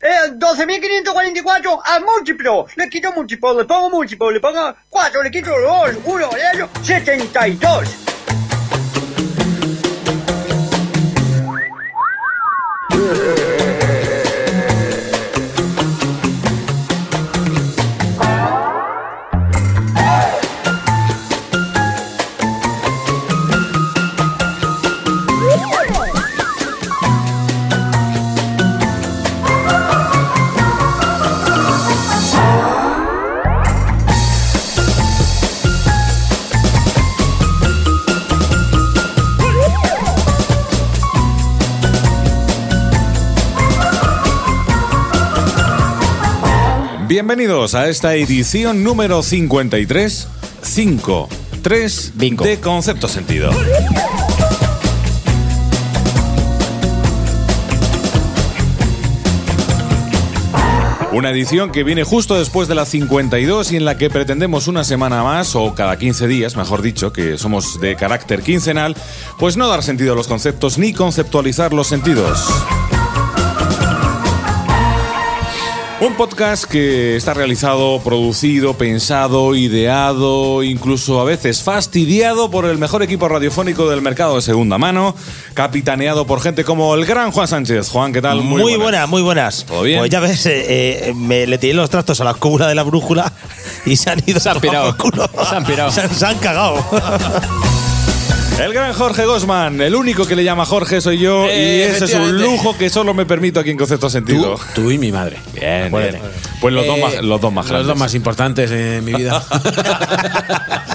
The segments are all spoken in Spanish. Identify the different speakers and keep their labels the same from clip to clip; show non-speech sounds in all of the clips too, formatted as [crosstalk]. Speaker 1: Eh, 12.544 a múltiplo. Le quito múltiplo, le pongo múltiplo, le pongo 4, le quito 2, 1, 0, 72.
Speaker 2: Bienvenidos a esta edición número 53, 5, 3
Speaker 3: Bingo.
Speaker 2: de Concepto Sentido. Una edición que viene justo después de la 52 y en la que pretendemos una semana más, o cada 15 días, mejor dicho, que somos de carácter quincenal, pues no dar sentido a los conceptos ni conceptualizar los sentidos. Un podcast que está realizado, producido, pensado, ideado, incluso a veces fastidiado por el mejor equipo radiofónico del mercado de segunda mano, capitaneado por gente como el gran Juan Sánchez. Juan, ¿qué tal?
Speaker 3: Muy, buenas. muy buenas.
Speaker 2: ¿Todo bien?
Speaker 3: Pues ya ves, eh, eh, me le tiré los trastos a la cúpula de la brújula y se han ido
Speaker 4: Se han
Speaker 3: a tomar
Speaker 4: pirado.
Speaker 3: por culo.
Speaker 4: Se han pirado.
Speaker 3: Se, se han cagado.
Speaker 2: El gran Jorge Gosman, el único que le llama Jorge soy yo
Speaker 4: Eh,
Speaker 2: y ese es un
Speaker 4: efectivamente.
Speaker 2: lujo que solo me permito aquí en Concepto Sentido.
Speaker 4: Tú, tú y mi madre.
Speaker 2: [laughs] Bien,
Speaker 4: Acuérdate. Eh,
Speaker 2: bien. Pues los dos más- los dos más
Speaker 4: Los
Speaker 2: grandes.
Speaker 4: dos más importantes en mi vida.
Speaker 2: [laughs]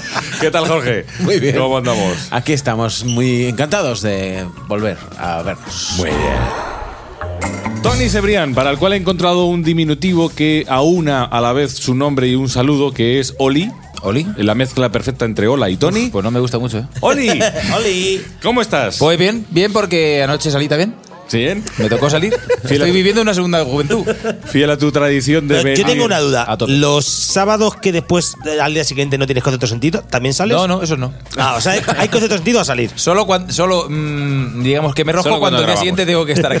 Speaker 2: ¿Qué tal, Jorge?
Speaker 4: [laughs] Muy bien.
Speaker 2: ¿Cómo andamos?
Speaker 4: Aquí estamos muy encantados de volver a vernos.
Speaker 2: Muy bien. Tony Cebrián, para el cual he encontrado un diminutivo que aúna a la vez su nombre y un saludo, que es Oli.
Speaker 5: ¿Oli?
Speaker 2: La mezcla perfecta entre hola y Tony.
Speaker 5: Pues no me gusta mucho, ¿eh?
Speaker 2: ¡Oli!
Speaker 3: Oli.
Speaker 2: ¿Cómo estás?
Speaker 5: Pues bien, bien porque anoche salí también.
Speaker 2: Bien.
Speaker 5: Me tocó salir. Estoy viviendo una segunda juventud.
Speaker 2: Fiel a tu tradición de
Speaker 3: Yo tengo una duda.
Speaker 5: A tope.
Speaker 3: Los sábados que después, eh, al día siguiente, no tienes concepto sentido, ¿también sales?
Speaker 5: No, no, eso no.
Speaker 3: Ah, o sea, hay concepto sentido a salir.
Speaker 5: Solo, cuan- solo mm, digamos que me rojo
Speaker 2: Solo
Speaker 5: cuando,
Speaker 2: cuando
Speaker 5: el día
Speaker 2: grabamos.
Speaker 5: siguiente tengo que estar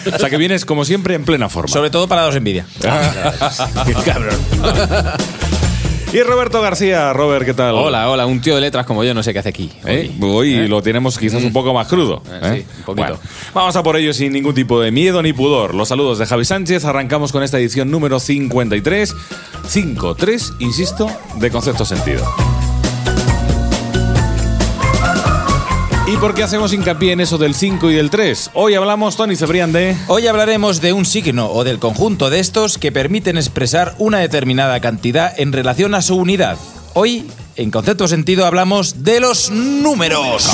Speaker 5: aquí.
Speaker 2: [laughs] O sea que vienes, como siempre, en plena forma.
Speaker 5: Sobre todo para daros envidia.
Speaker 2: [laughs] Cabrón. y Roberto García, Robert, ¿qué tal?
Speaker 6: Hola, hola, un tío de letras como yo no sé qué hace aquí.
Speaker 2: ¿Eh?
Speaker 6: hoy.
Speaker 2: Hoy lo tenemos quizás un poco más crudo.
Speaker 6: Mm. Eh, sí,
Speaker 2: ¿eh?
Speaker 6: un poquito.
Speaker 2: vamos a por ello sin ningún tipo de miedo ni pudor. Los saludos de Javi Sánchez. Arrancamos con esta edición número 53, 53, insisto, de concepto sentido. ¿Y por qué hacemos hincapié en eso del 5 y del 3? Hoy hablamos, Tony Cebrián, de...
Speaker 5: Hoy hablaremos de un signo o del conjunto de estos que permiten expresar una determinada cantidad en relación a su unidad. Hoy, en concepto sentido, hablamos de los números.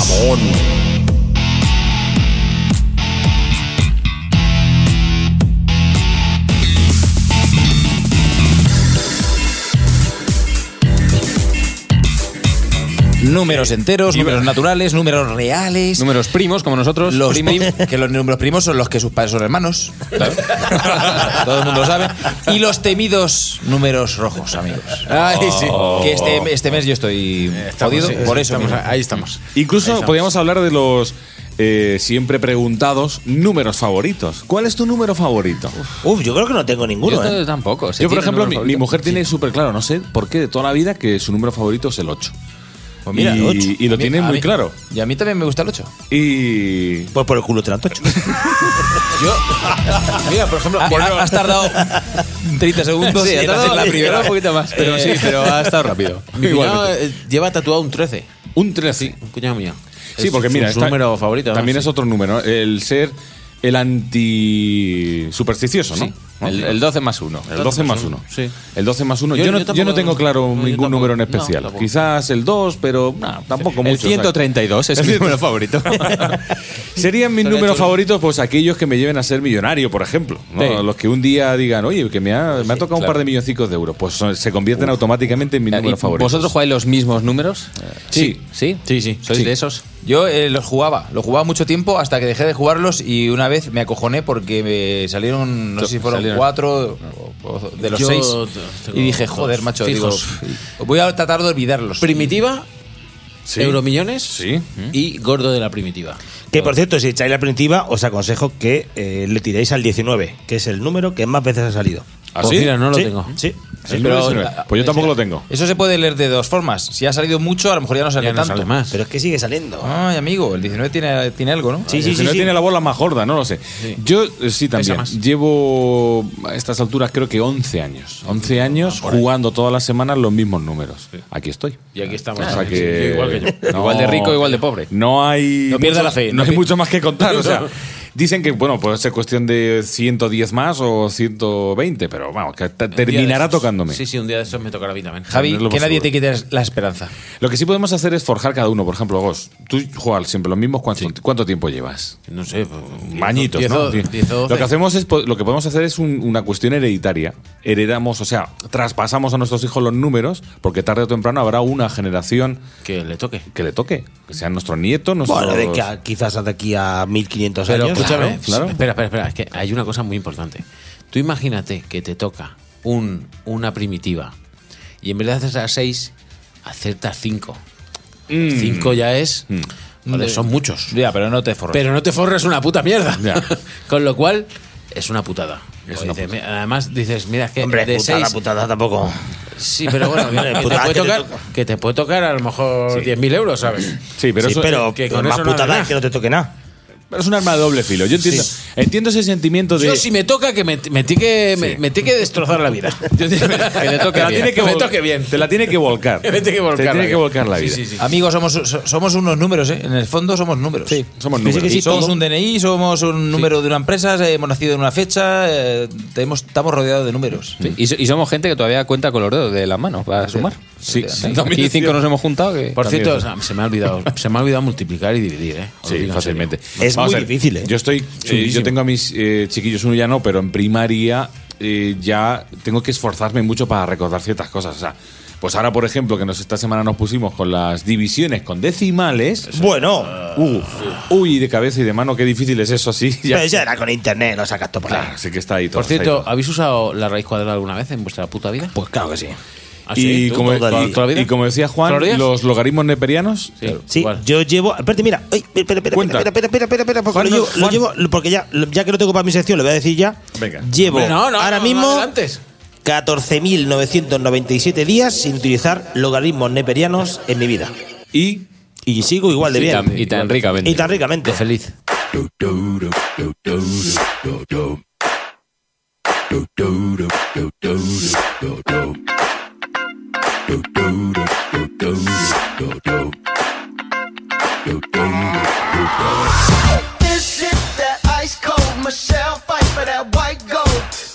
Speaker 5: Números enteros, números naturales, números reales.
Speaker 6: Números primos, como nosotros.
Speaker 5: Los
Speaker 6: Primo.
Speaker 5: prim- que los números primos son los que sus padres son hermanos. [laughs] Todo el mundo lo sabe. Y los temidos números rojos, amigos.
Speaker 6: Ay, sí.
Speaker 5: Que este, este mes yo estoy
Speaker 4: Estamos,
Speaker 5: jodido
Speaker 4: sí,
Speaker 5: por
Speaker 4: sí,
Speaker 5: eso.
Speaker 4: estamos,
Speaker 5: mismo.
Speaker 4: ahí estamos.
Speaker 2: Incluso podríamos hablar de los eh, siempre preguntados números favoritos. ¿Cuál es tu número favorito?
Speaker 3: Uf, yo creo que no tengo ninguno,
Speaker 6: Yo
Speaker 3: ¿eh?
Speaker 6: t- tampoco. se
Speaker 2: Yo, por
Speaker 6: tiene
Speaker 2: ejemplo,
Speaker 6: números
Speaker 2: mi, mi
Speaker 6: favoritos.
Speaker 2: mujer tiene súper claro, no sé por qué, de toda la vida, que su número favorito es el 8.
Speaker 5: Pues mira,
Speaker 2: y,
Speaker 5: el ocho.
Speaker 2: y lo
Speaker 5: A mí-
Speaker 2: tiene
Speaker 5: a
Speaker 2: muy
Speaker 5: mí-
Speaker 2: claro.
Speaker 5: Y a mí también me gusta el 8.
Speaker 2: Y.
Speaker 3: Pues por el culo te la tocho.
Speaker 5: Yo.
Speaker 6: Mira, por ejemplo,
Speaker 5: Ha- ha- Ah,
Speaker 6: [laughs]
Speaker 5: has tardado 30 segundos
Speaker 6: Sí, ha
Speaker 5: en hacer
Speaker 6: tardado
Speaker 5: la primera.
Speaker 6: un poquito más. Pero
Speaker 5: Eh,
Speaker 6: sí, pero ha estado
Speaker 5: [laughs]
Speaker 6: rápido.
Speaker 4: Mi cuñado
Speaker 6: Igualmente.
Speaker 4: eh, lleva tatuado un 13.
Speaker 2: Un 13.
Speaker 4: Un cuñado mío.
Speaker 2: Sí,
Speaker 4: Es
Speaker 2: porque
Speaker 4: su-
Speaker 2: mira.
Speaker 4: Su
Speaker 2: esta-
Speaker 4: número favorito. ¿no?
Speaker 2: También es
Speaker 4: Sí.
Speaker 2: otro número. ¿no? El ser el anti. supersticioso, ¿no?
Speaker 6: Sí,
Speaker 2: ¿No?
Speaker 6: el, el 12 más 1.
Speaker 2: El 12 más 1.
Speaker 4: sí.
Speaker 2: El 12 más 1. Yo,
Speaker 4: Yo-
Speaker 2: no,
Speaker 4: yo
Speaker 2: yo no
Speaker 4: tampoco-
Speaker 2: tengo claro
Speaker 4: no, yo
Speaker 2: ningún
Speaker 4: tampoco.
Speaker 2: número en
Speaker 4: No,
Speaker 2: especial.
Speaker 4: tampoco.
Speaker 2: Quizás el 2, pero nah, tampoco mucho.
Speaker 6: El
Speaker 2: o sea,
Speaker 6: 132 es mi número favorito.
Speaker 2: Serían mis
Speaker 4: Estaría chulo.
Speaker 2: números favoritos, pues aquellos que me lleven a ser millonario, por ejemplo. ¿no?
Speaker 6: Sí.
Speaker 2: Los que un día digan, oye, que me ha, me ha tocado un
Speaker 6: claro.
Speaker 2: par de milloncicos de euros. Pues son- se convierten automáticamente en
Speaker 4: Eh,
Speaker 2: mi
Speaker 6: ¿Y
Speaker 2: número favorito.
Speaker 6: ¿Vosotros jugáis los mismos números?
Speaker 2: Sí.
Speaker 6: ¿Sí?
Speaker 4: Sí, sí.
Speaker 6: ¿Sois
Speaker 2: Sí.
Speaker 6: de esos?
Speaker 5: Yo eh, los jugaba, los jugaba mucho tiempo hasta que dejé de jugarlos y una vez me acojoné porque me salieron, no sé si fueron
Speaker 6: Salieron.
Speaker 5: cuatro o- o de los
Speaker 4: Yo
Speaker 5: seis.
Speaker 4: tengo
Speaker 5: Y dije, joder,
Speaker 4: dos
Speaker 5: macho,
Speaker 4: fijos.
Speaker 5: digo, voy a tratar de olvidarlos.
Speaker 4: Primitiva,
Speaker 2: Sí.
Speaker 4: Euromillones
Speaker 2: Sí.
Speaker 4: y Gordo de la Primitiva.
Speaker 3: Que por cierto, si echáis la primitiva, os aconsejo que eh, le tiréis al 19, que es el número que más veces ha salido.
Speaker 2: ¿Ah,
Speaker 4: Pues
Speaker 2: sí?
Speaker 4: mira, no lo
Speaker 3: Sí,
Speaker 4: tengo.
Speaker 3: Sí.
Speaker 5: Sí,
Speaker 2: El
Speaker 5: pero-
Speaker 2: número 19. Pues yo tampoco lo tengo.
Speaker 5: Eso se puede leer de dos formas. Si ha salido mucho, a lo mejor ya no sale
Speaker 4: Ya no
Speaker 5: tanto.
Speaker 4: sale más.
Speaker 3: Pero es que sigue saliendo.
Speaker 5: Ay, amigo, el 19 tiene, tiene algo, ¿no?
Speaker 3: Sí,
Speaker 2: Si
Speaker 3: sí, sí.
Speaker 2: no
Speaker 3: sí.
Speaker 2: tiene la bola más gorda, no lo sé. Yo eh, sí también.
Speaker 4: más.
Speaker 2: Llevo a estas alturas creo que 11 años. 11 años jugando todas las semanas los mismos números. Aquí estoy.
Speaker 4: Y aquí estamos.
Speaker 2: O sea que-
Speaker 4: Ah, Igual que yo.
Speaker 2: [laughs] No.
Speaker 6: Igual de rico, igual de pobre.
Speaker 2: No hay.
Speaker 4: No pierda
Speaker 2: mucho-
Speaker 4: la fe,
Speaker 2: No,
Speaker 4: no
Speaker 2: hay
Speaker 4: pi-
Speaker 2: mucho más que
Speaker 4: [laughs]
Speaker 2: contar. O sea, dicen que, bueno, puede ser cuestión de 110 más o 120, pero vamos, que
Speaker 4: [laughs]
Speaker 2: te-
Speaker 4: Un día de
Speaker 2: terminará
Speaker 4: esos.
Speaker 2: tocándome.
Speaker 4: Sí, sí, un día de esos me tocará a mí también.
Speaker 5: Javi,
Speaker 2: No es lo
Speaker 5: que
Speaker 2: más
Speaker 5: nadie
Speaker 2: seguro.
Speaker 5: te quite la esperanza.
Speaker 2: Lo que sí podemos hacer es forjar cada uno. Por ejemplo, Gos, tú jugar siempre los mismos. ¿Cuánto, ¿cuánto tiempo llevas?
Speaker 4: No sé. pues,
Speaker 2: Mañitos,
Speaker 4: diez
Speaker 2: ¿no?
Speaker 4: o- diez o doce.
Speaker 2: Lo que hacemos es po- lo que podemos hacer es un- una cuestión hereditaria. Heredamos, o sea, traspasamos a nuestros hijos los números, porque tarde o temprano habrá una generación
Speaker 4: Que le toque.
Speaker 2: que le toque, que sean nuestros nietos, nuestros
Speaker 3: Bueno, de que a- quizás de aquí a 1500
Speaker 4: Pero
Speaker 3: años.
Speaker 4: escúchame.
Speaker 2: claro.
Speaker 4: Espera, espera, espera. Es que hay una cosa muy importante. Tú imagínate que te toca un, una primitiva y en vez de hacer a seis, acertas cinco. Cinco ya es. Joder, son muchos.
Speaker 5: Ya, pero no te forres.
Speaker 4: Pero no te forras una puta mierda.
Speaker 2: Ya.
Speaker 4: [laughs] Con lo cual, es una putada. Dice, me- Además, dices, mira, es
Speaker 7: eh,
Speaker 4: que
Speaker 3: Hombre,
Speaker 4: de
Speaker 3: putada,
Speaker 4: seis.
Speaker 3: putada tampoco.
Speaker 4: Sí, pero bueno, que, que te
Speaker 3: Putada
Speaker 4: puede
Speaker 3: que te
Speaker 4: tocar,
Speaker 3: toca.
Speaker 4: que te puede tocar a lo mejor 10.000 euros, ¿sabes?
Speaker 2: Sí, pero,
Speaker 3: Sí,
Speaker 2: eso- eh,
Speaker 3: pero,
Speaker 4: que
Speaker 3: pero
Speaker 4: con
Speaker 3: más
Speaker 4: eso no
Speaker 3: putada
Speaker 4: ganas.
Speaker 3: es que no te toque nada.
Speaker 2: pero es un arma de doble filo. Yo entiendo, entiendo ese sentimiento de.
Speaker 4: Yo si me toca que me, me tiene que me, me tiene que destrozar la vida.
Speaker 6: Que le
Speaker 4: [laughs]
Speaker 6: toque
Speaker 2: te la
Speaker 6: bien.
Speaker 2: tiene que
Speaker 4: Que me
Speaker 2: vol-
Speaker 4: toque bien.
Speaker 2: Te la tiene que volcar.
Speaker 4: [laughs] Me tiene que volcar
Speaker 2: Te
Speaker 4: la
Speaker 2: tiene
Speaker 4: vida.
Speaker 2: que volcar la
Speaker 4: Sí,
Speaker 2: vida.
Speaker 4: sí, sí.
Speaker 5: Amigos, somos, so- somos unos números, ¿eh? En el fondo somos números. Sí,
Speaker 2: Somos números.
Speaker 5: Y somos un DNI, somos un número de una empresa, eh, hemos nacido en una fecha, eh, tenemos, estamos rodeados de números.
Speaker 6: Sí, Y, so- y somos gente que todavía cuenta con los dedos de las manos para sumar.
Speaker 2: Sí, sí.
Speaker 6: Aquí cinco nos hemos juntado. que
Speaker 4: Por
Speaker 6: también-
Speaker 4: cierto, se me ha olvidado, se me ha olvidado multiplicar y dividir, ¿eh? Os lo
Speaker 2: Sí,
Speaker 4: digo en
Speaker 2: fácilmente.
Speaker 4: serio.
Speaker 3: Es
Speaker 2: Vamos
Speaker 3: muy
Speaker 2: a ver,
Speaker 3: difícil, ¿eh?
Speaker 2: Yo estoy. eh, yo
Speaker 4: Chulísimo.
Speaker 2: tengo a mis eh, chiquillos, uno ya no, pero en primaria eh, ya tengo que esforzarme mucho para recordar ciertas cosas. O sea, pues ahora, por ejemplo, que nos esta semana nos pusimos con las divisiones con decimales.
Speaker 3: Bueno,
Speaker 2: Uf, uy, de cabeza y de mano, qué difícil es eso así.
Speaker 3: [laughs]
Speaker 2: Ya.
Speaker 3: pero ya era con internet, lo sacas todo por
Speaker 2: Claro,
Speaker 3: ahí.
Speaker 2: sí que está ahí todo.
Speaker 4: Por
Speaker 2: está ahí
Speaker 4: cierto,
Speaker 2: todo.
Speaker 4: ¿habéis usado la raíz cuadrada alguna vez en vuestra puta vida?
Speaker 3: Pues claro que sí.
Speaker 4: ¿Ah, sí?
Speaker 2: y,
Speaker 4: ¿Tú
Speaker 2: como,
Speaker 4: toda la vida? ¿Toda la vida?
Speaker 2: y como decía Juan,
Speaker 4: ¿Todos los días?
Speaker 2: los logaritmos neperianos.
Speaker 4: Sí,
Speaker 3: Sí,
Speaker 4: igual.
Speaker 3: yo llevo. Espérate, mira. Ay, espera, espera,
Speaker 2: Cuenta.
Speaker 3: espera, espera, espera, espera, espera, porque
Speaker 2: Juan,
Speaker 3: lo
Speaker 2: no,
Speaker 3: llevo, lo
Speaker 2: Juan.
Speaker 3: llevo- lo- porque ya, lo- ya que no tengo para mi sección, lo voy a decir ya.
Speaker 2: Venga.
Speaker 3: Llevo
Speaker 4: Hombre, no, no,
Speaker 3: ahora
Speaker 4: no,
Speaker 3: mismo
Speaker 4: no adelantes.
Speaker 3: 14.997 días sin utilizar logaritmos neperianos en mi vida.
Speaker 2: Y
Speaker 3: Y sigo igual de
Speaker 6: y
Speaker 3: bien.
Speaker 6: tan, y tan ricamente.
Speaker 3: Y tan ricamente.
Speaker 4: De feliz.
Speaker 8: This is that ice cold Michelle fight for that white gold.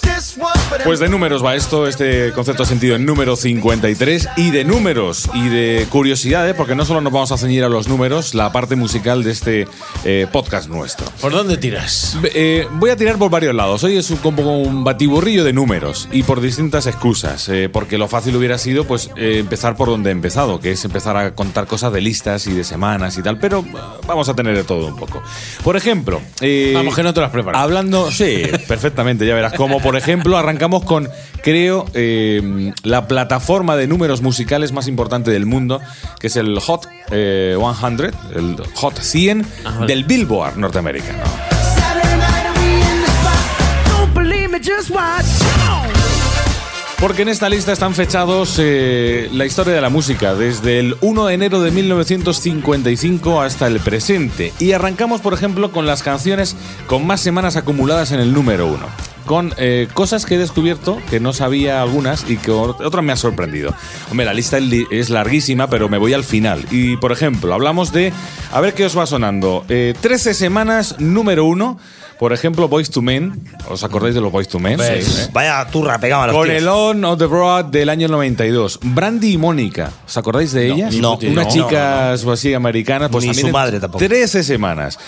Speaker 8: This one for that
Speaker 2: Pues de números va esto, este concepto ha sentido en número 53 y de números y de curiosidades, porque no solo nos vamos a ceñir a los números, la parte musical de este eh, podcast nuestro.
Speaker 4: ¿Por dónde tiras?
Speaker 2: B- eh, voy a tirar por varios lados. Hoy es un, como un batiburrillo de números y por distintas excusas, eh, porque lo fácil hubiera sido pues eh, empezar por donde he empezado, que es empezar a contar cosas de listas y de semanas y tal, pero ah, vamos a tener de todo un poco. Por ejemplo, eh,
Speaker 4: Vamos, que no te lo has preparado.
Speaker 2: Hablando, sí, perfectamente, ya verás. Como por ejemplo, arrancamos con, creo, eh, la plataforma de números musicales más importante del mundo, que es el Hot eh, 100, el Hot 100 del Billboard norteamericano.
Speaker 8: Saturday night and we in the spot. Don't believe me, just watch.
Speaker 2: Porque en esta lista están fechados eh, la historia de la música, desde el 1 de enero de 1955 hasta el presente. Y arrancamos, por ejemplo, con las canciones con más semanas acumuladas en el número 1. Con eh, cosas que he descubierto, que no sabía algunas y que ot- otras me han sorprendido. Hombre, la lista es li- es larguísima, pero me voy al final. Y, por ejemplo, hablamos de, a ver qué os va sonando, eh, 13 semanas número 1. Por ejemplo, Boys to Men. ¿Os acordáis de los Boys to Men? Sí, ¿eh?
Speaker 3: Vaya turra pegaba a los
Speaker 2: Con
Speaker 3: tíos.
Speaker 2: el On of the Broad del año 92. Brandy y Mónica, ¿os acordáis de ellas?
Speaker 3: no,
Speaker 2: Unas
Speaker 3: no,
Speaker 2: chicas así americanas. Pues
Speaker 3: Ni
Speaker 2: también
Speaker 3: su
Speaker 2: en
Speaker 3: madre tampoco.
Speaker 2: 13 semanas.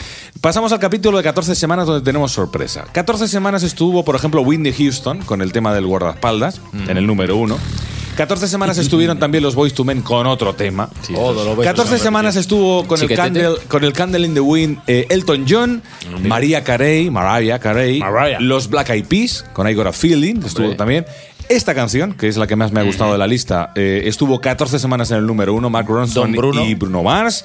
Speaker 2: Pasamos al capítulo de 14 semanas donde tenemos sorpresa. 14 semanas estuvo, por ejemplo, Whitney Houston con el tema del guardaespaldas
Speaker 3: Mm.
Speaker 2: en el número uno. 14 semanas estuvieron también los Boys to Men con otro tema.
Speaker 4: Todo lo ves,
Speaker 2: 14
Speaker 4: hombre,
Speaker 2: semanas estuvo con el,
Speaker 6: Chiquetete.
Speaker 2: candle, con el Candle in the Wind eh, Elton John, María Carey, Mariah Carey,
Speaker 4: Mariah.
Speaker 2: los Black Eyed Peas, con I Got a Feeling, estuvo también. Esta canción, que es la que más me ha gustado de la lista, eh, estuvo 14 semanas en el número 1, Mark
Speaker 3: Don
Speaker 2: Ronson
Speaker 3: Bruno.
Speaker 2: y Bruno Mars.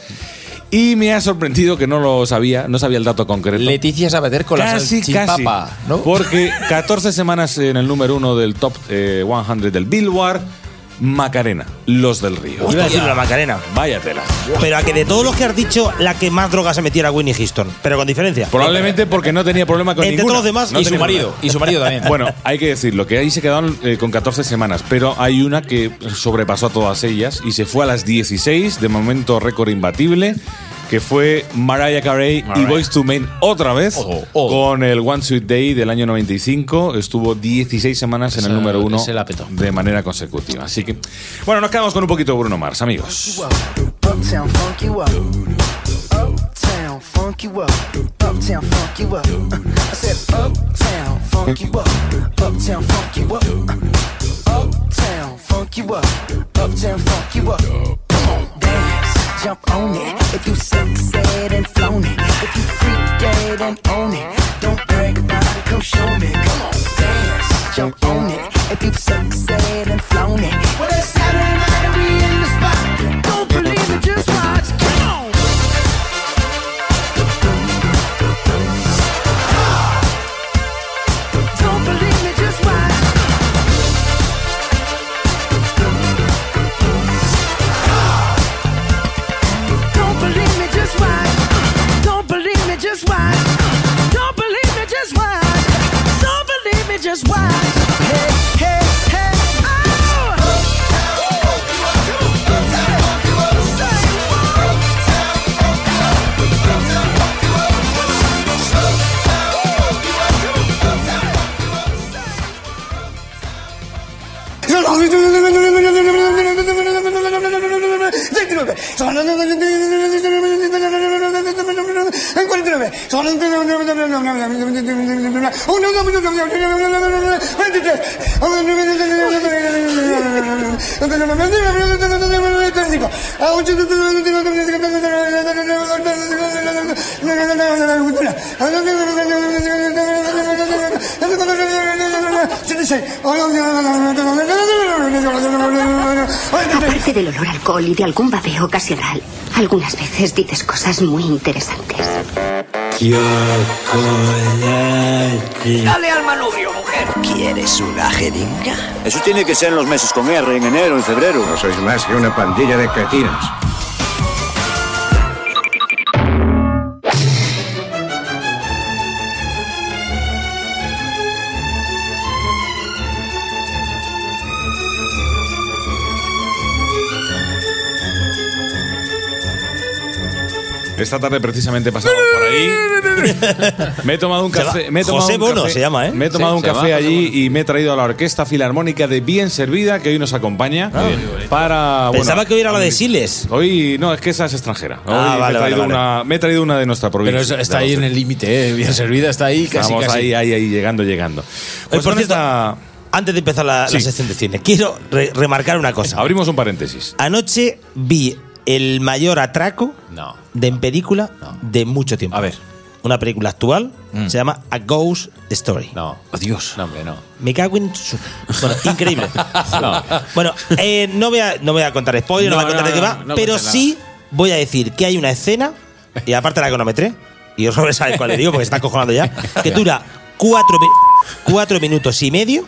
Speaker 2: Y me ha sorprendido que no lo sabía, no sabía el dato concreto.
Speaker 5: Leticia Sabater con
Speaker 2: casi,
Speaker 5: la salchipapa,
Speaker 2: casi.
Speaker 5: ¿no?
Speaker 2: Porque 14 semanas en el número 1 del top eh, 100 del Billboard, Macarena, Los del Río.
Speaker 3: Iba a decir la Macarena.
Speaker 2: Vaya tela.
Speaker 3: Pero a que de todos los que has dicho, la que más droga se metiera Winnie Houston. Pero con diferencia.
Speaker 2: Probablemente porque no tenía problema con
Speaker 3: Entre
Speaker 2: ninguna.
Speaker 3: todos los demás
Speaker 2: No
Speaker 3: y su
Speaker 2: tenía
Speaker 5: marido,
Speaker 2: problema.
Speaker 5: y
Speaker 3: [laughs]
Speaker 5: su marido también.
Speaker 2: Bueno, hay que decirlo, que ahí se quedaron eh, con 14 semanas, pero hay una que sobrepasó a todas ellas y se fue a las 16, de momento récord imbatible, que fue Mariah Carey y Boys to Men otra vez
Speaker 5: Oh, oh.
Speaker 2: con el One Sweet Day del año 95. Estuvo 16 semanas en
Speaker 4: Esa-
Speaker 2: el número uno
Speaker 4: ese la petó.
Speaker 2: de manera consecutiva. Así que, bueno, nos quedamos con un poquito de Bruno Mars, amigos.
Speaker 8: Uptown funk you up. Uptown funk you up. Uptown funk you up. I said uptown funk you up. Uptown funk you up. Uptown funk you up. Uptown funk you up. Come on, dance, Jump on it if you succeed and flown it. If you freak dead and own it, don't brag about it. Come show me. Come on, dance, jump on it if you succeed and flown it. Well, it's Saturday night and we in the spot. Don't believe it, just watch. Come on. Ah. Don't believe me, just watch. Don't believe me, just watch. Don't believe me, just watch. Don't believe me, just watch. Don't believe me, just watch. Hey, hey, hey, oh! Say what?
Speaker 9: Aparte del olor a alcohol y de algún babeo ocasional, algunas veces dices cosas muy interesantes.
Speaker 8: Dale al manubrio, mujer. ¿Quieres una jeringa?
Speaker 10: Eso tiene que ser en los meses con R, en enero, en febrero. No sois más que una pandilla de cretinos.
Speaker 2: Esta tarde precisamente pasaba por ahí. Me he tomado un
Speaker 3: Se
Speaker 2: café.
Speaker 3: va-
Speaker 2: me he tomado
Speaker 3: José
Speaker 2: un
Speaker 3: Bono
Speaker 2: café-
Speaker 3: se llama, ¿eh?
Speaker 2: Me he tomado
Speaker 6: Sí,
Speaker 2: un
Speaker 6: se
Speaker 2: café
Speaker 6: llama José
Speaker 2: allí y me he traído a la Orquesta Filarmónica de Bien Servida, que hoy nos acompaña. eh, para. bueno,
Speaker 3: Pensaba que hoy era la de Siles.
Speaker 2: Hoy no, es que esa es extranjera. Hoy
Speaker 3: Ah, vale,
Speaker 2: me, he traído
Speaker 3: vale, vale.
Speaker 2: Una, me he traído una de nuestra provincia.
Speaker 4: Pero eso está
Speaker 2: de
Speaker 4: ahí en
Speaker 2: Austria.
Speaker 4: el límite, eh. Bien servida, está ahí casi,
Speaker 2: Estamos
Speaker 4: casi.
Speaker 2: ahí, ahí, ahí, llegando, llegando. Pues
Speaker 3: por
Speaker 2: con
Speaker 3: cierto,
Speaker 2: esta-
Speaker 3: Antes de empezar la, la
Speaker 2: Sí.
Speaker 3: sección de cine, quiero re- remarcar una cosa.
Speaker 2: abrimos un paréntesis.
Speaker 3: Anoche vi el mayor atraco
Speaker 4: No.
Speaker 3: de en película de mucho tiempo.
Speaker 6: A ver.
Speaker 3: Una película actual se llama A Ghost Story.
Speaker 6: No. Adiós. No, hombre, no.
Speaker 3: Me cago en su- Bueno, increíble.
Speaker 6: No.
Speaker 3: Bueno, eh, no, voy a, no voy a contar spoiler, no,
Speaker 4: No,
Speaker 3: voy a
Speaker 4: no,
Speaker 3: contar de qué
Speaker 4: no,
Speaker 3: va,
Speaker 4: no, no
Speaker 3: pero
Speaker 4: cuentes nada.
Speaker 3: sí voy a decir que hay una escena, y aparte la cronometré, y os Robert sabe cuál le digo porque está cojonando ya, que dura cuatro, mi- cuatro minutos y medio,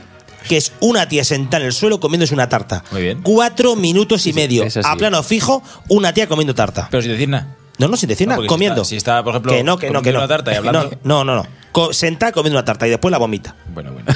Speaker 3: que es una tía sentada en el suelo comiéndose una tarta.
Speaker 6: Muy bien.
Speaker 3: Cuatro minutos y medio.
Speaker 6: esa sí.
Speaker 3: A plano fijo, una tía comiendo tarta.
Speaker 5: Pero sin decir nada.
Speaker 3: No, no, sin decir
Speaker 5: No,
Speaker 3: nada,
Speaker 5: porque si
Speaker 3: comiendo.
Speaker 5: está- si está, por ejemplo,
Speaker 3: que no, que no, que
Speaker 5: comiendo
Speaker 3: no.
Speaker 5: una tarta y hablando.
Speaker 3: No, no, no. no. Co- sentada comiendo una tarta y después la vomita.
Speaker 5: Bueno, [laughs] bueno.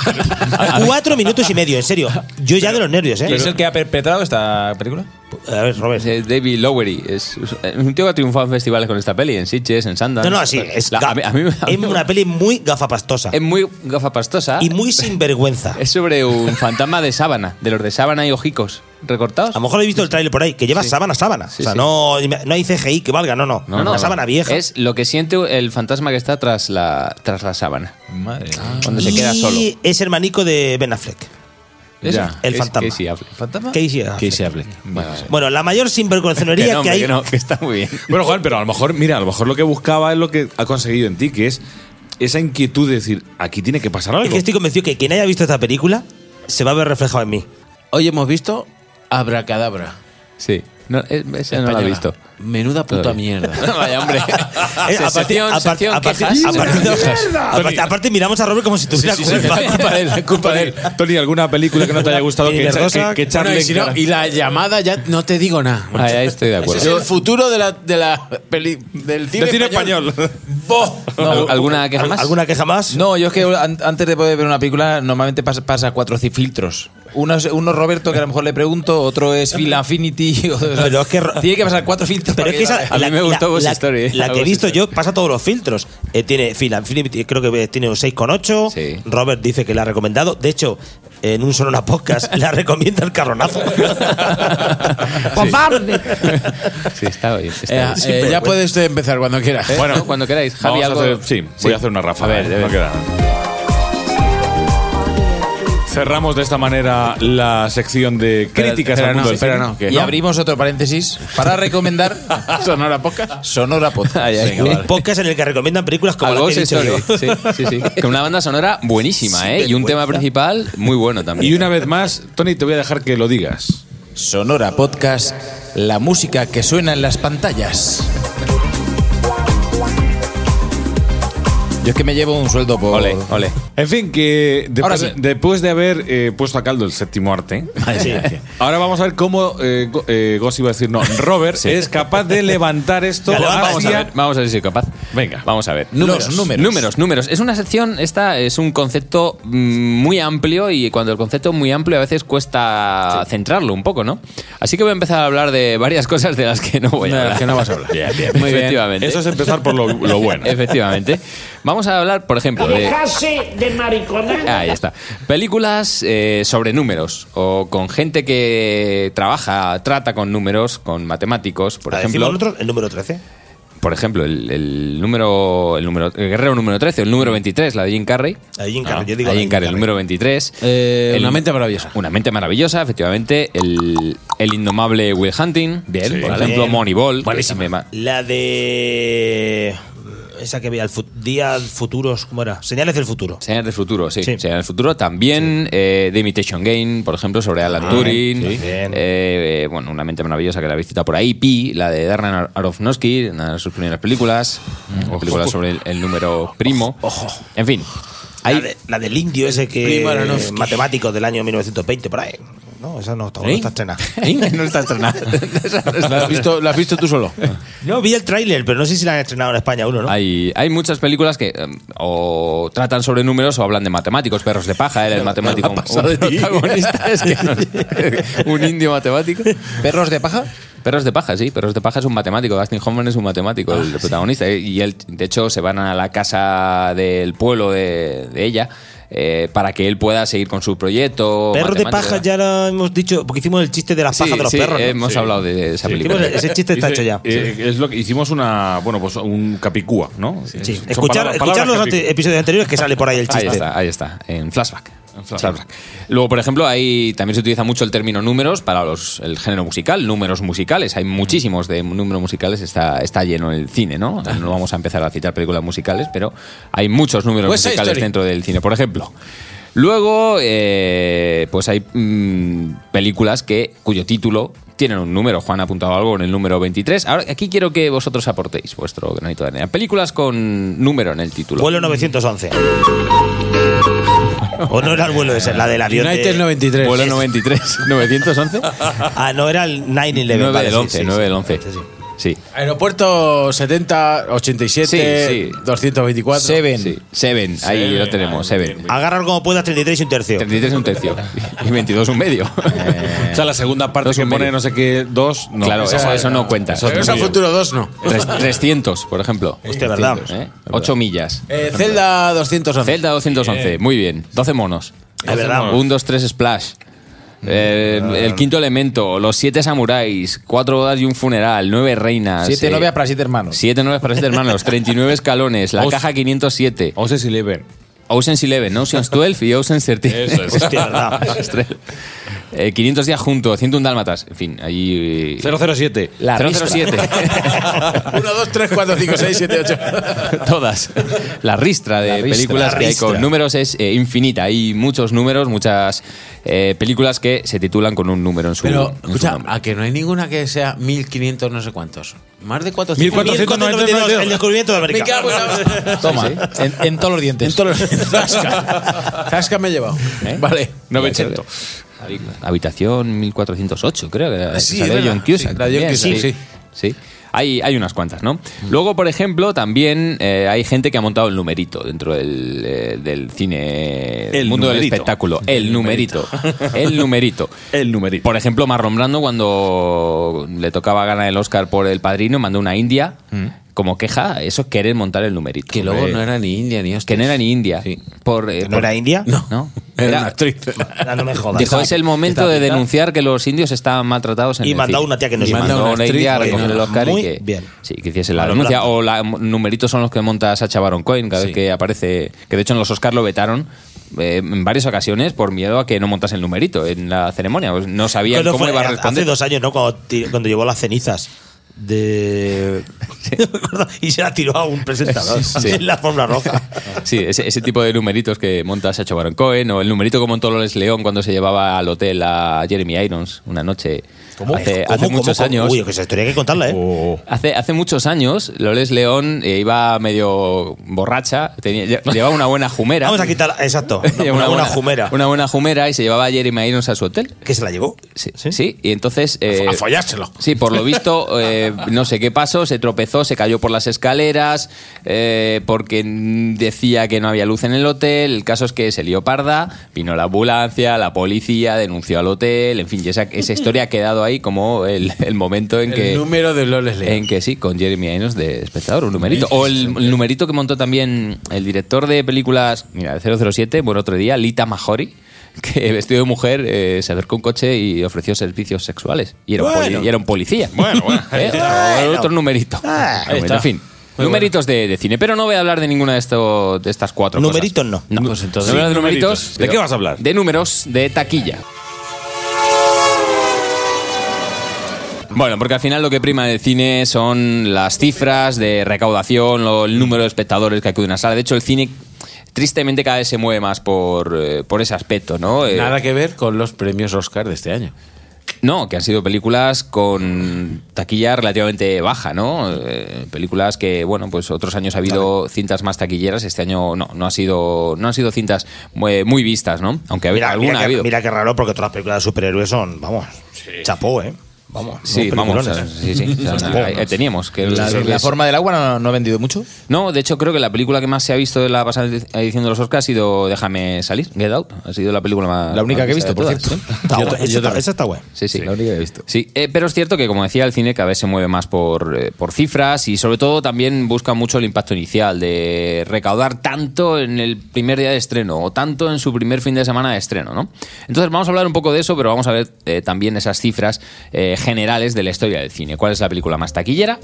Speaker 3: Cuatro minutos y medio, en serio. Yo ya de los nervios, ¿eh?
Speaker 5: ¿Y es el que ha perpetrado esta película?
Speaker 3: A ver, Robert.
Speaker 6: Eh, David Lowery es es un tío que ha triunfado en festivales con esta peli, en Sitges, en Sundance.
Speaker 3: No, no, así. Es,
Speaker 6: La-
Speaker 3: ga-
Speaker 6: a mí- a mí- [laughs] a mí-
Speaker 3: es una peli muy gafapastosa
Speaker 6: es muy gafapastosa.
Speaker 3: y muy sinvergüenza.
Speaker 6: Es sobre un fantasma de sábana, de los de sábana y hojicos recortados.
Speaker 3: A lo mejor he visto el tráiler por ahí, que lleva sábana, sábana. o
Speaker 6: Sí,
Speaker 3: sea,
Speaker 6: sí.
Speaker 3: no, no hay CGI que valga, no, no. una sábana vieja.
Speaker 6: Es lo que siente el fantasma que está tras la, tras la sábana.
Speaker 5: Madre
Speaker 3: Ah.
Speaker 6: Cuando se queda solo.
Speaker 3: Y es el manico de Ben Affleck.
Speaker 6: Ya,
Speaker 3: el
Speaker 6: es
Speaker 3: fantasma.
Speaker 6: Casey Affleck.
Speaker 5: ¿Fantasma?
Speaker 3: Casey Affleck.
Speaker 6: Bueno, bueno.
Speaker 3: Bueno, la mayor
Speaker 6: [laughs] Que
Speaker 3: sinvergüenzonería
Speaker 6: no,
Speaker 3: que
Speaker 6: hombre,
Speaker 3: hay.
Speaker 6: que no, que está muy bien.
Speaker 2: Bueno, Juan, pero a lo mejor, mira, a lo mejor lo que buscaba es lo que ha conseguido en ti, que es esa inquietud de decir, aquí tiene que pasar algo.
Speaker 3: Es que estoy convencido que quien haya visto esta película se va a ver reflejado en mí.
Speaker 4: Hoy hemos visto Abracadabra.
Speaker 6: Sí. No, es- ese no lo he
Speaker 4: española.
Speaker 6: visto.
Speaker 4: Menuda puta
Speaker 6: Todavía.
Speaker 4: mierda.
Speaker 6: [laughs] Vaya, hombre.
Speaker 3: [laughs] Eh,
Speaker 6: Se- sección-
Speaker 3: aparte-
Speaker 6: sección
Speaker 3: aparte-
Speaker 6: quejas.
Speaker 3: aparte-
Speaker 2: Tony.
Speaker 3: aparte- aparte miramos a Robert como si tuviera
Speaker 6: Sí, sí,
Speaker 3: culpa.
Speaker 6: es [laughs] culpa de él, es culpa de
Speaker 7: [laughs]
Speaker 6: él.
Speaker 2: [laughs] Tony, ¿alguna película que no te haya gustado que,
Speaker 3: Mira,
Speaker 2: echa-
Speaker 3: Rosa,
Speaker 2: que, que echarle
Speaker 4: Bueno, y,
Speaker 2: en
Speaker 4: si no-
Speaker 2: cara?
Speaker 4: y la llamada ya no te digo nada.
Speaker 6: Ahí, ahí estoy de
Speaker 4: Ese es
Speaker 6: acuerdo.
Speaker 4: el futuro de la, de la peli- del cine,
Speaker 2: Del cine español.
Speaker 4: [laughs] Bo.
Speaker 6: ¿Al- ¿Alguna queja
Speaker 3: [laughs]
Speaker 6: más?
Speaker 3: ¿Alguna queja más?
Speaker 5: No, yo es que an- antes de poder ver una película normalmente pasa, pasa cuatro ci- filtros. Uno es, uno es Roberto, que a lo mejor le pregunto, otro es Phil Affinity. [laughs] o- o sea,
Speaker 3: Pero es que Ro-
Speaker 5: tiene que pasar cuatro filtros.
Speaker 3: Pero es
Speaker 5: para
Speaker 3: que esa,
Speaker 5: llegue
Speaker 6: A mí me gustó Ghost
Speaker 3: la-
Speaker 6: Story, ¿eh?
Speaker 3: la que he
Speaker 6: Ghost
Speaker 3: visto
Speaker 6: Story.
Speaker 3: yo pasa todos los filtros. Eh, tiene Phil Infinity, creo que eh, tiene un 6,8.
Speaker 6: Sí.
Speaker 3: Robert dice que la ha recomendado. De hecho, en un Sonora Podcast [laughs] la recomienda el
Speaker 6: [laughs]
Speaker 3: carronazo.
Speaker 6: ¡Cobarde! Sí, está bien.
Speaker 4: Eh,
Speaker 6: está bien.
Speaker 4: eh, ya puedes usted empezar cuando quiera.
Speaker 2: [laughs]
Speaker 6: Bueno, cuando queráis. Javi,
Speaker 2: Eh, Vamos a
Speaker 6: algo.
Speaker 2: hacer- sí, voy a hacer una ráfaga.
Speaker 6: A ver,
Speaker 7: ¿eh?
Speaker 2: no
Speaker 6: a ver.
Speaker 2: queda. Cerramos de esta manera la sección de críticas
Speaker 6: espera,
Speaker 2: al
Speaker 6: no,
Speaker 2: mundo del
Speaker 6: espera,
Speaker 2: cine.
Speaker 6: no,
Speaker 5: la-
Speaker 6: que-
Speaker 5: Y abrimos otro paréntesis
Speaker 7: [laughs]
Speaker 5: para recomendar
Speaker 4: [laughs] Sonora poca.
Speaker 5: Sonora
Speaker 6: [laughs]
Speaker 5: Podcast.
Speaker 6: Ay, ay,
Speaker 5: Venga,
Speaker 3: un
Speaker 5: vale.
Speaker 3: podcast en el que recomiendan películas como
Speaker 6: A
Speaker 3: la que he
Speaker 6: Ghost
Speaker 3: dicho
Speaker 6: Story. [laughs]
Speaker 3: yo.
Speaker 6: Sí, sí, sí. Con una banda sonora buenísima,
Speaker 3: Sí,
Speaker 6: ¿eh? Y un
Speaker 3: vergüenza.
Speaker 6: tema principal muy bueno también.
Speaker 2: Y una vez más, Tony, te voy a dejar que lo digas.
Speaker 5: Sonora Podcast, la música que suena en las pantallas. Yo es que me llevo un sueldo por...
Speaker 6: Ole, ole.
Speaker 2: En fin, que
Speaker 5: Ahora
Speaker 2: después,
Speaker 5: sí.
Speaker 2: después de haber eh, puesto a caldo el séptimo arte,
Speaker 6: Ah,
Speaker 3: Sí.
Speaker 2: ahora vamos a ver cómo eh, Go- eh, Gos iba a decir, no,
Speaker 6: [laughs]
Speaker 2: Robert es capaz de levantar esto
Speaker 3: Ya, levanta,
Speaker 6: Vamos a
Speaker 2: hacia-
Speaker 6: ver, vamos a ver si soy capaz.
Speaker 2: Venga.
Speaker 6: Vamos a ver.
Speaker 5: Números, números.
Speaker 6: Números, números. Es una sección, esta es un concepto mm, muy amplio y cuando el concepto es muy amplio a veces cuesta centrarlo un poco, ¿no? Así que voy a empezar a hablar de varias [laughs] cosas de las que no voy a
Speaker 5: De las
Speaker 6: hablar.
Speaker 5: que no vas a hablar.
Speaker 6: Bien, bien.
Speaker 2: Muy bien.
Speaker 6: Efectivamente.
Speaker 2: Eso es empezar por lo, lo bueno.
Speaker 6: [laughs] Efectivamente. Vamos a hablar, por ejemplo,
Speaker 2: Eh,
Speaker 6: de...
Speaker 8: de maricones.
Speaker 6: Ahí está. Películas eh, sobre números o con gente que trabaja, trata con números, con matemáticos, por
Speaker 3: Ah,
Speaker 6: ejemplo.
Speaker 3: decimos nosotros el número 13.
Speaker 6: Por ejemplo, el, el número, el número, el guerrero número 13, el número 23, la de Jim Carrey.
Speaker 3: La de Jim Carrey,
Speaker 6: Ah,
Speaker 3: yo digo
Speaker 6: la de
Speaker 3: la
Speaker 6: Jim Carrey, el número 23.
Speaker 4: Eh,
Speaker 6: El-
Speaker 4: una mente maravillosa.
Speaker 6: Una mente maravillosa, efectivamente. El, el indomable Will Hunting. Bien, por
Speaker 3: vale.
Speaker 6: ejemplo,
Speaker 3: Bien.
Speaker 6: Moneyball. que también va-
Speaker 3: La de... Esa que veía, el fut- día futuros, ¿cómo era? Señales del futuro.
Speaker 6: Señales del futuro, sí.
Speaker 3: Sí.
Speaker 6: Señales del futuro. También eh, The Imitation Game, por ejemplo, sobre
Speaker 4: Ah,
Speaker 6: Alan Turing.
Speaker 3: sí.
Speaker 6: Eh, eh, bueno, una mente maravillosa que la habéis citado por ahí. Pi, la de Darren Ar- Aronofsky, una de sus primeras películas.
Speaker 4: Mm,
Speaker 6: Una película sobre el, el número primo.
Speaker 3: Ojo.
Speaker 6: En fin.
Speaker 3: La,
Speaker 6: Hay,
Speaker 3: de- la del indio ese que
Speaker 4: Primo Aronofsky.
Speaker 3: matemático del año 1920 por ahí. No, esa no, todavía no
Speaker 6: ¿Eh?
Speaker 3: está estrenada.
Speaker 6: ¿Eh? [laughs] No está estrenada.
Speaker 4: [laughs] ¿La has visto, la has visto tú
Speaker 6: [laughs]
Speaker 4: solo?
Speaker 3: No, vi el tráiler, pero no sé si la han estrenado en España uno, ¿no?
Speaker 6: Hay, hay muchas películas que eh, o tratan sobre números o hablan de matemáticos, perros de paja, él es matemático. Un,
Speaker 4: pasado
Speaker 6: un
Speaker 4: de ti.
Speaker 6: protagonista, es que no- [laughs] un indio matemático.
Speaker 5: ¿Perros de paja?
Speaker 6: Perros de paja, sí. Perros de paja es un matemático. Dustin Hoffman es un matemático, el protagonista. eh, Y él, de hecho, se van a la casa del pueblo de, de ella eh, para que él pueda seguir con su proyecto.
Speaker 3: Perros de
Speaker 6: matemático. ¿eh?
Speaker 3: paja ya lo hemos dicho, porque hicimos el chiste de las
Speaker 6: Sí,
Speaker 3: pajas de los
Speaker 6: sí, eh,
Speaker 3: perros. ¿no?
Speaker 6: hemos
Speaker 3: Sí.
Speaker 6: hablado de esa
Speaker 3: Sí,
Speaker 6: película.
Speaker 2: pues,
Speaker 3: hicimos- ese chiste está hecho ya.
Speaker 2: Eh, es lo que hicimos una, bueno, pues un capicúa, ¿no? Sí.
Speaker 3: Sí. Escuchar, escuchar los ante- episodios anteriores que sale por ahí el chiste.
Speaker 6: Ahí está, ahí está, en flashback. Flashback. Luego, por ejemplo, hay, también se utiliza mucho el término números para los, el género musical, números musicales. Hay muchísimos de números musicales, está, está lleno el cine, ¿no? No vamos a empezar a citar películas musicales, pero hay muchos números
Speaker 4: West Side
Speaker 6: musicales
Speaker 4: Story.
Speaker 6: dentro del cine, por ejemplo. Luego, eh, pues hay mm, películas que, cuyo título tienen un número. Juan ha apuntado algo en el número 23. Ahora, aquí quiero que vosotros aportéis vuestro granito de arena. Películas con número en el título.
Speaker 3: Vuelo
Speaker 6: [laughs]
Speaker 3: 911. o no era el vuelo ese, la del avión. de-
Speaker 4: United 93.
Speaker 6: Vuelo
Speaker 3: [laughs]
Speaker 6: 93, 911.
Speaker 3: Ah, no, era el 9-11.
Speaker 6: 9
Speaker 3: vale,
Speaker 6: del
Speaker 3: sí,
Speaker 6: 11,
Speaker 3: sí,
Speaker 6: 9 del
Speaker 3: sí.
Speaker 6: 11.
Speaker 3: Sí, sí.
Speaker 6: Sí.
Speaker 4: Aeropuerto 70, 87,
Speaker 6: Sí, sí.
Speaker 4: 224.
Speaker 5: Seven.
Speaker 6: Sí. Seven, ahí lo
Speaker 3: Ah,
Speaker 6: tenemos, Seven.
Speaker 3: Agarrar como puedas 33 y un tercio.
Speaker 6: 33 es un tercio y 22 un medio.
Speaker 2: O sea, la segunda parte
Speaker 6: Dos
Speaker 2: que
Speaker 6: un
Speaker 2: pone
Speaker 6: medio.
Speaker 2: no sé qué, dos, no.
Speaker 6: claro, eso, eso no cuenta.
Speaker 2: Eso
Speaker 4: Pero
Speaker 2: es
Speaker 4: eso a
Speaker 2: bien.
Speaker 4: futuro 2 no.
Speaker 6: Tres- 300, por ejemplo.
Speaker 3: Hostia, verdad.
Speaker 6: 8 millas.
Speaker 4: Eh, Zelda 211.
Speaker 6: Zelda 211, muy bien. 12 monos.
Speaker 3: Es verdad.
Speaker 6: 1, 2, 3, Splash. Eh, el quinto elemento, los siete samuráis, cuatro bodas y un funeral, nueve reinas.
Speaker 5: Siete
Speaker 6: eh,
Speaker 5: novias para siete hermanos.
Speaker 6: Siete nueve para siete hermanos, 39 escalones, la
Speaker 2: Os-
Speaker 6: caja 507,
Speaker 2: Ocean's Eleven.
Speaker 5: [laughs]
Speaker 6: Ocean's 11, Ocean's 12 y Ocean's 13.
Speaker 2: Eso es.
Speaker 6: [laughs]
Speaker 3: Hostia, verdad.
Speaker 6: Las tres. eh, 500 días juntos, 101 dálmatas, en fin, ahí... [laughs]
Speaker 2: 007.
Speaker 6: La 007.
Speaker 7: 1, 2, 3, 4, 5, 6, 7, 8.
Speaker 6: [laughs] Todas. La ristra de
Speaker 7: La ristra,
Speaker 6: películas
Speaker 7: la
Speaker 6: que hay
Speaker 7: ristra.
Speaker 6: con números es eh, infinita. Hay muchos números, muchas eh, películas que se titulan con un número en su,
Speaker 4: Pero,
Speaker 6: en su
Speaker 4: escucha,
Speaker 6: nombre.
Speaker 4: a que no hay ninguna que sea 1500 no sé cuántos. Más de 400.
Speaker 3: 1492, el descubrimiento de América.
Speaker 4: Me cago en
Speaker 6: [laughs]
Speaker 4: la-
Speaker 5: [laughs] Toma, en, en todos los dientes. En todos
Speaker 4: [laughs] Zasca. Zasca me he llevado.
Speaker 6: ¿Eh?
Speaker 7: Vale.
Speaker 6: 900. Habitación 1408, creo que era
Speaker 7: Sí,
Speaker 6: esa
Speaker 7: era
Speaker 6: de
Speaker 7: la-
Speaker 6: John Cusack.
Speaker 7: sí, la de John
Speaker 6: también,
Speaker 7: Cusack, sí.
Speaker 6: Sí. Hay, hay unas cuantas, ¿no? Luego, por ejemplo, también eh, hay gente que ha montado el numerito dentro del, eh, del cine,
Speaker 2: El
Speaker 6: el mundo
Speaker 2: numerito.
Speaker 6: del espectáculo. El numerito. el numerito.
Speaker 2: El numerito.
Speaker 6: Por ejemplo, Marlon Brando, cuando le tocaba ganar el Oscar por El Padrino, mandó una India como queja. Eso es querer montar el numerito.
Speaker 4: Que luego no era ni India ni
Speaker 6: Que
Speaker 4: hostia.
Speaker 6: no era ni India.
Speaker 4: Sí.
Speaker 6: Por, eh,
Speaker 3: ¿No
Speaker 6: por-
Speaker 3: era India?
Speaker 6: No.
Speaker 4: Era
Speaker 6: Era-
Speaker 4: una actriz.
Speaker 3: Ah, no me jodas.
Speaker 6: Dijo, es el momento de
Speaker 5: tapita.
Speaker 6: denunciar que los indios estaban maltratados en
Speaker 3: Y
Speaker 6: el
Speaker 3: mandó
Speaker 6: cine".
Speaker 3: una tía que nos
Speaker 6: Y
Speaker 3: llamó.
Speaker 6: mandó
Speaker 4: Una
Speaker 6: una,
Speaker 4: actriz
Speaker 6: india a
Speaker 4: que
Speaker 6: recoger el
Speaker 3: no-
Speaker 6: Oscar
Speaker 3: muy
Speaker 6: y que,
Speaker 3: bien.
Speaker 6: sí, que hiciese la
Speaker 3: Marlon
Speaker 6: denuncia.
Speaker 3: Brando.
Speaker 6: O la, numeritos son los que monta Sacha Baron Cohen cada
Speaker 4: Sí.
Speaker 6: vez que aparece. Que de hecho en los Oscars lo vetaron eh, en varias ocasiones por miedo a que no montase el numerito en la ceremonia. Pues no sabían
Speaker 3: Creo que
Speaker 6: cómo
Speaker 3: fue
Speaker 6: iba a
Speaker 3: Hace
Speaker 6: responder.
Speaker 3: dos años, ¿no? Cuando, ti- cuando llevó las cenizas de... [laughs] No me acuerdo. y se las tiró a un presentador
Speaker 6: Sí, sí.
Speaker 3: en la forma
Speaker 6: [laughs]
Speaker 3: roja.
Speaker 6: Sí, ese, ese tipo de numeritos que monta Sacha Baron Cohen o el numerito que montó Loles León cuando se llevaba al hotel a Jeremy Irons una noche hace,
Speaker 3: ¿Cómo,
Speaker 6: hace
Speaker 3: cómo,
Speaker 6: muchos
Speaker 3: cómo?
Speaker 6: años. Oh.
Speaker 3: Uy, que esa historia hay que contarla, ¿eh?
Speaker 5: oh.
Speaker 6: Hace, hace muchos años, Loles León eh, iba medio borracha, tenía- lle- llevaba una buena jumera.
Speaker 3: Vamos a quitar... Exacto. Una,
Speaker 6: [laughs] Llevaba
Speaker 3: una buena jumera.
Speaker 6: Una buena jumera y se llevaba a Jeremy Irons a su hotel.
Speaker 3: ¿Que se la llevó?
Speaker 6: Sí, sí, y entonces... eh,
Speaker 7: A follárselo.
Speaker 6: Sí, por lo
Speaker 7: [laughs]
Speaker 6: visto, eh, no sé qué pasó, se tropezó, se cayó por las escaleras, eh, porque mm, decía que no había luz en el hotel. El caso es que se lió parda, vino la ambulancia, la policía, denunció al hotel, en fin, y esa, esa historia ha quedado ahí como el, el momento en que.
Speaker 4: El número de Loles
Speaker 6: En que sí, con Jeremy Irons de espectador, un numerito. O el, el numerito que montó también el director de películas, mira, de 007, bueno, otro día, Lita Majori, [laughs] que vestido de mujer eh, se acercó a un coche y ofreció servicios sexuales. Y era, un, poli-
Speaker 3: Bueno.
Speaker 6: y era un policía.
Speaker 7: Bueno, bueno.
Speaker 6: [laughs] ¿Eh?
Speaker 3: Bueno.
Speaker 6: Otro numerito.
Speaker 3: ahí
Speaker 4: Ah,
Speaker 6: en
Speaker 4: está.
Speaker 6: fin.
Speaker 4: Muy
Speaker 6: numeritos de, de cine, pero no voy a hablar de ninguna de, esto, de estas cuatro
Speaker 3: Numeritos
Speaker 6: cosas.
Speaker 3: no.
Speaker 6: no.
Speaker 4: Pues entonces-
Speaker 6: voy a hablar de
Speaker 2: Sí, numeritos.
Speaker 6: numeritos.
Speaker 2: ¿De qué vas a hablar?
Speaker 6: De números de taquilla. Bueno, porque al final lo que prima en el cine son las cifras de recaudación, lo- el número de espectadores que acuden a la sala. De hecho, el cine tristemente cada vez se mueve más por, eh, por ese aspecto, ¿no? Eh,
Speaker 4: Nada que ver con los premios Oscar de este año.
Speaker 6: no, que han sido películas con taquilla relativamente baja, ¿no? Eh, películas que, bueno, pues otros años ha habido cintas más taquilleras, este año no, no ha sido, no han sido cintas muy, muy vistas, ¿no? Aunque
Speaker 3: Mira,
Speaker 6: alguna
Speaker 3: mira
Speaker 6: ha
Speaker 3: que,
Speaker 6: habido.
Speaker 3: mira qué raro, porque todas las películas de superhéroes son, vamos, chapó, ¿eh? Vamos.
Speaker 6: sí,
Speaker 3: unos
Speaker 6: vamos, eh,
Speaker 3: peliculones. ¿eh?
Speaker 6: sí, sí, o sea, ahí- ahí teníamos que
Speaker 5: La,
Speaker 6: que
Speaker 5: la
Speaker 6: es-
Speaker 5: forma del agua no, no ha vendido mucho.
Speaker 6: No, de hecho creo que la película que más se ha visto de la pasada edición de los Oscars ha sido Déjame salir, Get Out, ha sido la película más
Speaker 5: La única que he
Speaker 6: más
Speaker 5: visto, por
Speaker 6: vista de
Speaker 5: cierto.
Speaker 6: todas, ¿eh?
Speaker 3: Está guay, esa está- Esa está guay.
Speaker 6: Sí, sí. sí.
Speaker 5: La única que he visto.
Speaker 6: Sí, eh, pero es cierto que, como decía, el cine cada vez se mueve más por, eh, por cifras y, sobre todo, también busca mucho el impacto inicial de recaudar tanto en el primer día de estreno o tanto en su primer fin de semana de estreno, ¿no? Entonces, vamos a hablar un poco de eso, pero vamos a ver eh, también esas cifras eh, generales de la historia del cine. ¿Cuál es la película más taquillera?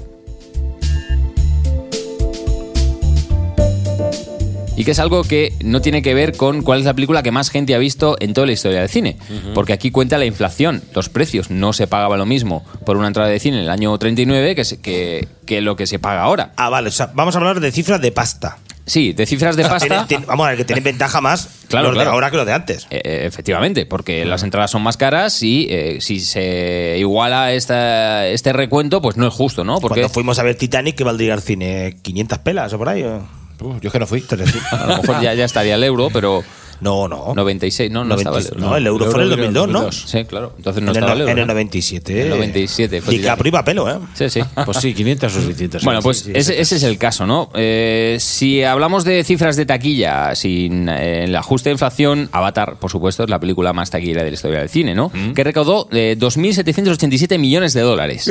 Speaker 6: Y que es algo que no tiene que ver con cuál es la película que más gente ha visto en toda la historia del cine. Porque aquí cuenta la inflación, los precios. No se pagaba lo mismo por una entrada de cine en el año 39 que, se- que, que lo que se paga ahora.
Speaker 3: Ah, vale, o sea, vamos a hablar de cifras de pasta.
Speaker 6: Sí, de cifras de
Speaker 3: Ah, Tiene-
Speaker 6: pasta.
Speaker 3: tiene- vamos a ver, que tienen ventaja más
Speaker 6: Claro,
Speaker 3: los
Speaker 6: claro.
Speaker 3: de ahora que los de antes.
Speaker 6: Eh, eh, efectivamente, porque las entradas son más caras y eh, si se iguala esta, este recuento, pues no es justo, ¿no? Porque
Speaker 3: Cuando fuimos a ver Titanic, ¿qué valdría el cine? ¿500 pelas o por ahí? o?
Speaker 7: yo es que no fui.
Speaker 6: [laughs] a lo mejor ya, ya estaría el euro, pero
Speaker 3: No, no.
Speaker 6: 96, no, no estaba el
Speaker 3: 90,
Speaker 6: euro.
Speaker 3: no, el euro fue en el 2002, ¿no?
Speaker 6: Sí, claro. Entonces no
Speaker 3: en, el,
Speaker 6: estaba
Speaker 3: no-
Speaker 6: el euro.
Speaker 3: en el
Speaker 6: ¿no?
Speaker 3: 97.
Speaker 6: En el 97 fue
Speaker 3: Y que
Speaker 6: Titanic.
Speaker 3: iba a pelo, ¿eh?
Speaker 6: Sí, sí.
Speaker 4: [laughs] Pues sí, 500 o 600.
Speaker 6: Bueno, pues
Speaker 4: Sí, sí,
Speaker 6: ese, ese es el caso, ¿no? Eh, si hablamos de cifras de taquilla, sin eh, el ajuste de inflación, Avatar, por supuesto, es la película más taquillera de la historia del cine, ¿no?
Speaker 3: Mm.
Speaker 6: Que recaudó eh, 2.787 millones de dólares.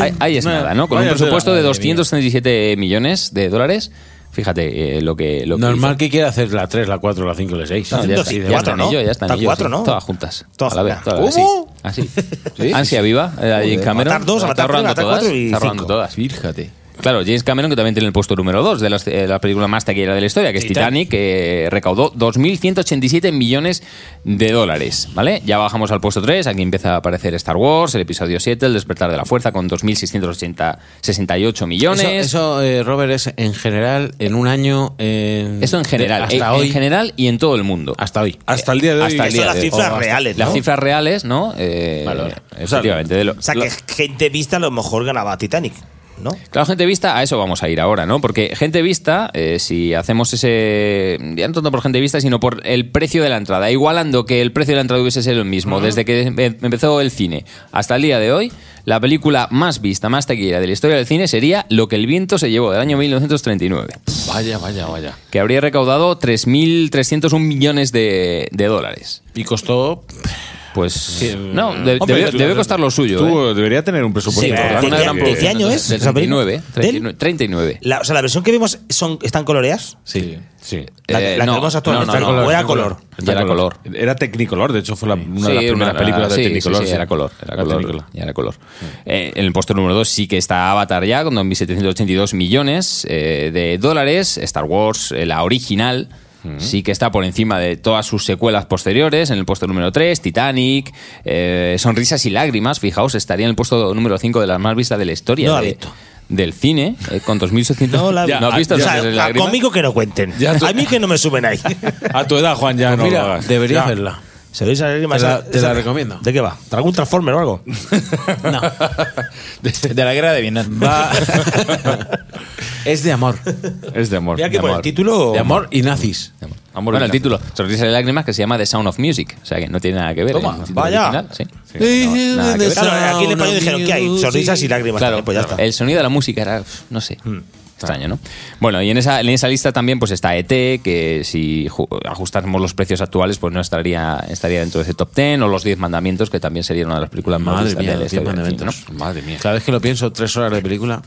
Speaker 6: Ahí, ahí es nada, ¿no? Con un
Speaker 2: vaya
Speaker 6: presupuesto de
Speaker 2: tela, madre
Speaker 6: 237 millones de dólares. Fíjate eh, lo que... Ah, Lo que
Speaker 4: Normal
Speaker 6: hizo.
Speaker 4: que quiera hacer la 3, la 4, la 5, la 6.
Speaker 6: No, ya, está,
Speaker 3: sí,
Speaker 6: ya
Speaker 3: cuatro,
Speaker 6: están
Speaker 3: ¿no?
Speaker 6: ellos, ya están
Speaker 3: Está
Speaker 6: ellos,
Speaker 3: cuatro, ¿no?
Speaker 6: Todas juntas.
Speaker 3: Todas
Speaker 6: a la vez,
Speaker 3: juntas. Uh,
Speaker 6: todas a la vez,
Speaker 3: ¿Cómo?
Speaker 6: Así. Así. Ansia viva, eh, ahí en Cameron.
Speaker 3: Avatar dos,
Speaker 6: Está
Speaker 3: Avatar tres,
Speaker 6: ahorrando
Speaker 3: Avatar
Speaker 6: todas,
Speaker 3: cuatro y
Speaker 6: está ahorrando
Speaker 3: cinco.
Speaker 6: todas.
Speaker 7: Fíjate.
Speaker 6: Claro, James Cameron, que también tiene el puesto número 2 de las- eh, la, película más taquillera de la historia, que es Titanic, que recaudó 2.187 millones de dólares, ¿vale? Ya bajamos al puesto 3, aquí empieza a aparecer Star Wars, el episodio 7, El despertar de la fuerza, con 2.668 millones.
Speaker 4: Eso, eso, eh, Robert, es en general, en un año. en-
Speaker 6: Eso en general,
Speaker 4: Hasta
Speaker 6: en, en
Speaker 4: hoy.
Speaker 6: general Eh, y en todo el mundo.
Speaker 4: hasta hoy.
Speaker 2: Hasta el día de hoy.
Speaker 6: Hasta el
Speaker 3: que
Speaker 6: día
Speaker 3: son las
Speaker 6: de hoy.
Speaker 3: cifras
Speaker 6: O hasta-
Speaker 3: reales, ¿no?
Speaker 6: Las cifras reales, ¿no? Eh, efectivamente. de lo-
Speaker 3: O sea,
Speaker 6: lo-
Speaker 3: que gente vista a lo mejor ganaba Titanic, ¿no?
Speaker 6: Claro, gente vista, a eso vamos a ir ahora, ¿no? Porque gente vista, eh, si hacemos ese. Ya no tanto por gente vista, sino por el precio de la entrada. Igualando que el precio de la entrada hubiese sido el mismo, desde que em- empezó el cine hasta el día de hoy, la película más vista, más taquillera de la historia del cine sería Lo que el viento se llevó, del año 1939,
Speaker 4: Vaya, vaya, vaya.
Speaker 6: que habría recaudado 3.301 millones de, de dólares.
Speaker 4: Y costó.
Speaker 6: Pues. no,
Speaker 2: Hombre,
Speaker 6: de- debió,
Speaker 2: tú-
Speaker 6: debió costar lo suyo.
Speaker 2: Tú
Speaker 6: ¿eh?
Speaker 2: debería tener un presupuesto.
Speaker 3: Sí,
Speaker 2: grande,
Speaker 3: ¿de qué-
Speaker 2: porque-
Speaker 3: de qué año es
Speaker 6: Del
Speaker 3: esa película?
Speaker 6: 39. 39. 39.
Speaker 3: ¿eh? La- o sea, la versión que vimos son, están coloreadas.
Speaker 2: Sí, sí.
Speaker 3: La-
Speaker 6: Eh,
Speaker 3: la que
Speaker 6: no,
Speaker 3: vemos actualmente,
Speaker 6: no, no,
Speaker 3: ¿o
Speaker 6: no,
Speaker 3: era
Speaker 6: no,
Speaker 3: color?
Speaker 6: Ya era color.
Speaker 2: Era Technicolor, de hecho fue la- una de
Speaker 6: Sí,
Speaker 2: las primeras
Speaker 6: una-
Speaker 2: películas de
Speaker 6: sí, sí,
Speaker 2: Technicolor.
Speaker 6: sí, era color. Era color,
Speaker 2: Technicolor.
Speaker 6: ya era color. Eh, en el puesto número 2 sí que está Avatar ya, con 2.782 millones eh, de dólares. Star Wars, eh, la original, sí que está por encima de todas sus secuelas posteriores. En el puesto número 3, Titanic, eh, Sonrisas y Lágrimas, fijaos, estaría en el puesto número 5 de las más vistas de la historia.
Speaker 3: No la
Speaker 6: de-
Speaker 3: he visto.
Speaker 6: Del cine, eh, con 2.700.
Speaker 3: No, la-
Speaker 6: ¿No has visto
Speaker 3: o sea,
Speaker 6: Sonrisas y
Speaker 3: a-
Speaker 6: Lágrimas?
Speaker 3: conmigo que no cuenten.
Speaker 2: Ya tú-
Speaker 3: A mí que no me suben ahí.
Speaker 2: A tu edad, Juan, ya no lo
Speaker 4: Pues Mira,
Speaker 2: hagas.
Speaker 4: deberías
Speaker 2: Ya.
Speaker 4: verla.
Speaker 3: ¿Sabéis a alguien más?
Speaker 4: Te la- te
Speaker 3: Esa-
Speaker 4: la recomiendo.
Speaker 3: ¿De qué va? ¿De algún Transformer o algo?
Speaker 4: No.
Speaker 5: De la guerra de Vietnam.
Speaker 4: es de amor.
Speaker 2: Es de amor.
Speaker 3: Mira que
Speaker 2: de
Speaker 3: por el
Speaker 2: amor.
Speaker 3: título.
Speaker 4: De amor y nazis.
Speaker 2: Amor
Speaker 6: bueno, el
Speaker 2: original.
Speaker 6: título, Sonrisas y Lágrimas, que se llama The Sound of Music. O sea, que no tiene nada que ver.
Speaker 3: Toma,
Speaker 6: ¿eh? El título
Speaker 3: vaya.
Speaker 6: original, sí. Sí, no, nada que ver.
Speaker 3: Claro, aquí en español dijeron que hay sonrisas y lágrimas.
Speaker 6: Claro,
Speaker 3: también, pues ya está.
Speaker 6: el sonido de la música era, pf, no sé. Extraño, ¿no? Bueno, y en esa, en esa lista también pues está ET, que si ju- ajustáramos los precios actuales, pues no estaría, estaría dentro de ese top 10, o Los 10 Mandamientos, que también sería una de las películas más
Speaker 4: Madre
Speaker 6: vistas
Speaker 4: mía,
Speaker 6: de la
Speaker 4: los diez
Speaker 6: historia del cine,
Speaker 4: mandamientos. Madre mía. Cada vez que lo pienso, tres horas de película.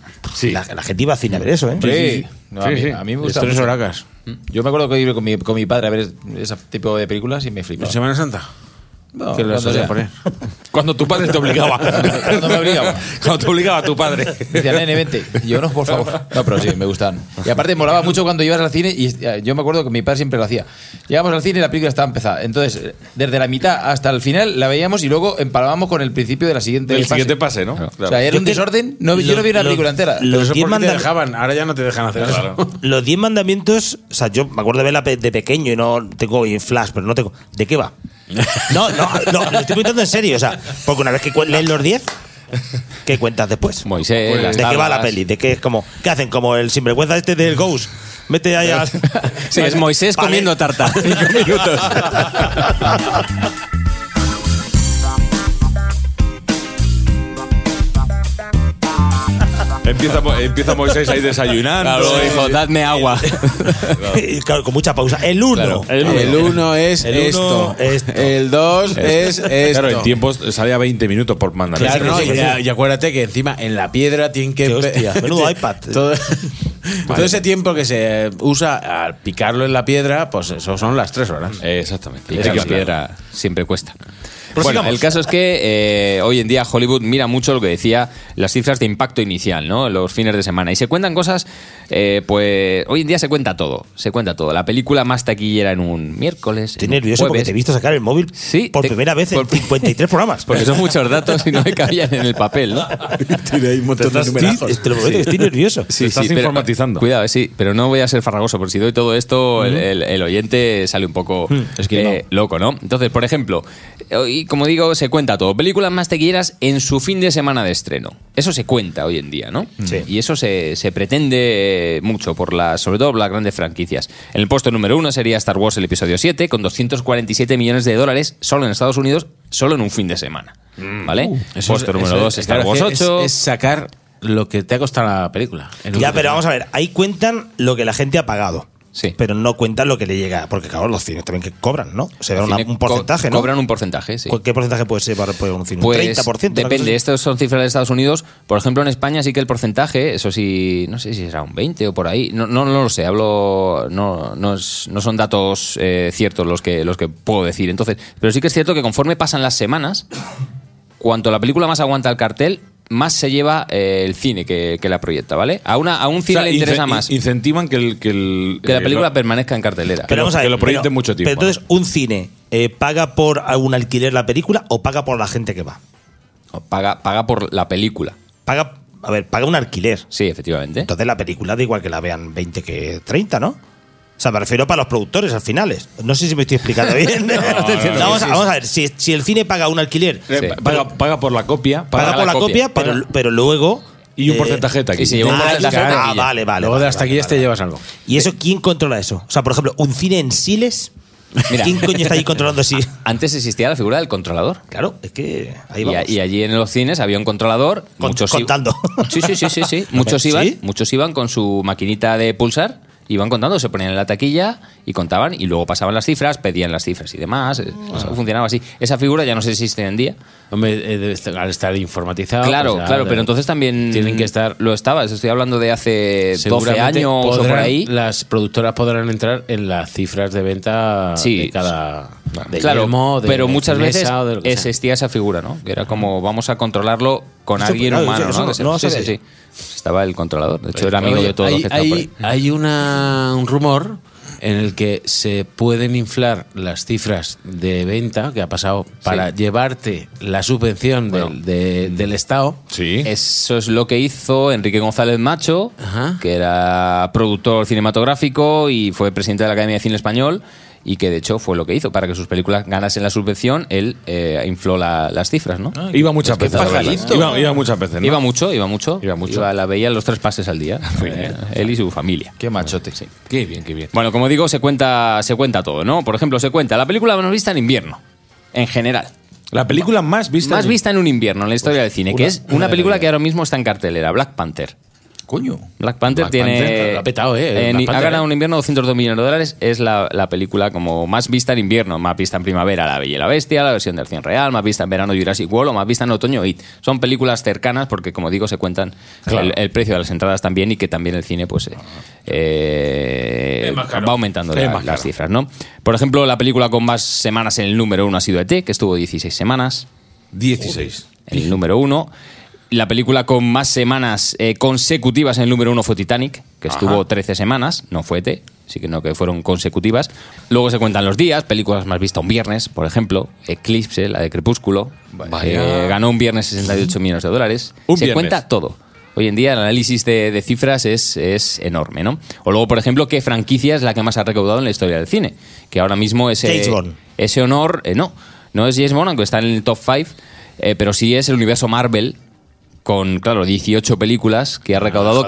Speaker 3: La, la gente iba a cine a ver eso, ¿eh?
Speaker 5: Sí, no, a,
Speaker 2: Sí,
Speaker 5: mí,
Speaker 2: sí.
Speaker 5: a mí me
Speaker 4: Los
Speaker 5: gusta.
Speaker 4: tres
Speaker 5: mucho.
Speaker 4: horacas.
Speaker 5: Yo me acuerdo que iba con mi, con mi padre a ver ese tipo de películas y me flipaba.
Speaker 4: ¿En Semana Santa?
Speaker 5: No,
Speaker 4: que lo
Speaker 5: cuando
Speaker 4: solía
Speaker 5: sea.
Speaker 4: poner.
Speaker 2: Cuando tu padre te obligaba.
Speaker 5: Cuando me obligaba.
Speaker 2: Cuando te obligaba tu [laughs] padre.
Speaker 5: Decía, nene, vente. Y Yo no, por favor. No, pero sí, me gustan. Y aparte, molaba mucho cuando ibas al cine. Y eh, yo me acuerdo que mi padre siempre lo hacía. Llegábamos al cine y la película estaba empezada. Entonces, eh, desde la mitad hasta el final la veíamos y luego empalmábamos con el principio de la siguiente.
Speaker 2: El
Speaker 5: fase.
Speaker 2: siguiente pase, ¿no?
Speaker 5: O sea, era
Speaker 3: Yo
Speaker 5: un
Speaker 3: que-
Speaker 5: desorden. No, yo
Speaker 3: lo-
Speaker 5: no vi una
Speaker 3: lo-
Speaker 5: película entera.
Speaker 3: lo- Los
Speaker 4: Pero eso
Speaker 3: diez
Speaker 4: porque te
Speaker 3: mandam-
Speaker 4: dejaban, ahora ya no te dejan hacer eso.
Speaker 3: Los diez mandamientos, o sea, yo me acuerdo de verla pe- de pequeño y no tengo y en flash, pero no tengo. ¿De qué va? No, no, no, lo estoy preguntando en serio, o sea, porque una vez que cu- lees los diez, ¿qué cuentas después?
Speaker 6: Moisés,
Speaker 4: Pues,
Speaker 7: pues,
Speaker 3: ¿De
Speaker 6: las
Speaker 3: qué va la
Speaker 6: tablas.
Speaker 3: peli? ¿De qué es como? ¿Qué hacen? Como el sinvergüenza este del Ghost. Mete ahí al.
Speaker 6: Sí, es Moisés
Speaker 3: Vale.
Speaker 6: comiendo tarta.
Speaker 4: [laughs]
Speaker 2: Empieza, Mo- empieza Moisés ahí desayunando.
Speaker 6: Claro, hijo,
Speaker 4: [laughs]
Speaker 6: dadme agua.
Speaker 3: Y [laughs] claro, con mucha pausa. El uno.
Speaker 7: El uno es
Speaker 3: El uno,
Speaker 7: esto.
Speaker 3: esto.
Speaker 7: El dos es esto.
Speaker 2: Claro, en tiempos salía 20 minutos por mandamiento.
Speaker 7: Claro, no, y, y acuérdate que encima en la piedra tienen que.
Speaker 3: Qué hostia,
Speaker 7: [laughs]
Speaker 3: menudo iPad.
Speaker 7: Todo,
Speaker 6: [laughs]
Speaker 7: todo ese tiempo que se usa al picarlo en la piedra, pues eso son las tres horas.
Speaker 2: Eh, Exactamente.
Speaker 6: Y
Speaker 2: Hay que
Speaker 6: la
Speaker 2: olvidar.
Speaker 6: piedra siempre cuesta. Bueno, el caso es que eh, hoy en día Hollywood mira mucho lo que decía las cifras de impacto inicial, ¿no? Los fines de semana. Y se cuentan cosas, eh, pues hoy en día se cuenta todo, se cuenta todo. La película más taquillera en un miércoles.
Speaker 3: Estoy
Speaker 6: en un
Speaker 3: nervioso porque
Speaker 6: jueves.
Speaker 3: te he visto sacar el móvil
Speaker 6: Sí,
Speaker 3: por
Speaker 6: te-
Speaker 3: primera vez en
Speaker 6: por-
Speaker 3: 53
Speaker 5: [laughs]
Speaker 3: programas.
Speaker 6: Porque son muchos datos
Speaker 3: [laughs]
Speaker 6: y no me cabían en el papel, ¿no?
Speaker 3: Estoy, te lo prometo que estoy nervioso.
Speaker 2: Te estás
Speaker 6: pero-
Speaker 2: informatizando.
Speaker 6: cuidado, eh, sí, pero no voy a ser farragoso, porque si doy todo esto, el, el- el oyente sale un poco
Speaker 3: Hmm,
Speaker 6: eh, loco, ¿no? Entonces, por ejemplo, hoy, como digo, se cuenta todo. Películas más tequilleras en su fin de semana de estreno. Eso se cuenta hoy en día, ¿no?
Speaker 3: Sí.
Speaker 6: Y eso se, se pretende eh, mucho, por la, sobre todo por las grandes franquicias. En el puesto número uno sería Star Wars, el episodio 7, con 247 millones de dólares solo en Estados Unidos, solo en un fin de semana. ¿vale?
Speaker 7: Uh,
Speaker 4: Eso
Speaker 6: puesto
Speaker 4: es-
Speaker 6: número
Speaker 4: eso
Speaker 6: 2,
Speaker 4: es-
Speaker 6: Star
Speaker 4: claro,
Speaker 6: Wars
Speaker 4: es que es-
Speaker 6: 8.
Speaker 4: Es, sacar lo que te ha costado la película.
Speaker 3: Ya, pero vamos a ver, ahí cuentan lo que la gente ha pagado.
Speaker 6: Sí.
Speaker 3: Pero no cuentan lo que le llega. Porque, claro, los cines también que cobran, ¿no? Se da una-
Speaker 6: Cine
Speaker 3: un porcentaje,
Speaker 6: co-
Speaker 3: ¿no?
Speaker 6: Cobran un porcentaje, sí.
Speaker 3: ¿Cu- ¿Qué porcentaje puede ser para para un cine? ¿Un
Speaker 6: Pues
Speaker 3: 30%? una cosa
Speaker 6: depende,
Speaker 3: así?
Speaker 6: estos son cifras de Estados Unidos. Por ejemplo, en España sí que el porcentaje, eso sí, no sé si será un 20 o por ahí, no, no, no lo sé, hablo, no, no, es- no son datos eh, ciertos los que, los que puedo decir. Entonces, pero sí que es cierto que conforme pasan las semanas, cuanto la película más aguanta el cartel, más se lleva eh, el cine que, que la proyecta, ¿vale? A, una, a un
Speaker 2: O sea,
Speaker 6: cine le interesa
Speaker 2: incen-
Speaker 6: más
Speaker 2: in- Incentivan que, el, que, el-
Speaker 6: que la
Speaker 2: eh,
Speaker 6: película
Speaker 2: lo-
Speaker 6: permanezca en cartelera.
Speaker 2: Pero-
Speaker 6: Pero,
Speaker 2: lo- que lo proyecten mucho tiempo,
Speaker 3: Pero entonces, ¿un cine eh, paga por algún alquiler la película o paga por la gente que va?
Speaker 6: paga, paga por la película.
Speaker 3: Paga, a ver, paga un alquiler.
Speaker 6: Sí, efectivamente.
Speaker 3: Entonces la película da igual que la vean 20 que 30, ¿no? O sea, me refiero para los productores al finales. No sé si me estoy explicando bien. [laughs] vamos, a, vamos a ver, si, si el cine paga un alquiler,
Speaker 2: eh, paga, paga por la copia.
Speaker 3: paga,
Speaker 6: paga
Speaker 3: por
Speaker 6: la
Speaker 3: la copia,
Speaker 6: copia,
Speaker 3: pero, pero luego...
Speaker 2: Y un
Speaker 3: eh,
Speaker 2: porcentaje de taquilla.
Speaker 6: y se lleva un
Speaker 3: ah,
Speaker 6: porcentaje de
Speaker 3: ah,
Speaker 6: taquilla.
Speaker 3: vale, vale.
Speaker 7: Luego de
Speaker 3: vale,
Speaker 7: las
Speaker 3: vale,
Speaker 7: taquillas
Speaker 4: este
Speaker 3: vale.
Speaker 7: te llevas algo.
Speaker 3: ¿Y eso quién controla eso? O sea, por ejemplo, un cine en Siles.
Speaker 6: Mira.
Speaker 3: ¿Quién coño [laughs] está ahí controlando si?
Speaker 6: Antes existía la figura del controlador.
Speaker 3: Claro, es que ahí
Speaker 6: Y, a-
Speaker 3: vamos.
Speaker 6: y allí en los cines había un controlador.
Speaker 3: Con-
Speaker 6: muchos i-
Speaker 3: contando.
Speaker 6: [laughs] Sí, sí, sí, sí.
Speaker 3: [laughs]
Speaker 6: sí. Muchos,
Speaker 3: ¿Sí?
Speaker 6: iban, muchos iban con su maquinita de pulsar, iban contando, se ponían en la taquilla y contaban y luego pasaban las cifras, pedían las cifras y demás. eh, eso
Speaker 3: Ah.
Speaker 6: Funcionaba así. Esa figura ya no se existe hoy en día.
Speaker 4: Hombre, eh, debe estar- al estar
Speaker 7: Ah,
Speaker 4: informatizado.
Speaker 6: Claro,
Speaker 4: pues ya,
Speaker 6: claro,
Speaker 4: de-
Speaker 6: pero entonces también.
Speaker 4: Tienen que estar.
Speaker 6: Lo estabas, estoy hablando de hace 12
Speaker 4: seguramente
Speaker 6: años o por
Speaker 4: podrán-
Speaker 6: ahí.
Speaker 4: Las productoras podrán entrar en las cifras de venta
Speaker 6: Sí,
Speaker 4: de cada. de
Speaker 6: claro,
Speaker 4: Yelmo, de
Speaker 6: pero muchas
Speaker 4: Cinesa
Speaker 6: veces
Speaker 4: o de lo que sea.
Speaker 6: existía esa figura, ¿no? Que era como vamos a controlarlo con
Speaker 3: Eso,
Speaker 6: alguien
Speaker 3: claro,
Speaker 6: humano,
Speaker 3: eso
Speaker 6: ¿no?
Speaker 3: no-
Speaker 6: Que se-
Speaker 3: no lo
Speaker 6: sí, sí,
Speaker 3: sabía
Speaker 6: sí. Estaba el controlador, de hecho era amigo
Speaker 4: Oye,
Speaker 6: de todos
Speaker 4: hay,
Speaker 6: los que estaban por ahí.
Speaker 4: hay- hay una- un rumor en el que se pueden inflar las cifras de venta que ha pasado para llevarte la subvención del-
Speaker 6: Bueno.
Speaker 4: de- del Estado.
Speaker 2: Sí.
Speaker 6: Eso es lo que hizo Enrique González Macho,
Speaker 4: Ajá.
Speaker 6: que era productor cinematográfico y fue presidente de la Academia de Cine Español y que de hecho fue lo que hizo para que sus películas ganasen la subvención, él eh, infló la- las cifras, ¿no?
Speaker 2: Ah, Iba muchas
Speaker 6: Es que
Speaker 2: veces. la verdad.
Speaker 6: pajarito.
Speaker 2: Iba, iba muchas veces. ¿no?
Speaker 6: Iba mucho, iba mucho.
Speaker 2: Iba mucho.
Speaker 6: la veía los tres pases al día. eh, él y su familia.
Speaker 5: Qué machote.
Speaker 2: Qué bien, qué bien.
Speaker 6: Bueno, como digo, se cuenta, se cuenta todo, ¿no? Por ejemplo, se cuenta la película más vista en invierno, en general.
Speaker 2: La película más vista.
Speaker 6: Más
Speaker 2: en-
Speaker 6: vista en un invierno en la historia del cine, que es una película que ahora mismo está en cartelera, Black Panther.
Speaker 5: Coño.
Speaker 6: Black Panther
Speaker 5: Black
Speaker 6: tiene.
Speaker 5: Panther,
Speaker 4: lo ha petado, ¿eh?
Speaker 6: en-
Speaker 4: Black
Speaker 6: ha
Speaker 4: Panther,
Speaker 6: ganado
Speaker 4: ¿eh?
Speaker 6: un invierno 202 millones de dólares. Es la, la película como más vista en invierno, más vista en primavera, La Bella y la Bestia, la versión del Cien Real, más vista en verano, Jurassic World, o más vista en otoño, It. Son películas cercanas porque, como digo, se cuentan el, el precio de las entradas también y que también el cine, pues. eh, eh, va aumentando la- las cifras, ¿no? Por ejemplo, la película con más semanas en el número uno ha sido ET, que estuvo 16 semanas
Speaker 2: 16.
Speaker 6: en el número uno. La película con más semanas eh, consecutivas en el número uno fue Titanic, que estuvo 13 semanas, no fue ET, sí que no, que fueron consecutivas. Luego se cuentan los días, películas más vistas un viernes, por ejemplo, Eclipse, la de Crepúsculo, eh, ganó un viernes 68 millones de dólares.
Speaker 2: Un
Speaker 6: se
Speaker 2: viernes.
Speaker 6: cuenta todo. Hoy en día el análisis de, de cifras es, es enorme, ¿no? O luego, por ejemplo, qué franquicia es la que más ha recaudado en la historia del cine, que ahora mismo es ese,
Speaker 3: James Bond.
Speaker 6: ese honor, eh, no, no es James Bond, aunque está en el top 5, pero sí es el universo Marvel, con, claro, 18 películas, que ha
Speaker 4: Ah,
Speaker 6: recaudado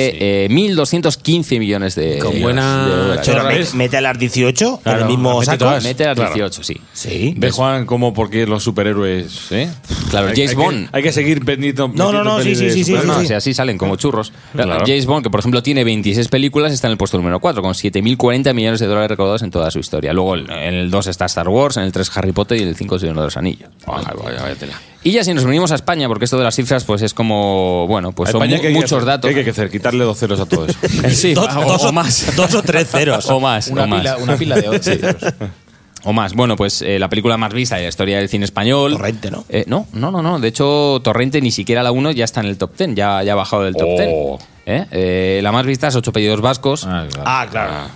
Speaker 6: eh, 14.215 millones de
Speaker 4: Con
Speaker 6: de
Speaker 4: buena
Speaker 6: dólares.
Speaker 3: Pero
Speaker 4: chorra-
Speaker 2: ¿eh?
Speaker 3: me- mete a las 18 en el mismo
Speaker 2: mete
Speaker 3: saco.
Speaker 2: todas.
Speaker 6: Mete las
Speaker 2: Claro.
Speaker 6: 18, sí.
Speaker 3: Sí.
Speaker 2: Ve, Juan, cómo porque los superhéroes. ¿eh?
Speaker 6: Claro,
Speaker 2: Hay-
Speaker 6: James
Speaker 2: hay que-
Speaker 6: Bond.
Speaker 2: Hay que seguir pendiente.
Speaker 3: No, no, no, sí, sí, sí, sí,
Speaker 6: No,
Speaker 3: sí,
Speaker 6: no,
Speaker 3: sí.
Speaker 6: o sea, así salen como churros.
Speaker 2: Claro. pues
Speaker 6: James Bond, que por ejemplo tiene 26 películas, está en el puesto número 4, con 7.040 millones de dólares recaudados en toda su historia. Luego el- en el 2 está Star Wars, en el 3 Harry Potter y en el 5 el Señor de los Anillos. Y ya si nos venimos a España, porque esto de las cifras pues es como, bueno, pues son mu- muchos datos.
Speaker 2: hay que hacer, quitarle dos ceros a todo
Speaker 6: [laughs]
Speaker 2: eso.
Speaker 6: Sí,
Speaker 3: Dos-
Speaker 6: o,
Speaker 3: dos
Speaker 6: o más.
Speaker 3: dos o tres [laughs] ceros.
Speaker 6: O más,
Speaker 5: Una
Speaker 6: o más.
Speaker 5: pila, una pila
Speaker 2: [laughs]
Speaker 5: de once.
Speaker 6: O más. Bueno, pues eh, la película más vista de la historia del cine español.
Speaker 3: Torrente, ¿no?
Speaker 6: Eh, no, no, no, no. De hecho, Torrente ni siquiera la 1 ya está en el top 10, ya, ya ha bajado del top 10. ¿Eh? Eh, la más vista es Ocho Pedidos Vascos,
Speaker 3: Ah, claro.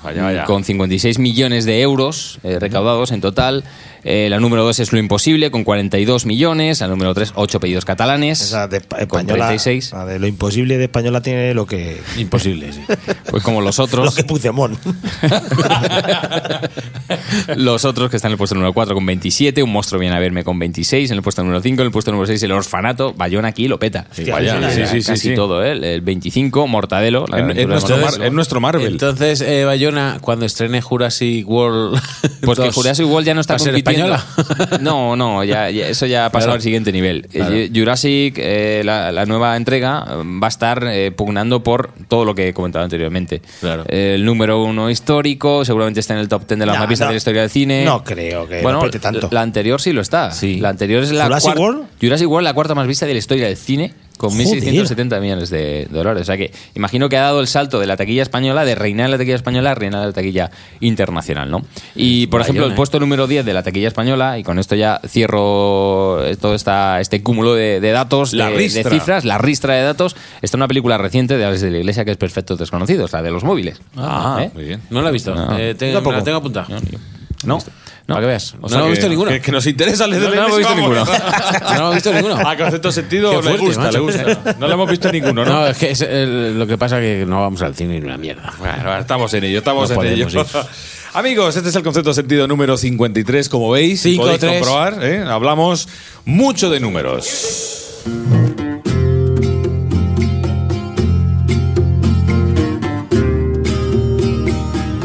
Speaker 6: con 56 millones de euros eh, recaudados en total. Eh, la número 2 es Lo Imposible, con 42 millones. La número 3, Ocho Pedidos Catalanes.
Speaker 3: Esa de espa-
Speaker 6: con
Speaker 3: española.
Speaker 6: 36.
Speaker 3: la de lo imposible de española tiene lo que.
Speaker 4: Imposible, sí.
Speaker 6: Pues como
Speaker 3: [laughs]
Speaker 6: los
Speaker 3: Lo
Speaker 6: otros.
Speaker 3: que Puigdemont.
Speaker 6: Los otros que están en el puesto número 4 con 27, Un monstruo viene a verme con 26, en el puesto número 5, en el puesto número 6 El orfanato, Bayona aquí lo peta.
Speaker 2: vaya,
Speaker 6: Bayona,
Speaker 2: sí,
Speaker 6: era
Speaker 2: sí, sí,
Speaker 6: casi
Speaker 2: sí.
Speaker 6: todo, ¿eh? el, el 25, Mortadelo, la
Speaker 2: En-
Speaker 6: aventura
Speaker 2: en
Speaker 6: de
Speaker 2: nuestro
Speaker 6: Mortadelo.
Speaker 2: mar- en nuestro Marvel.
Speaker 4: Entonces, eh, Bayona, cuando estrene Jurassic World.
Speaker 6: [laughs] Pues que
Speaker 4: dos,
Speaker 6: Jurassic World ya no está
Speaker 4: ¿va a ser
Speaker 6: compitiendo.
Speaker 4: española?
Speaker 6: [laughs] No, no, ya, ya- eso ya ha pasado al siguiente nivel. Eh, Jurassic, eh, la, la nueva entrega, eh, va a estar eh, pugnando por todo lo que he comentado anteriormente.
Speaker 4: Claro.
Speaker 6: Eh, el número uno histórico, seguramente está en el top
Speaker 3: [laughs]
Speaker 6: 10 de las
Speaker 3: Nah,
Speaker 6: más vistas
Speaker 3: no.
Speaker 6: de la historia del cine.
Speaker 3: No creo que
Speaker 6: bueno,
Speaker 3: lo pete tanto.
Speaker 6: La anterior sí lo está.
Speaker 4: Sí.
Speaker 6: La anterior es la
Speaker 3: ¿Jurassic
Speaker 6: cuarta-
Speaker 3: World?
Speaker 6: Jurassic World, la cuarta más vista de la historia del cine. con 1.670 millones de dólares. O sea que imagino que ha dado el salto de la taquilla española, de reinar en la taquilla española a reinar en la taquilla internacional, ¿no? Y, por
Speaker 4: Bayona,
Speaker 6: ejemplo, el
Speaker 4: ¿eh?
Speaker 6: puesto número 10 de la taquilla española, y con esto ya cierro todo esta, este cúmulo de, de datos,
Speaker 2: La
Speaker 6: de, de
Speaker 2: ristra.
Speaker 6: cifras, la ristra de datos, está una película reciente de Alex de la Iglesia que es Perfectos Desconocidos, la de los móviles.
Speaker 4: Ah,
Speaker 6: ¿Eh?
Speaker 2: muy bien.
Speaker 4: No la he visto.
Speaker 6: No.
Speaker 4: Eh, te-
Speaker 6: Yo
Speaker 4: me
Speaker 6: tampoco.
Speaker 4: la tengo apuntada.
Speaker 6: No, no.
Speaker 4: Para que veas.
Speaker 2: O sea
Speaker 4: no he
Speaker 2: que-
Speaker 4: visto ninguna.
Speaker 2: Que, que nos interesa leer
Speaker 4: No,
Speaker 2: el
Speaker 4: no hemos visto
Speaker 2: [laughs] vamos.
Speaker 4: ninguno. No hemos visto ninguno.
Speaker 2: A concepto sentido
Speaker 4: Qué
Speaker 2: le
Speaker 4: fuerte,
Speaker 2: gusta, le
Speaker 4: macho.
Speaker 2: gusta. No lo hemos visto ninguno, ¿no?
Speaker 4: No, es que es el- lo que pasa es que no vamos al cine ni una mierda.
Speaker 2: Bueno, estamos en ello, estamos
Speaker 4: No
Speaker 2: en
Speaker 4: podemos,
Speaker 2: ello. Amigos, este es el concepto sentido número 53, como veis.
Speaker 5: Cinco,
Speaker 2: podéis
Speaker 5: tres.
Speaker 2: comprobar, ¿eh? hablamos mucho de números.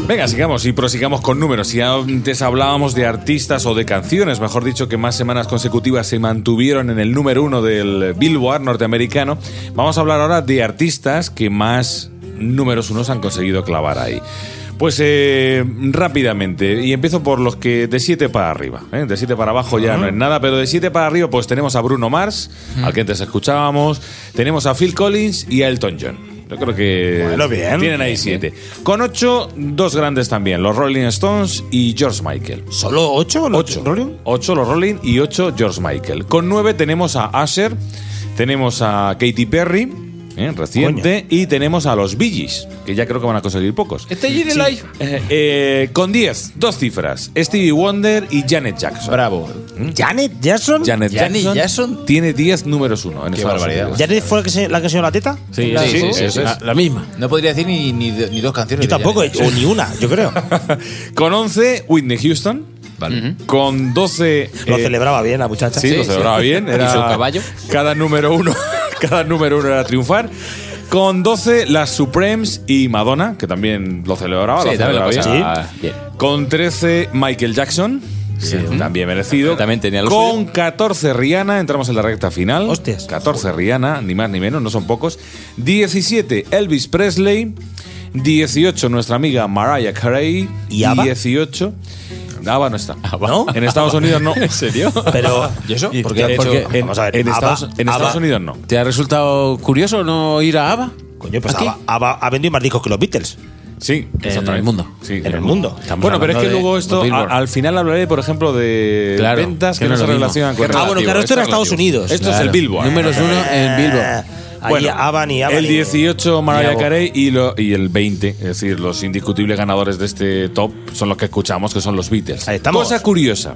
Speaker 2: Venga, sigamos y prosigamos con números. Si antes hablábamos de artistas o de canciones, mejor dicho, que más semanas consecutivas se mantuvieron en el número uno del Billboard norteamericano, vamos a hablar ahora de artistas que más números unos han conseguido clavar ahí. Pues eh, rápidamente, y empiezo por los que de 7 para arriba. ¿eh? De 7 para abajo ya no es nada, pero de 7 para arriba pues tenemos a Bruno Mars, al que antes escuchábamos, tenemos a Phil Collins y a Elton John. Yo creo que
Speaker 3: Bueno, bien.
Speaker 2: tienen ahí 7. Con 8, dos grandes también, los Rolling Stones y George Michael.
Speaker 3: ¿Solo ocho? los Rolling?
Speaker 2: 8 los Rolling y 8 George Michael. Con 9 tenemos a Asher, tenemos a Katy Perry, ¿eh? reciente, y tenemos a los Bee Gees, que ya creo que van a conseguir pocos.
Speaker 4: Este-
Speaker 2: Eh, eh, con 10, dos cifras, Stevie Wonder y Janet Jackson.
Speaker 5: Bravo.
Speaker 3: ¿Janet Jackson?
Speaker 2: Janet
Speaker 5: Janet
Speaker 2: Jackson,
Speaker 5: Jackson.
Speaker 2: tiene 10 números 1 en
Speaker 5: Qué
Speaker 2: Estados
Speaker 5: barbaridad.
Speaker 2: Unidos.
Speaker 3: ¿Janet fue la que se, la que se dio la teta?
Speaker 4: Sí,
Speaker 5: Claro,
Speaker 4: sí,
Speaker 5: sí,
Speaker 4: sí,
Speaker 2: eso
Speaker 4: la,
Speaker 2: es.
Speaker 4: la misma.
Speaker 5: No podría decir ni, ni, ni dos canciones.
Speaker 3: Yo
Speaker 5: de
Speaker 3: tampoco,
Speaker 5: Janet.
Speaker 3: o ni una, yo
Speaker 2: [laughs]
Speaker 3: creo.
Speaker 2: Con 11, Whitney Houston. Con 12...
Speaker 3: Lo
Speaker 2: eh,
Speaker 3: celebraba bien la muchacha.
Speaker 2: Sí, lo celebraba
Speaker 6: [laughs]
Speaker 2: bien. Era
Speaker 6: su caballo.
Speaker 2: Cada número uno, [laughs] cada número uno era triunfar. Con 12, las Supremes y Madonna, que también lo celebraba.
Speaker 6: Sí,
Speaker 2: lo
Speaker 6: también lo
Speaker 2: celebraba
Speaker 6: pasaba
Speaker 2: bien.
Speaker 6: bien.
Speaker 2: Con 13, Michael Jackson. También merecido.
Speaker 6: También tenía lo
Speaker 2: Con 14 Rihanna, entramos en la recta final.
Speaker 3: Hostias.
Speaker 2: 14 Rihanna, ni más ni menos, no son pocos. 17 Elvis Presley. 18 nuestra amiga Mariah Carey.
Speaker 3: ¿Y ABBA?
Speaker 2: 18 ABBA no está.
Speaker 3: ¿No?
Speaker 2: En Estados Unidos
Speaker 6: [laughs]
Speaker 2: no. ¿En serio? [laughs]
Speaker 3: Pero.
Speaker 5: ¿Y eso?
Speaker 3: ¿Por
Speaker 5: Porque
Speaker 3: qué?
Speaker 5: porque-
Speaker 2: en,
Speaker 3: Vamos a ver,
Speaker 2: en
Speaker 3: ABBA-
Speaker 2: Estados, en Estados
Speaker 3: ABBA-
Speaker 2: Unidos no.
Speaker 4: ¿Te ha resultado curioso no ir a ABBA?
Speaker 3: Coño, pues
Speaker 4: ¿Aquí?
Speaker 3: ha, ha- ha vendido más discos que los Beatles.
Speaker 2: Sí, exactamente.
Speaker 4: el mundo.
Speaker 2: Sí,
Speaker 3: En el mundo.
Speaker 4: Estamos
Speaker 2: Bueno, pero es
Speaker 4: hablando
Speaker 2: que
Speaker 4: de-
Speaker 2: luego
Speaker 4: de
Speaker 2: esto, a-
Speaker 4: Billboard.
Speaker 2: al final hablaré, por ejemplo, de
Speaker 4: Claro,
Speaker 2: ventas que
Speaker 4: que
Speaker 2: no
Speaker 4: no
Speaker 2: se
Speaker 4: es lo mismo.
Speaker 2: relacionan con
Speaker 3: Ah, bueno, claro, esto era Estados Unidos.
Speaker 2: Esto es el
Speaker 4: Claro.
Speaker 7: ¿eh?
Speaker 2: Billboard.
Speaker 4: Números uno en
Speaker 5: [laughs]
Speaker 4: Billboard.
Speaker 3: Eh, Ahí
Speaker 2: Bueno,
Speaker 3: Ava ni Ava
Speaker 2: El
Speaker 3: ni-
Speaker 2: 18 Mariah
Speaker 4: Bravo.
Speaker 2: Carey y, lo- y el 20, es decir, los indiscutibles ganadores de este top son los que escuchamos, que son los Beatles.
Speaker 3: Ahí estamos.
Speaker 2: Cosa curiosa.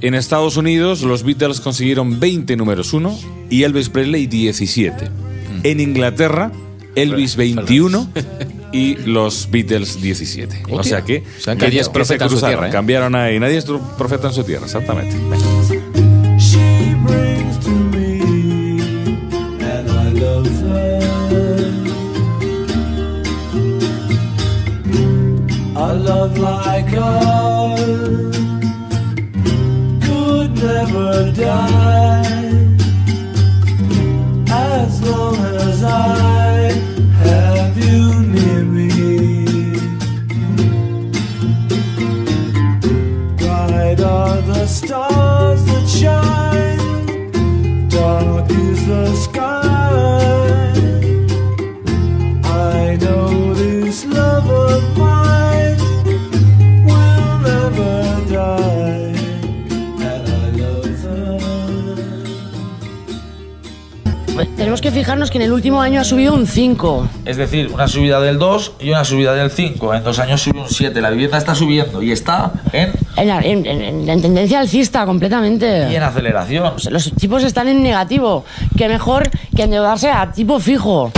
Speaker 2: En Estados Unidos los Beatles consiguieron 20 números 1 y Elvis Presley 17. En Inglaterra, Elvis 21 y los Beatles 17. o sea que,
Speaker 6: Se han
Speaker 2: que
Speaker 6: cambiado.
Speaker 2: se
Speaker 6: Profeta en su
Speaker 2: cruzaron,
Speaker 6: tierra, ¿eh?
Speaker 2: cambiaron ahí. Nadie es tu profeta en su tierra, exactamente.
Speaker 8: She brings to me, and I love her. A love like her could never die as long as I have you near me. Bright are the stars that shine, dark is the sky. I know this love of mine will never die, and I love her.
Speaker 11: Pues Tenemos que fijarnos que en el último año ha subido un 5.
Speaker 12: Es decir, una subida del 2 y una subida del 5. En dos años sube un 7. La vivienda está subiendo y está en,
Speaker 11: En, la- en- en- en tendencia alcista
Speaker 12: y
Speaker 11: completamente.
Speaker 12: en aceleración.
Speaker 11: Los tipos están en negativo. Qué mejor que endeudarse a tipo fijo.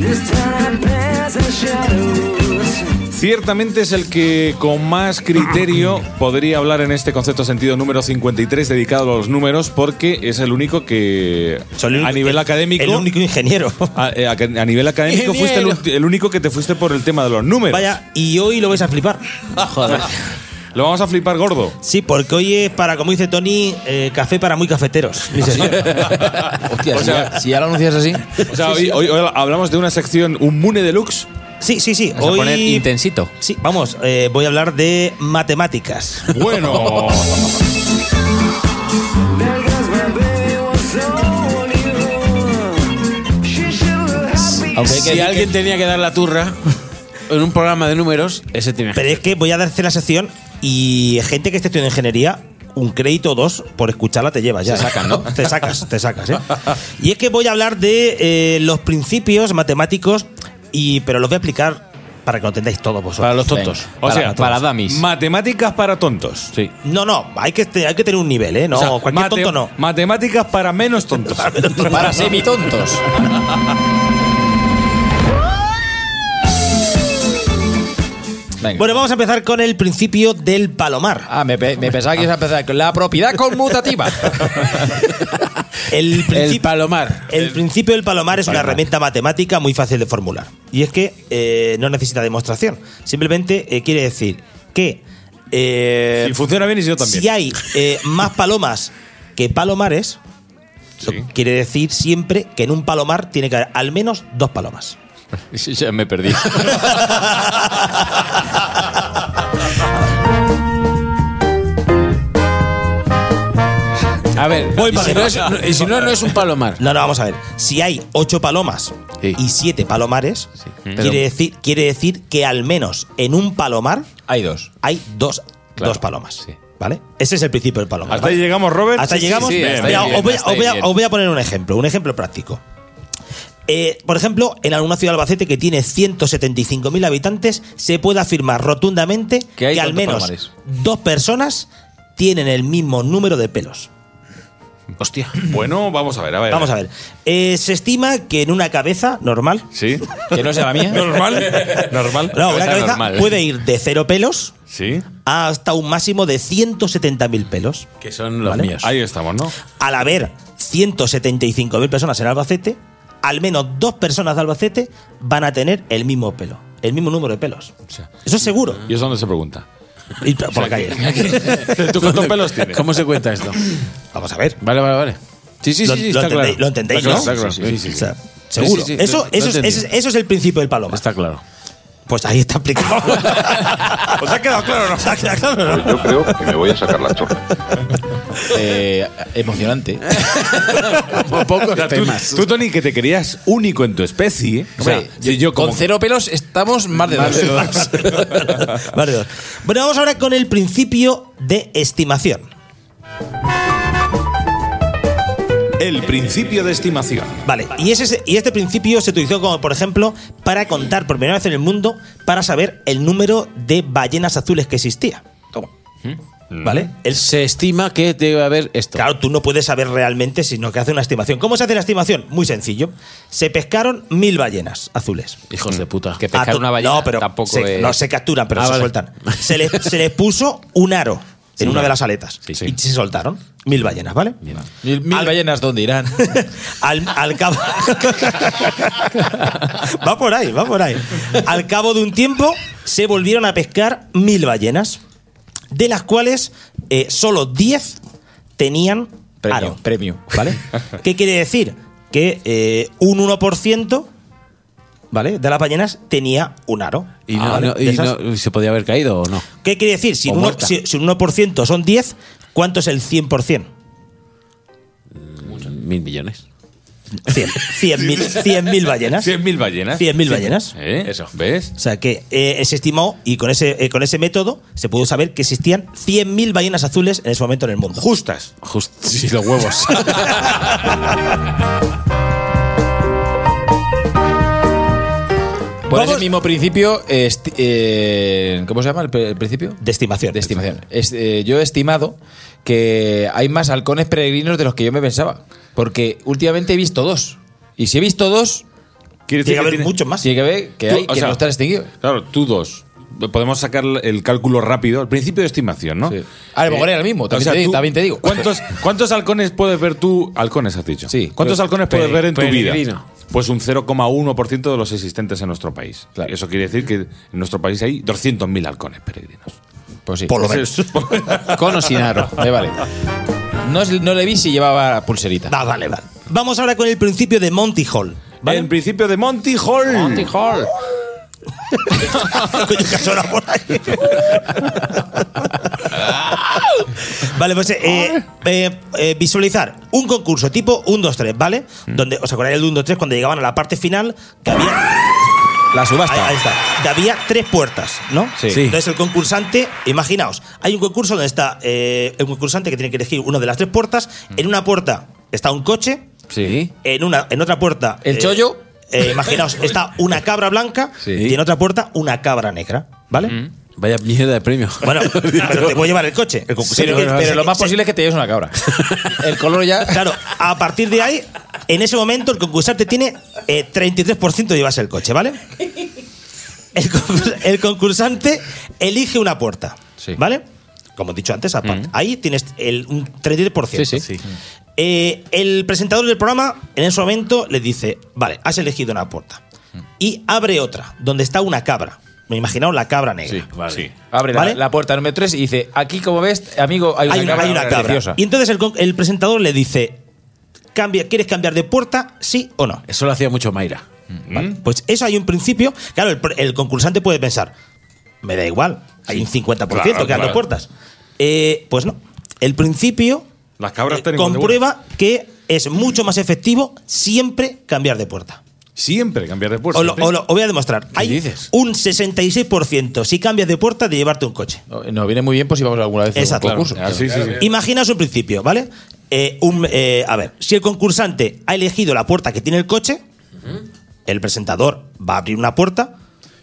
Speaker 8: This time past the shadows.
Speaker 2: Ciertamente es el que con más criterio podría hablar en este concepto sentido número 53 dedicado a los números porque es el único que
Speaker 3: Soy el
Speaker 2: a
Speaker 3: único-
Speaker 2: nivel
Speaker 3: el-
Speaker 2: académico
Speaker 3: El único
Speaker 2: [laughs]
Speaker 3: ingeniero.
Speaker 2: a, eh, a- a nivel académico fuiste el,
Speaker 4: Ingeniero.
Speaker 2: ulti- el único que te fuiste por el tema de los números.
Speaker 3: Vaya, y hoy lo vais a flipar.
Speaker 4: Joder.
Speaker 2: Lo vamos a flipar gordo.
Speaker 3: Sí, porque hoy es para, como dice Tony, eh, café para muy cafeteros. mi sección.
Speaker 5: Hostia, si, ya, si ya lo anuncias así.
Speaker 2: O sea, hoy, hoy- hoy hablamos de una sección, un Mune Deluxe.
Speaker 3: Sí, sí, sí.
Speaker 2: Vas a poner
Speaker 3: intensito. Sí, vamos, eh, voy a hablar de matemáticas.
Speaker 2: Bueno.
Speaker 7: si alguien tenía que dar la turra en un programa de números,
Speaker 5: [laughs]
Speaker 7: ese tiene.
Speaker 3: Pero es que voy a darte la sección y gente que esté estudiando ingeniería, un crédito o dos por escucharla te llevas ya.
Speaker 6: Se sacan,
Speaker 3: ¿no? te sacas, te sacas, ¿eh? Y es que voy a hablar de eh, los principios matemáticos, y, pero los voy a explicar para que lo entendáis todos vosotros. Para los
Speaker 2: tontos. O sea, para damis. Matemáticas para tontos.
Speaker 3: Sí. No, no, hay que, te- hay que tener un nivel, ¿eh? No,
Speaker 2: O sea,
Speaker 3: cualquier
Speaker 2: mate-
Speaker 3: tonto no.
Speaker 2: Matemáticas para menos tontos.
Speaker 3: [laughs] Para semitontos. Bueno, vamos a empezar con el principio del palomar.
Speaker 5: Ah, me, pe- me pensaba que ibas a empezar con la propiedad conmutativa.
Speaker 3: El,
Speaker 7: palomar.
Speaker 3: El, principio del palomar es una herramienta matemática muy fácil de formular. Y es que eh, no necesita demostración. Simplemente eh, quiere decir que. eh,
Speaker 2: Si funciona bien y si no también.
Speaker 3: Si hay eh, más palomas que palomares, eso quiere decir siempre que en un palomar tiene que haber al menos dos palomas.
Speaker 6: Ya me perdí.
Speaker 7: A ver,
Speaker 3: Voy
Speaker 7: y
Speaker 3: para
Speaker 7: si no
Speaker 3: allá.
Speaker 7: es- no- y si no, no es un palomar.
Speaker 3: No, no, vamos a ver. Si hay ocho palomas y siete palomares, quiere,
Speaker 7: Pero-
Speaker 3: decir, quiere decir que al menos en un palomar
Speaker 5: hay dos.
Speaker 3: Hay dos, dos palomas. ¿Vale? Ese es el principio del palomar.
Speaker 2: Hasta
Speaker 3: ¿vale?
Speaker 2: ahí llegamos, Robert.
Speaker 3: Hasta
Speaker 2: Sí, sí,
Speaker 3: llegamos.
Speaker 2: sí,
Speaker 3: Mira,
Speaker 2: hasta ahí
Speaker 3: os
Speaker 2: bien,
Speaker 3: voy a-
Speaker 2: hasta
Speaker 3: os voy a-
Speaker 2: ahí bien.
Speaker 3: os voy a poner un ejemplo, un ejemplo práctico. Eh, por ejemplo, en alguna ciudad de Albacete que tiene 175.000 habitantes, se puede afirmar rotundamente
Speaker 5: Que hay
Speaker 3: que al
Speaker 5: dos
Speaker 3: menos
Speaker 5: palomares.
Speaker 3: dos personas tienen el mismo número de pelos.
Speaker 7: Hostia.
Speaker 2: Bueno, vamos a ver, a ver.
Speaker 3: Vamos a ver. Eh, se estima que en una cabeza normal.
Speaker 2: Sí.
Speaker 3: Que no sea la mía. [laughs]
Speaker 2: Normal. Normal.
Speaker 3: No, una cabeza
Speaker 2: normal.
Speaker 3: puede ir de cero pelos
Speaker 2: Sí.
Speaker 3: hasta un máximo de 170.000 pelos.
Speaker 7: Que son los míos.
Speaker 2: Ahí estamos, ¿no?
Speaker 3: Al haber 175.000 personas en Albacete, al menos dos personas de Albacete van a tener el mismo pelo, el mismo número de pelos. Eso es seguro.
Speaker 2: ¿Y eso dónde se pregunta?
Speaker 3: Y por la calle.
Speaker 2: ¿Tú cuántos pelos tienes?
Speaker 7: ¿Cómo se cuenta esto?
Speaker 3: Vamos a ver.
Speaker 7: Vale, vale, vale. Sí, sí,
Speaker 3: lo,
Speaker 7: sí, sí,
Speaker 3: lo
Speaker 7: está
Speaker 3: entendéis,
Speaker 7: claro.
Speaker 3: lo entendéis,
Speaker 7: Está claro,
Speaker 3: ¿no?
Speaker 7: está claro, sí, sí,
Speaker 3: O
Speaker 7: sí.
Speaker 3: sea, seguro.
Speaker 7: Sí, sí, sí,
Speaker 3: eso,
Speaker 7: lo- lo
Speaker 3: eso, es-
Speaker 7: entendí.
Speaker 3: eso es- eso es el principio del paloma.
Speaker 7: Está claro.
Speaker 3: Pues ahí está
Speaker 7: [laughs]
Speaker 3: aplicado.
Speaker 2: ¿Os ha quedado claro o no?
Speaker 3: [laughs] ha quedado claro o no?
Speaker 7: Pues
Speaker 10: Yo creo que me voy a sacar la chorra.
Speaker 5: Eh, emocionante.
Speaker 7: Como pocos
Speaker 2: Tú,
Speaker 7: temas.
Speaker 2: tú, Tony, que te querías único en tu especie. O sea,
Speaker 5: Hombre,
Speaker 2: si yo como-
Speaker 5: Con cero pelos estamos más de
Speaker 2: Más
Speaker 5: dos.
Speaker 2: de
Speaker 3: Vale, dos. Bueno, vamos ahora con el principio de estimación.
Speaker 2: El principio de estimación.
Speaker 3: Vale, y, ese, y este principio se utilizó como, por ejemplo, para contar por primera vez en el mundo para saber el número de ballenas azules que existía.
Speaker 6: Mm.
Speaker 3: ¿Vale? El-
Speaker 7: Se estima que debe haber esto.
Speaker 3: claro, tú no puedes saber realmente, sino que hace una estimación. ¿Cómo se hace la estimación? Muy sencillo. Se pescaron mil ballenas azules.
Speaker 7: Hijos de puta.
Speaker 6: Que pescar
Speaker 3: A to-
Speaker 6: una ballena
Speaker 3: Ah, no, pero
Speaker 6: tampoco
Speaker 3: se,
Speaker 6: es...
Speaker 3: no, se capturan, pero
Speaker 7: Ah,
Speaker 3: se
Speaker 7: vale.
Speaker 3: sueltan. Se
Speaker 6: [laughs]
Speaker 3: les, se les puso un aro en una de las aletas y se soltaron mil ballenas, ¿vale?
Speaker 5: Mil, mil ballenas, ¿dónde irán?
Speaker 3: Al, al cabo. va por ahí, va por ahí. Al cabo de un tiempo se volvieron a pescar mil ballenas, de las cuales eh, solo 10 tenían
Speaker 5: Premio,
Speaker 3: aro.
Speaker 5: premio.
Speaker 3: ¿Vale? [laughs] ¿Qué quiere decir? Que eh, un 1% ¿vale? de las ballenas tenía un aro.
Speaker 7: Y, no,
Speaker 3: Ah, ¿vale?
Speaker 7: no,
Speaker 3: De
Speaker 7: y
Speaker 3: esas-
Speaker 7: no- se podía haber caído o no.
Speaker 3: ¿Qué quiere decir? Si,
Speaker 7: O
Speaker 3: un uno-
Speaker 7: muerta.
Speaker 3: si- si un 1% son 10, ¿cuánto es el 100%?
Speaker 7: Mil millones.
Speaker 3: 100. 100.000 mil ballenas.
Speaker 2: 100.000 ballenas.
Speaker 3: 100.000 ballenas.
Speaker 2: ¿Eh?
Speaker 7: Eso.
Speaker 2: ¿Ves?
Speaker 3: O sea que eh, se estimó y con ese, eh, con ese método se pudo saber que existían 100.000 ballenas azules en ese momento en el mundo.
Speaker 2: Justas.
Speaker 7: Justo. Sí, los
Speaker 3: [laughs]
Speaker 7: huevos.
Speaker 5: Por ese
Speaker 3: Vamos.
Speaker 5: mismo principio, esti- eh, ¿cómo se llama el, pr- el principio?
Speaker 3: De estimación.
Speaker 5: De estimación. Es- eh, yo he estimado que hay más halcones peregrinos de los que yo me pensaba. Porque últimamente he visto dos. Y si he visto dos,
Speaker 2: Quiere
Speaker 3: Tiene que haber
Speaker 2: tiene-
Speaker 3: muchos más.
Speaker 5: tiene que ver que
Speaker 2: Tú,
Speaker 5: hay
Speaker 2: o
Speaker 5: que
Speaker 2: sea,
Speaker 5: no están extinguidos.
Speaker 2: Claro, tú dos. Podemos sacar el cálculo rápido, el principio de estimación, ¿no?
Speaker 5: Sí. A lo mejor era el mismo, también te di- también te digo.
Speaker 2: ¿cuántos, ¿Cuántos halcones puedes ver tú? Halcones, has dicho.
Speaker 5: Sí.
Speaker 2: ¿Cuántos
Speaker 5: Pero-
Speaker 2: halcones puedes
Speaker 7: pere-
Speaker 2: ver en tu vida?
Speaker 7: peregrino.
Speaker 2: Pues un 0,1% de los existentes en nuestro país.
Speaker 5: Claro.
Speaker 2: Eso quiere decir que en nuestro país hay 200.000 halcones peregrinos.
Speaker 5: [laughs] Pues sí.
Speaker 3: Por lo
Speaker 5: Pues
Speaker 3: menos.
Speaker 5: es- Con o sin aro. Me vale. No, es- no le vi si llevaba pulserita.
Speaker 3: Ah, vale, vale. Vamos ahora con el principio de Monty [laughs] Hall. ¿vale?
Speaker 2: El principio de Monty Hall.
Speaker 6: Monty Hall.
Speaker 3: Coño, que ha sonado por [laughs] ahí. vale, pues eh, eh, eh, eh, visualizar un concurso tipo 1, 2, 3, ¿vale?
Speaker 5: Mm.
Speaker 3: Donde, ¿Os acordáis del 1, 2, 3? Cuando llegaban a la parte final, que había.
Speaker 5: La subasta.
Speaker 3: Ahí, ahí está. Que había tres puertas, ¿no?
Speaker 5: Sí. Sí.
Speaker 3: Entonces el concursante, imaginaos, hay un concurso donde está eh, el concursante que tiene que elegir una de las tres puertas.
Speaker 5: Mm.
Speaker 3: En una puerta está un coche,
Speaker 5: Sí.
Speaker 3: en, una, en otra puerta.
Speaker 5: El
Speaker 3: eh,
Speaker 5: chollo.
Speaker 3: eh,
Speaker 5: [laughs]
Speaker 3: imaginaos, está una cabra blanca y en otra puerta una cabra negra, ¿vale?
Speaker 4: Vaya mierda de
Speaker 2: [laughs]
Speaker 4: premio.
Speaker 5: [laughs]
Speaker 3: Bueno, pero te voy a llevar el coche. El
Speaker 5: Mm. Sí, pero, pero lo más posible es que te lleves una
Speaker 7: [laughs]
Speaker 5: cabra. El color ya.
Speaker 3: Claro, a partir de ahí, en ese momento, el concursante tiene eh, 33% de llevarse el coche, ¿vale? El, concurs- el concursante elige una puerta, ¿vale? Como he dicho antes, aparte. Ahí tienes el, un 33%.
Speaker 6: Sí,
Speaker 3: Eh, el presentador del programa, en ese momento, le dice: Vale, has elegido una puerta. Y abre otra, donde está una cabra. Me imaginaos la cabra negra.
Speaker 5: Abre la-
Speaker 3: ¿Vale?
Speaker 5: la, puerta número 3 y dice: Aquí, como ves, amigo, hay una cabra. preciosa".
Speaker 3: Y entonces el, con- el presentador le dice, Cambia, ¿quieres cambiar de puerta? ¿Sí o no?
Speaker 4: Eso lo hacía mucho Mayra.
Speaker 2: Mm.
Speaker 3: Vale, Pues eso hay un principio. Claro, el, pr- el concursante puede pensar, me da igual, hay un 50%
Speaker 2: Claro,
Speaker 3: que
Speaker 2: claro.
Speaker 3: abre puertas. Eh, pues no. El principio eh,
Speaker 2: Las cabras tienen
Speaker 3: comprueba que es mucho más efectivo siempre cambiar de puerta.
Speaker 2: Siempre cambiar de puerta.
Speaker 3: Os lo, os lo- os voy a demostrar. Hay un 66% si cambias de puerta de llevarte un coche.
Speaker 5: No, Nos viene muy bien pues si vamos alguna vez
Speaker 3: Exacto.
Speaker 5: a un concurso.
Speaker 2: Ah, sí, sí, sí.
Speaker 3: Imaginaos un principio, ¿vale? Eh, un, eh, a ver, si el concursante ha elegido la puerta que tiene el coche, el presentador va a abrir una puerta.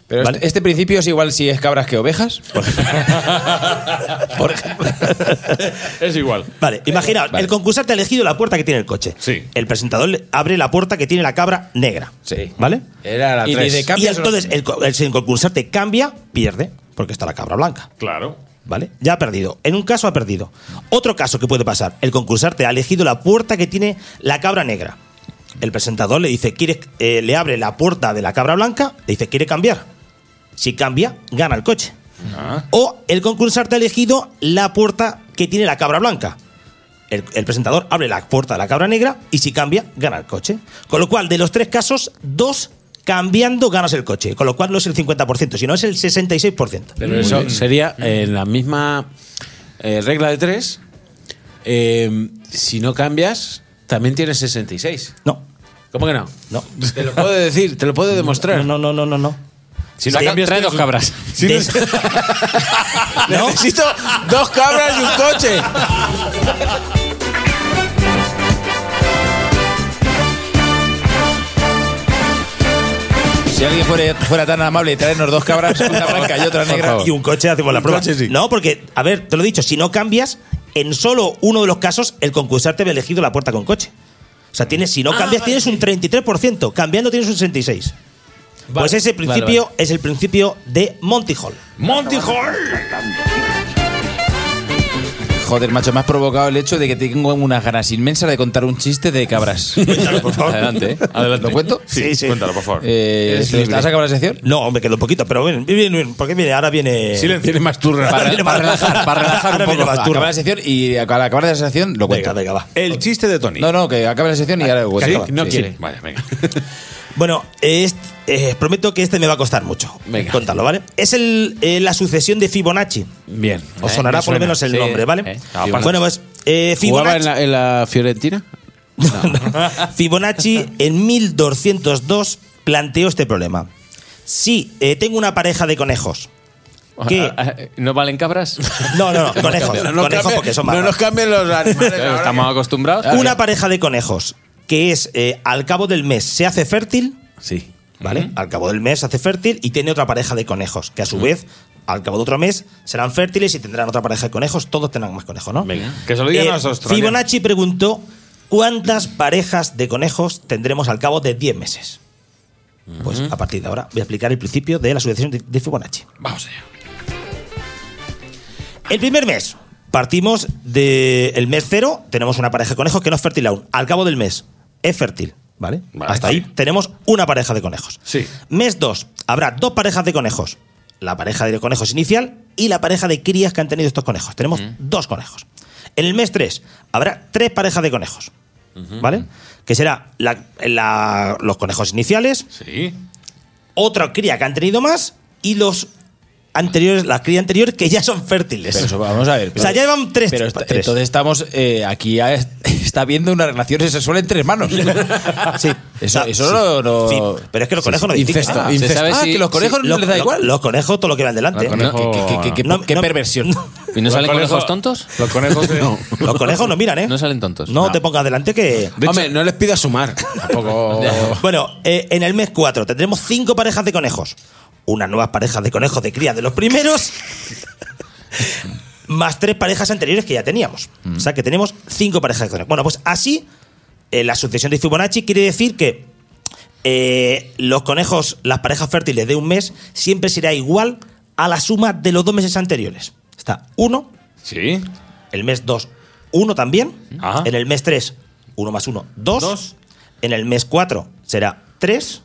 Speaker 5: Pero
Speaker 3: ¿vale?
Speaker 5: este, este principio es igual si es cabras que ovejas.
Speaker 2: [laughs]
Speaker 3: Por ejemplo.
Speaker 2: Es igual.
Speaker 3: Vale, imaginaos, el concursante ha elegido la puerta que tiene el coche.
Speaker 2: Sí.
Speaker 3: El presentador le- abre la puerta que tiene la cabra negra,
Speaker 5: Sí.
Speaker 3: ¿vale?
Speaker 5: Era la
Speaker 3: Y,
Speaker 5: tres.
Speaker 3: dice, "Cambias o no?". Y entonces el, co- el- si el concursante cambia, pierde, porque está la cabra blanca,
Speaker 2: Claro.
Speaker 3: ¿vale? Ya ha perdido. En un caso ha perdido. Otro caso que puede pasar, el concursante ha elegido la puerta que tiene la cabra negra. El presentador le dice, ¿quieres, eh, le abre la puerta de la cabra blanca, le dice, ¿quiere cambiar? Si cambia, gana el coche. O el concursante ha elegido la puerta que tiene la cabra blanca. El, el presentador abre la puerta de la cabra negra y si cambia, gana el coche. Con lo cual, de los tres casos, dos cambiando ganas el coche. Con lo cual no es el 50%, sino es el 66%.
Speaker 4: Pero eso sería eh, la misma eh, regla de tres. Eh, si no cambias, también tienes 66.
Speaker 3: No,
Speaker 4: ¿Cómo que no?
Speaker 3: no.
Speaker 4: Te lo puedo decir, te lo puedo demostrar.
Speaker 3: No, no, no, no, no.
Speaker 4: Si no
Speaker 3: Sí,
Speaker 4: cambias,
Speaker 6: Trae
Speaker 4: tienes
Speaker 6: dos
Speaker 4: un-
Speaker 6: cabras.
Speaker 2: Si no-
Speaker 3: [laughs]
Speaker 4: Necesito dos cabras y un coche.
Speaker 5: Si alguien fuera, fuera tan amable de traernos dos cabras,
Speaker 3: [laughs]
Speaker 5: una blanca y otra negra.
Speaker 3: Y un coche hacemos la prueba. No, porque, a ver, te lo he dicho, si no cambias, en solo uno de los casos, el concursante había elegido la puerta con coche. O sea, tienes,
Speaker 4: Ah,
Speaker 3: si no cambias, tienes un 33%. Cambiando tienes un 66%. pues ese
Speaker 4: vale,
Speaker 3: principio es el principio de Monty Hall.
Speaker 2: Monty Hall.
Speaker 5: Joder, macho, me has provocado el hecho de que tengo unas ganas inmensas de contar un chiste
Speaker 3: [laughs]
Speaker 5: de cabras. Adelante, ¿eh?
Speaker 2: Adelante.
Speaker 5: ¿Lo cuento?
Speaker 2: Sí, cuéntalo, por favor.
Speaker 5: Eh,
Speaker 2: Eres
Speaker 5: ¿te-
Speaker 2: libre.
Speaker 5: ¿Has acabado la sección?
Speaker 3: No, hombre, quedó poquito, pero bien, bien, bien, porque viene, ahora viene.
Speaker 2: Silencio. Tiene más turra.
Speaker 5: [laughs] Para,
Speaker 3: viene
Speaker 5: para
Speaker 3: más-
Speaker 5: relajar, para relajar
Speaker 3: ahora
Speaker 5: un
Speaker 3: viene
Speaker 5: poco.
Speaker 3: más turno.
Speaker 5: Acaba la sección y al acabar la sección lo cuento.
Speaker 3: Venga, Ah, venga, va.
Speaker 2: El chiste de Tony.
Speaker 5: No, no, que acabe la sección y ahora
Speaker 3: Pues
Speaker 5: lo cuento.
Speaker 4: No quiere.
Speaker 2: Vaya, [laughs] venga.
Speaker 3: Bueno, est- eh, prometo que este me va a costar mucho.
Speaker 4: Venga.
Speaker 3: Contarlo, ¿vale? Es el, eh, la sucesión de Fibonacci.
Speaker 4: Bien.
Speaker 3: Os
Speaker 4: Eh,
Speaker 3: sonará
Speaker 4: me
Speaker 3: por lo
Speaker 4: suena.
Speaker 3: menos el
Speaker 4: Sí,
Speaker 3: nombre, ¿vale?
Speaker 4: eh.
Speaker 3: bueno, pues eh,
Speaker 4: ¿Jugaba en
Speaker 3: [laughs] Fibonacci,
Speaker 4: la, en la Fiorentina?
Speaker 3: Fibonacci en 1202 planteó este problema. Si eh, tengo una pareja de conejos.
Speaker 4: [laughs]
Speaker 3: que-
Speaker 4: Ah,
Speaker 6: [laughs] ¿No valen cabras?
Speaker 3: No, no, no, conejos. conejos porque son más
Speaker 7: no
Speaker 3: raros.
Speaker 7: nos
Speaker 3: [laughs]
Speaker 7: cambien los animales.
Speaker 6: Claro, Estamos acostumbrados.
Speaker 3: Una pareja de conejos que es eh, al cabo del mes se hace fértil.
Speaker 4: Sí.
Speaker 3: ¿vale? Al cabo del mes se hace fértil y tiene otra pareja de conejos, que a su vez, al cabo de otro mes, serán fértiles y tendrán otra pareja de conejos, todos tendrán más conejos, ¿no? Eh,
Speaker 2: Venga, que se lo digan a los australianos.
Speaker 3: Fibonacci preguntó cuántas parejas de conejos tendremos al cabo de 10 meses. Pues a partir de ahora voy a explicar el principio de la sucesión de- de Fibonacci.
Speaker 2: Vamos allá.
Speaker 3: El primer mes. Partimos del mes cero, tenemos una pareja de conejos que no es fértil aún. Al cabo del mes, es fértil, ¿vale?
Speaker 2: Vale,
Speaker 3: Hasta
Speaker 2: sí.
Speaker 3: ahí tenemos una pareja de conejos.
Speaker 2: Sí.
Speaker 3: Mes 2, habrá dos parejas de conejos. la pareja de conejos inicial y la pareja de crías que han tenido estos conejos. Tenemos dos conejos. En el mes 3 habrá tres parejas de conejos, ¿vale? Que será la- la- los conejos iniciales, otra cría que han tenido más y los anteriores, la cría anterior que ya son fértiles.
Speaker 5: Pero eso, vamos a ver.
Speaker 3: O sea, ya llevan tres-
Speaker 5: Pero está-
Speaker 3: tres.
Speaker 5: entonces estamos eh, aquí ya es- [laughs] está viendo una relación sexual
Speaker 3: [laughs]
Speaker 5: entre hermanos. sí. Eso, eso
Speaker 3: sí.
Speaker 5: no, no-
Speaker 3: Sí, Pero es que los
Speaker 5: Sí,
Speaker 3: conejos no
Speaker 5: sí.
Speaker 3: distinguen.
Speaker 5: Incesto, incesto.
Speaker 3: ¿se sabe
Speaker 5: Ah,
Speaker 3: si-
Speaker 5: que los conejos
Speaker 3: sí,
Speaker 5: no
Speaker 3: los-
Speaker 5: les da
Speaker 3: los-
Speaker 5: igual.
Speaker 3: Los conejos todo lo que van delante.
Speaker 5: Los conejos- No, qué- qué- qué- qué-
Speaker 3: qué perversión.
Speaker 6: ¿Y no salen conejos tontos?
Speaker 2: Los
Speaker 6: [laughs]
Speaker 2: conejos de-
Speaker 3: no. Los conejos no miran, ¿eh?
Speaker 6: No salen tontos.
Speaker 3: No, te pongas delante que.
Speaker 7: Hombre, no les pidas
Speaker 6: [laughs]
Speaker 7: sumar.
Speaker 6: Oh.
Speaker 7: Tampoco.
Speaker 3: [laughs] bueno, eh, en el mes 4 tendremos cinco parejas de conejos. Unas nuevas parejas de conejos de cría de los primeros. [laughs] más tres parejas anteriores que ya teníamos. O sea que tenemos cinco parejas de conejos. Bueno, pues así, eh, la sucesión de Fibonacci quiere decir que eh, los conejos, las parejas fértiles de un mes, siempre será igual a la suma de los dos meses anteriores. Está 1.
Speaker 2: [laughs] Sí.
Speaker 3: El mes 2, 1 también. En el mes 3, 1 más 1, 2. En el mes 4 será 3.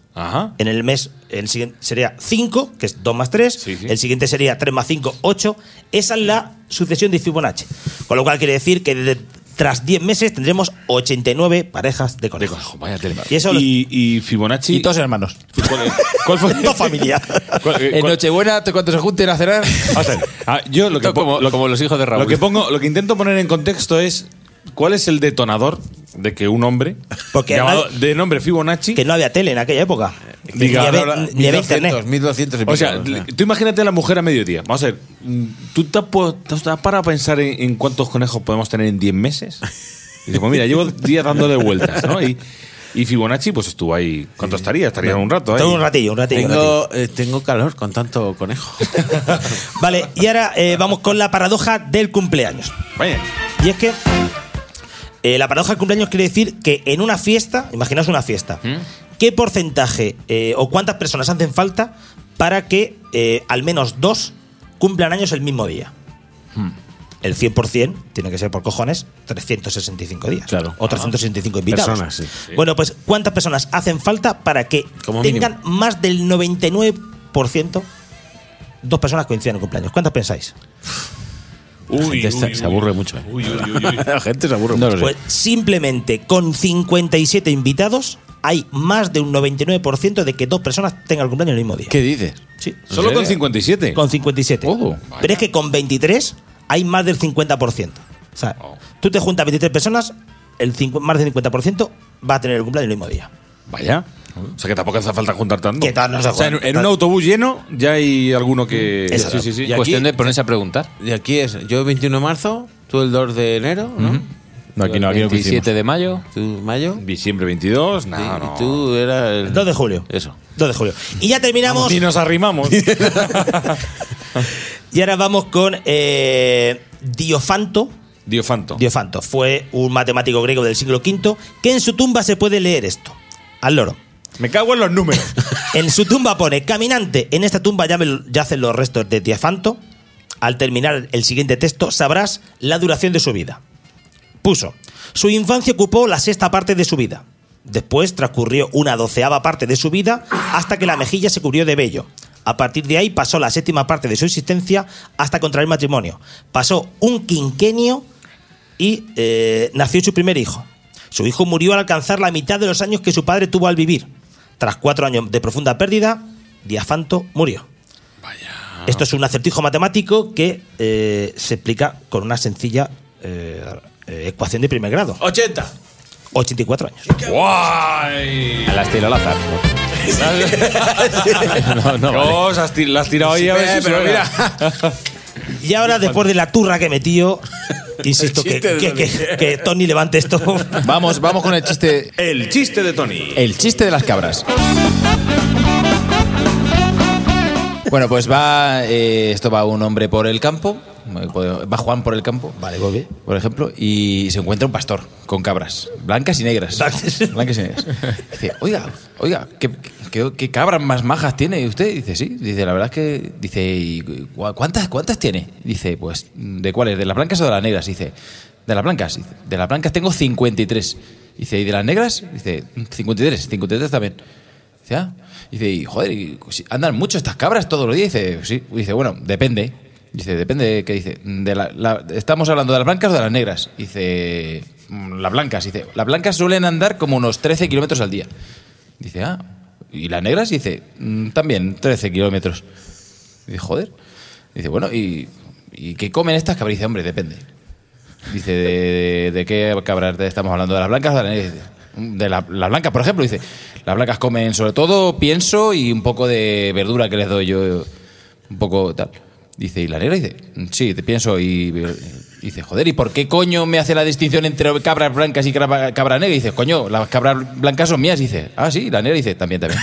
Speaker 3: En el mes el siguiente sería 5, que es 2 más 3. El siguiente sería 3 más 5, 8. Esa es la sucesión de Fibonacci. Con lo cual quiere decir que desde- tras 10 meses tendremos 89 parejas de conejos. Y eso
Speaker 2: Y, y Fibonacci.
Speaker 3: Y todos
Speaker 5: hermanos.
Speaker 2: ¿Cuál, cuál
Speaker 3: [laughs]
Speaker 2: fue?
Speaker 3: Dos familias.
Speaker 2: [laughs] ¿Cuál- eh,
Speaker 5: En
Speaker 2: cuál-
Speaker 5: Nochebuena, te- cuando se junten
Speaker 2: [laughs]
Speaker 5: a cenar.
Speaker 2: Ah, yo lo que como,
Speaker 6: los hijos de
Speaker 2: Lo que pongo, lo que intento poner en contexto es cuál es el detonador de que un hombre
Speaker 3: Porque
Speaker 2: llamado
Speaker 3: no-
Speaker 2: de nombre Fibonacci
Speaker 3: que no había tele en aquella época.
Speaker 2: diga
Speaker 3: ni había,
Speaker 2: ahora-
Speaker 3: ni había internet.
Speaker 5: 1200
Speaker 2: O sea, tú imagínate a la mujer a mediodía. Vamos a ver, mm, ¿tú te has, pu- te has- te has parado a pensar en, en cuántos conejos podemos tener en 10 meses? Y dices, pues mira, llevo días dándole vueltas, ¿no? Y, y Fibonacci, pues estuvo ahí. ¿Cuánto estaría? Estaría un rato ahí.
Speaker 3: Todo un ratillo, un ratillo. un ratillo.
Speaker 7: Tengo, eh, tengo calor con tanto conejo.
Speaker 3: Vale, y ahora eh, vamos con la paradoja del cumpleaños.
Speaker 2: Vaya.
Speaker 3: Y es que eh, la paradoja del cumpleaños quiere decir que en una fiesta, imaginaos una fiesta,
Speaker 7: ¿Mm?
Speaker 3: ¿qué porcentaje eh, o cuántas personas hacen falta para que eh, al menos dos cumplan años el mismo día?
Speaker 7: ¿Mm?
Speaker 3: El 100% tiene que ser por cojones 365 días.
Speaker 7: Claro.
Speaker 3: O 365 invitados.
Speaker 7: Personas, sí.
Speaker 3: Bueno, pues ¿cuántas personas hacen falta para que
Speaker 7: Como mínimo.
Speaker 3: tengan más del 99% dos personas coincidan en cumpleaños? ¿Cuántas pensáis?
Speaker 2: Uy,
Speaker 7: [laughs] La gente se- se aburre mucho. eh. [laughs] La gente se aburre mucho.
Speaker 3: Pues simplemente con 57 invitados hay más de un 99% de que dos personas tengan el cumpleaños el mismo día.
Speaker 5: ¿Qué dices?
Speaker 3: Sí.
Speaker 2: Solo con 57.
Speaker 3: Con 57. Pero es que con 23 hay más del 50%. O sea,
Speaker 2: Oh.
Speaker 3: tú te juntas 23 personas, el cincu- más del 50% va a tener el cumpleaños el mismo día.
Speaker 2: Vaya. O sea, que tampoco hace falta juntar tanto.
Speaker 3: Que tal, no se
Speaker 2: o sea, en,
Speaker 3: junta.
Speaker 2: en un autobús lleno ya hay alguno que.
Speaker 3: Exacto.
Speaker 2: Sí, Pues sí, sí.
Speaker 7: Y aquí-
Speaker 6: Cuestión de ponerse a preguntar.
Speaker 7: Y aquí es, yo el 21 de marzo, tú el 2 de enero, ¿no?
Speaker 5: No, aquí no, aquí no coincidimos.
Speaker 6: 27 de mayo.
Speaker 7: Tú mayo.
Speaker 2: Diciembre 22. No,
Speaker 7: y- y,
Speaker 2: no.
Speaker 7: tú eras el...
Speaker 3: 2 de julio.
Speaker 7: Eso.
Speaker 3: 2 de julio. Y ya terminamos.
Speaker 2: Ni
Speaker 3: [laughs]
Speaker 2: nos arrimamos.
Speaker 3: Y ahora vamos con eh, Diofanto.
Speaker 2: Diofanto.
Speaker 3: Diofanto fue un matemático griego del siglo V que en su tumba se puede leer esto. Al loro.
Speaker 2: Me cago en los números.
Speaker 3: En su tumba pone, caminante, en esta tumba ya me- yacen los restos de Diafanto. Al terminar el siguiente texto sabrás la duración de su vida. Puso, su infancia ocupó la sexta parte de su vida. Después transcurrió una doceava parte de su vida hasta que la mejilla se cubrió de vello. A partir de ahí pasó la séptima parte de su existencia hasta contraer matrimonio. Pasó un quinquenio y eh, nació su primer hijo. Su hijo murió al alcanzar la mitad de los años que su padre tuvo al vivir. Tras cuatro años de profunda pérdida, Diafanto murió. Esto es un acertijo matemático que eh, se explica con una sencilla eh, eh, ecuación de primer grado.
Speaker 7: 80.
Speaker 3: 84 años.
Speaker 2: ¡Guay!
Speaker 6: A las tiro
Speaker 3: [laughs]
Speaker 6: al azar.
Speaker 2: No,
Speaker 5: [laughs]
Speaker 2: no, has tir- la has tirado ahí a ver si
Speaker 7: pero
Speaker 2: suena.
Speaker 3: Y ahora, después de la turra que
Speaker 7: [laughs]
Speaker 3: metió, insisto que,
Speaker 7: chiste
Speaker 3: que-
Speaker 7: de
Speaker 3: que- que Tony levante
Speaker 7: [laughs]
Speaker 3: esto.
Speaker 5: Vamos, vamos con el chiste.
Speaker 2: El chiste de Tony.
Speaker 5: El chiste de las cabras. Bueno, pues va. eh, esto va un hombre por el campo. Va Juan por el campo.
Speaker 3: Vale, Bobby.
Speaker 5: por ejemplo, y se encuentra un pastor con cabras, blancas y negras. Blancas y negras. Dice, oiga, oiga, ¿qué, qué, qué cabras más majas tiene usted? Dice, sí. Dice, la verdad es que. Dice, "¿Y cu- cuántas, cuántas tiene? Dice, pues, ¿de cuáles? ¿De las blancas o de las negras? Dice, de las blancas. Dice, de las blancas tengo 53. Dice, ¿y de las negras? Dice, 53, 53 también. Dice, ah. Dice, y, joder, y, si andan mucho estas cabras todos los días. Dice, sí. Dice, bueno, depende. Dice, depende de qué dice. De la- la- ¿Estamos hablando de las blancas o de las negras? Dice, mm, las blancas. Dice, las blancas suelen andar como unos 13 kilómetros al día. Dice, ah. ¿Y las negras? Dice, mm, también 13 kilómetros. Dice, joder. Dice, bueno, ¿y, y qué comen estas cabras? Dice, hombre, depende. Dice, ¿de, de- de qué cabras te estamos hablando? ¿De las blancas o de las negras? Dice, de la- las blancas, por ejemplo, dice, las blancas comen sobre todo pienso y un poco de verdura que les doy yo, un poco tal. Dice, ¿y la negra? Dice, sí, te pienso y... Dice, joder, ¿y por qué coño me hace la distinción entre cabras blancas y cabra, cabra negra? Dice, coño, las cabras blancas son mías. Dice, ah, sí, la negra dice, también, también.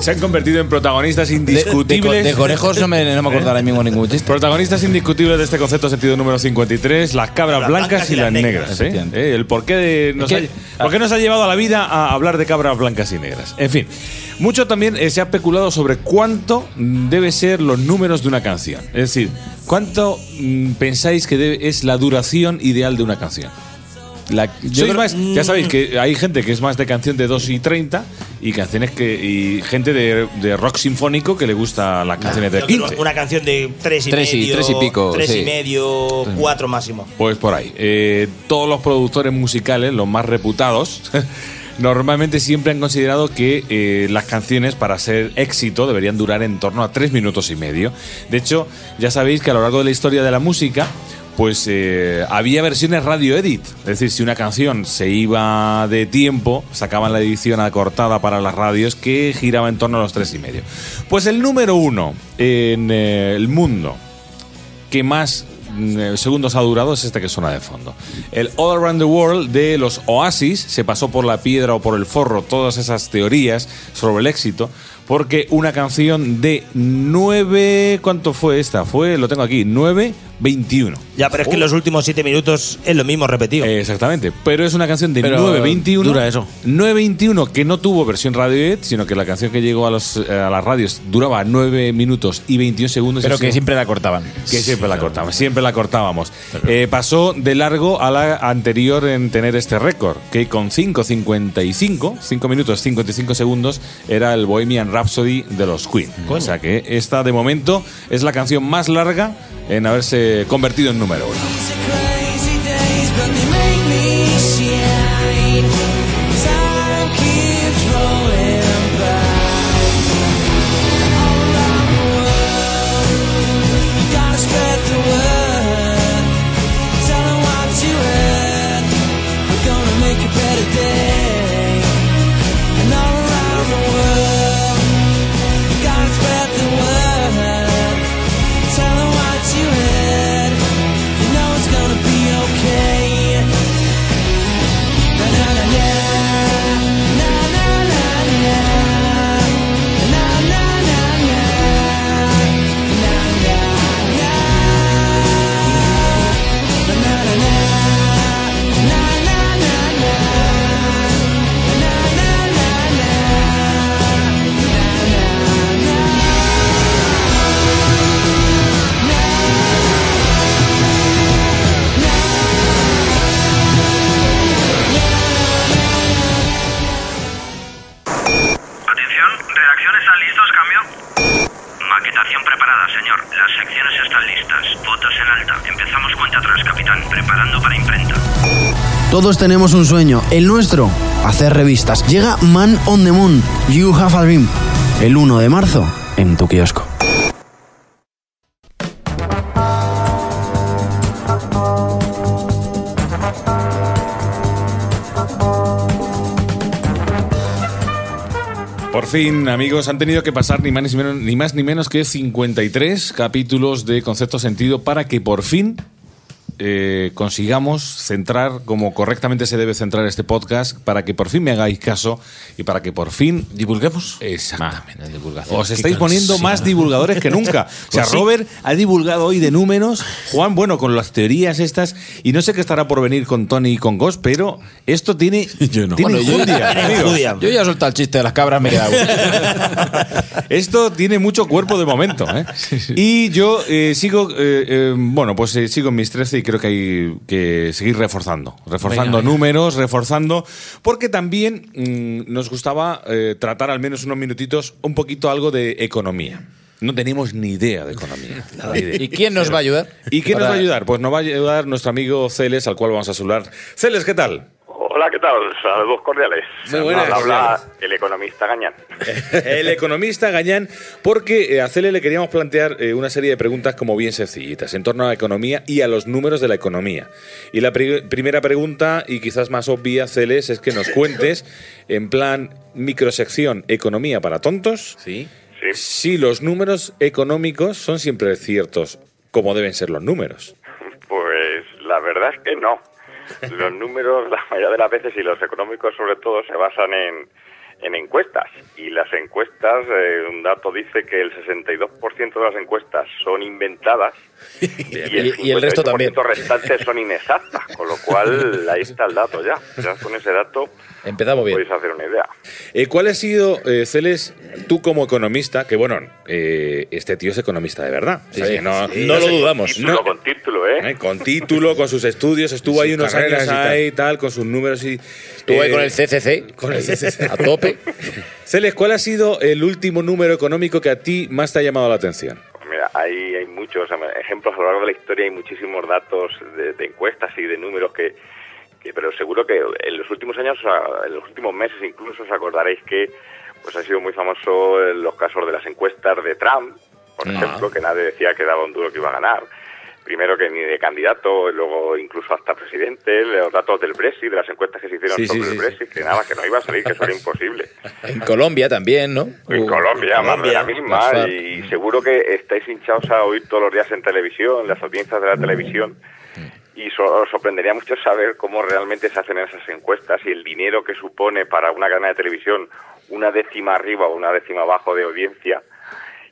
Speaker 2: Se han convertido en protagonistas indiscutibles.
Speaker 5: de conejos no me- no me acuerdo ahora mismo ningún chiste.
Speaker 2: Protagonistas indiscutibles de este concepto sentido número 53, las cabras
Speaker 5: Las
Speaker 2: blancas,
Speaker 5: blancas
Speaker 2: y,
Speaker 5: y
Speaker 2: las
Speaker 5: las
Speaker 2: negras.
Speaker 5: negras,
Speaker 2: ¿eh? Eh, El porqué de nos
Speaker 5: que-
Speaker 2: ha, por qué nos ha llevado a la vida a hablar de cabras blancas y negras. En fin, mucho también eh, se ha especulado sobre cuánto debe ser los números de una canción. Es decir, cuánto mm, pensáis que debe- es la duración ideal de una canción. La- sois
Speaker 5: creo-
Speaker 2: más- mm. ya sabéis que hay gente que es más de canción de 2 y 30 y canciones que y gente de, de rock sinfónico que le gusta las canciones de
Speaker 3: Yo quiero
Speaker 2: 15.
Speaker 3: Una canción de tres y
Speaker 2: Tres y-
Speaker 3: medio.
Speaker 2: tres y pico,
Speaker 3: Tres
Speaker 2: sí.
Speaker 3: y medio, cuatro máximo.
Speaker 2: Pues por ahí. Eh, todos los productores musicales, los más reputados, [laughs] normalmente siempre han considerado que eh, las canciones para ser éxito deberían durar en torno a tres minutos y medio. De hecho, ya sabéis que a lo largo de la historia de la música, pues eh, había versiones radio edit. Es decir, si una canción se iba de tiempo, sacaban la edición acortada para las radios que giraba en torno a los tres y medio. Pues el número uno en eh, el mundo que más mm, segundos ha durado es este que suena de fondo. El All Around the World de los Oasis se pasó por la piedra o por el forro todas esas teorías sobre el éxito porque una canción de 9 ¿cuánto fue esta? Fue lo tengo aquí, 921.
Speaker 3: Ya, pero es que los últimos siete minutos es lo mismo repetido.
Speaker 2: Eh. Exactamente, pero es una canción de
Speaker 3: Pero
Speaker 2: 9.21.
Speaker 3: dura eso.
Speaker 2: 9.21 que no tuvo versión Radiohead, sino que la canción que llegó a, los, eh, a las radios duraba 9 minutos y 21 segundos.
Speaker 5: Pero
Speaker 2: y
Speaker 5: que
Speaker 2: así-
Speaker 5: siempre la cortaban.
Speaker 2: que siempre la cortamos, siempre la cortábamos. Eh, pasó de largo a la anterior en tener este récord, que con 5.55, 5 minutos 55 segundos, era el Bohemian Rhapsody de los Queen. O sea que esta, de momento, es la canción más larga en haberse convertido en número uno.
Speaker 8: Crazy days, but they make me shine. Time keeps rolling by. All around the world, you gotta spread the word. Tell 'em what you heard. We're gonna make a better day. And all around the world, you gotta spread the word. Tell 'em what you heard. You know it's gonna be okay. Na na na na. Na na na na. Na na na na. Na na na. Na na na na. Na na na na. Na na na na. Na na na.
Speaker 13: Maquetación preparada, señor. Las secciones están listas. Fotos en alta. Empezamos cuenta atrás, capitán. Preparando para imprenta.
Speaker 14: Todos tenemos un sueño, el nuestro, hacer revistas. Llega Man on the Moon, You Have a Dream, el 1 de marzo en tu kiosco.
Speaker 2: Por fin, amigos, han tenido que pasar ni más ni menos, ni más ni menos que 53 capítulos de Concepto Sentido para que por fin eh, consigamos centrar como correctamente se debe centrar este podcast para que por fin me hagáis caso y para que por fin divulguemos. Exactamente. Os estáis poniendo más divulgadores que nunca. o sea,
Speaker 7: Pues sí.
Speaker 2: Robert ha divulgado hoy de números, Juan, bueno, con las teorías estas, y no sé qué estará por venir con Tony y con Ghost, pero esto tiene, tiene
Speaker 5: Bueno, yo,
Speaker 2: enjundia, amigos.
Speaker 5: yo ya he soltado el chiste de las cabras, me he quedado.
Speaker 2: Esto tiene mucho cuerpo de momento.
Speaker 7: [laughs]
Speaker 2: ¿eh? Y yo eh, sigo, eh, eh, bueno, pues eh, sigo en mis 13 y creo que hay que seguir reforzando. Reforzando
Speaker 7: Venga, venga.
Speaker 2: números, reforzando, porque también mm, nos gustaba eh, tratar al menos unos minutitos un poquito algo de economía. No tenemos ni idea de
Speaker 7: [laughs]
Speaker 2: economía. ni idea.
Speaker 5: ¿Y quién nos va a ayudar?
Speaker 2: ¿Y quién nos va
Speaker 5: Para-
Speaker 2: a ayudar? Pues nos va a ayudar nuestro amigo Celes, al cual vamos a saludar. Celes, ¿qué tal?
Speaker 15: Hola, ¿qué tal? Saludos cordiales.
Speaker 2: Muy buenas.
Speaker 15: Habla- habla el economista Gañán.
Speaker 2: El economista Gañán, porque eh, a Cele le queríamos plantear eh, una serie de preguntas como bien sencillitas en torno a la economía y a los números de la economía. Y la pri- primera pregunta, y quizás más obvia, Celes, es que nos cuentes, en plan microsección economía para tontos, si los números económicos son siempre ciertos, como deben ser los números.
Speaker 15: Pues la verdad es que no. Los números, la mayoría de las veces, y los económicos sobre todo, se basan en, en encuestas. Y las encuestas, eh, un dato dice que el 62% de las encuestas son inventadas y el,
Speaker 5: [laughs] Y- y el resto también.
Speaker 15: 58% restantes son inexactas, con lo cual ahí está el dato ya. Ya con ese dato
Speaker 5: Empezamos bien.
Speaker 15: podéis hacer una idea.
Speaker 2: Eh, ¿Cuál ha sido, eh, Celes, tú como economista, que bueno, eh, este tío es economista de verdad, o sea, que no,
Speaker 15: Sí,
Speaker 2: no lo
Speaker 15: sí,
Speaker 2: dudamos.
Speaker 15: Título
Speaker 2: No-
Speaker 15: con título, ¿eh?
Speaker 2: Eh, Con título, con sus estudios, estuvo
Speaker 15: Sus
Speaker 2: ahí unos años
Speaker 15: carreras y tal.
Speaker 2: ahí y tal, con sus números y. eh,
Speaker 5: Estuvo ahí con el CCC,
Speaker 2: Con el CCC. [laughs]
Speaker 5: a tope.
Speaker 2: Celes, ¿cuál ha sido el último número económico que a ti más te ha llamado la atención?
Speaker 15: Pues Mira, hay, hay muchos ejemplos a lo largo de la historia, hay muchísimos datos de, de encuestas y de números que, que- pero seguro que en los últimos años, a- en los últimos meses incluso, os acordaréis que pues ha sido muy famoso eh, los casos de las encuestas de Trump,
Speaker 5: Ah.
Speaker 15: por ejemplo, que nadie decía que daba un duro que iba a ganar. Primero que ni de candidato, luego incluso hasta presidente, los datos del Brexit, de las encuestas que se hicieron
Speaker 5: Sí, sí,
Speaker 15: sobre
Speaker 5: sí,
Speaker 15: el
Speaker 5: sí.
Speaker 15: Brexit, que nada, que no iba a salir, que eso
Speaker 5: [laughs]
Speaker 15: era imposible.
Speaker 2: Pues,
Speaker 5: En Colombia también, ¿no?
Speaker 15: Mm. En
Speaker 5: Uh,
Speaker 15: Colombia, más de la Mm. misma.
Speaker 5: Las FARC.
Speaker 15: Y seguro que estáis hinchados a oír todos los días en televisión, las audiencias de la televisión. Y so- os sorprendería mucho saber cómo realmente se hacen esas encuestas y el dinero que supone para una cadena de televisión una décima arriba o una décima abajo de audiencia.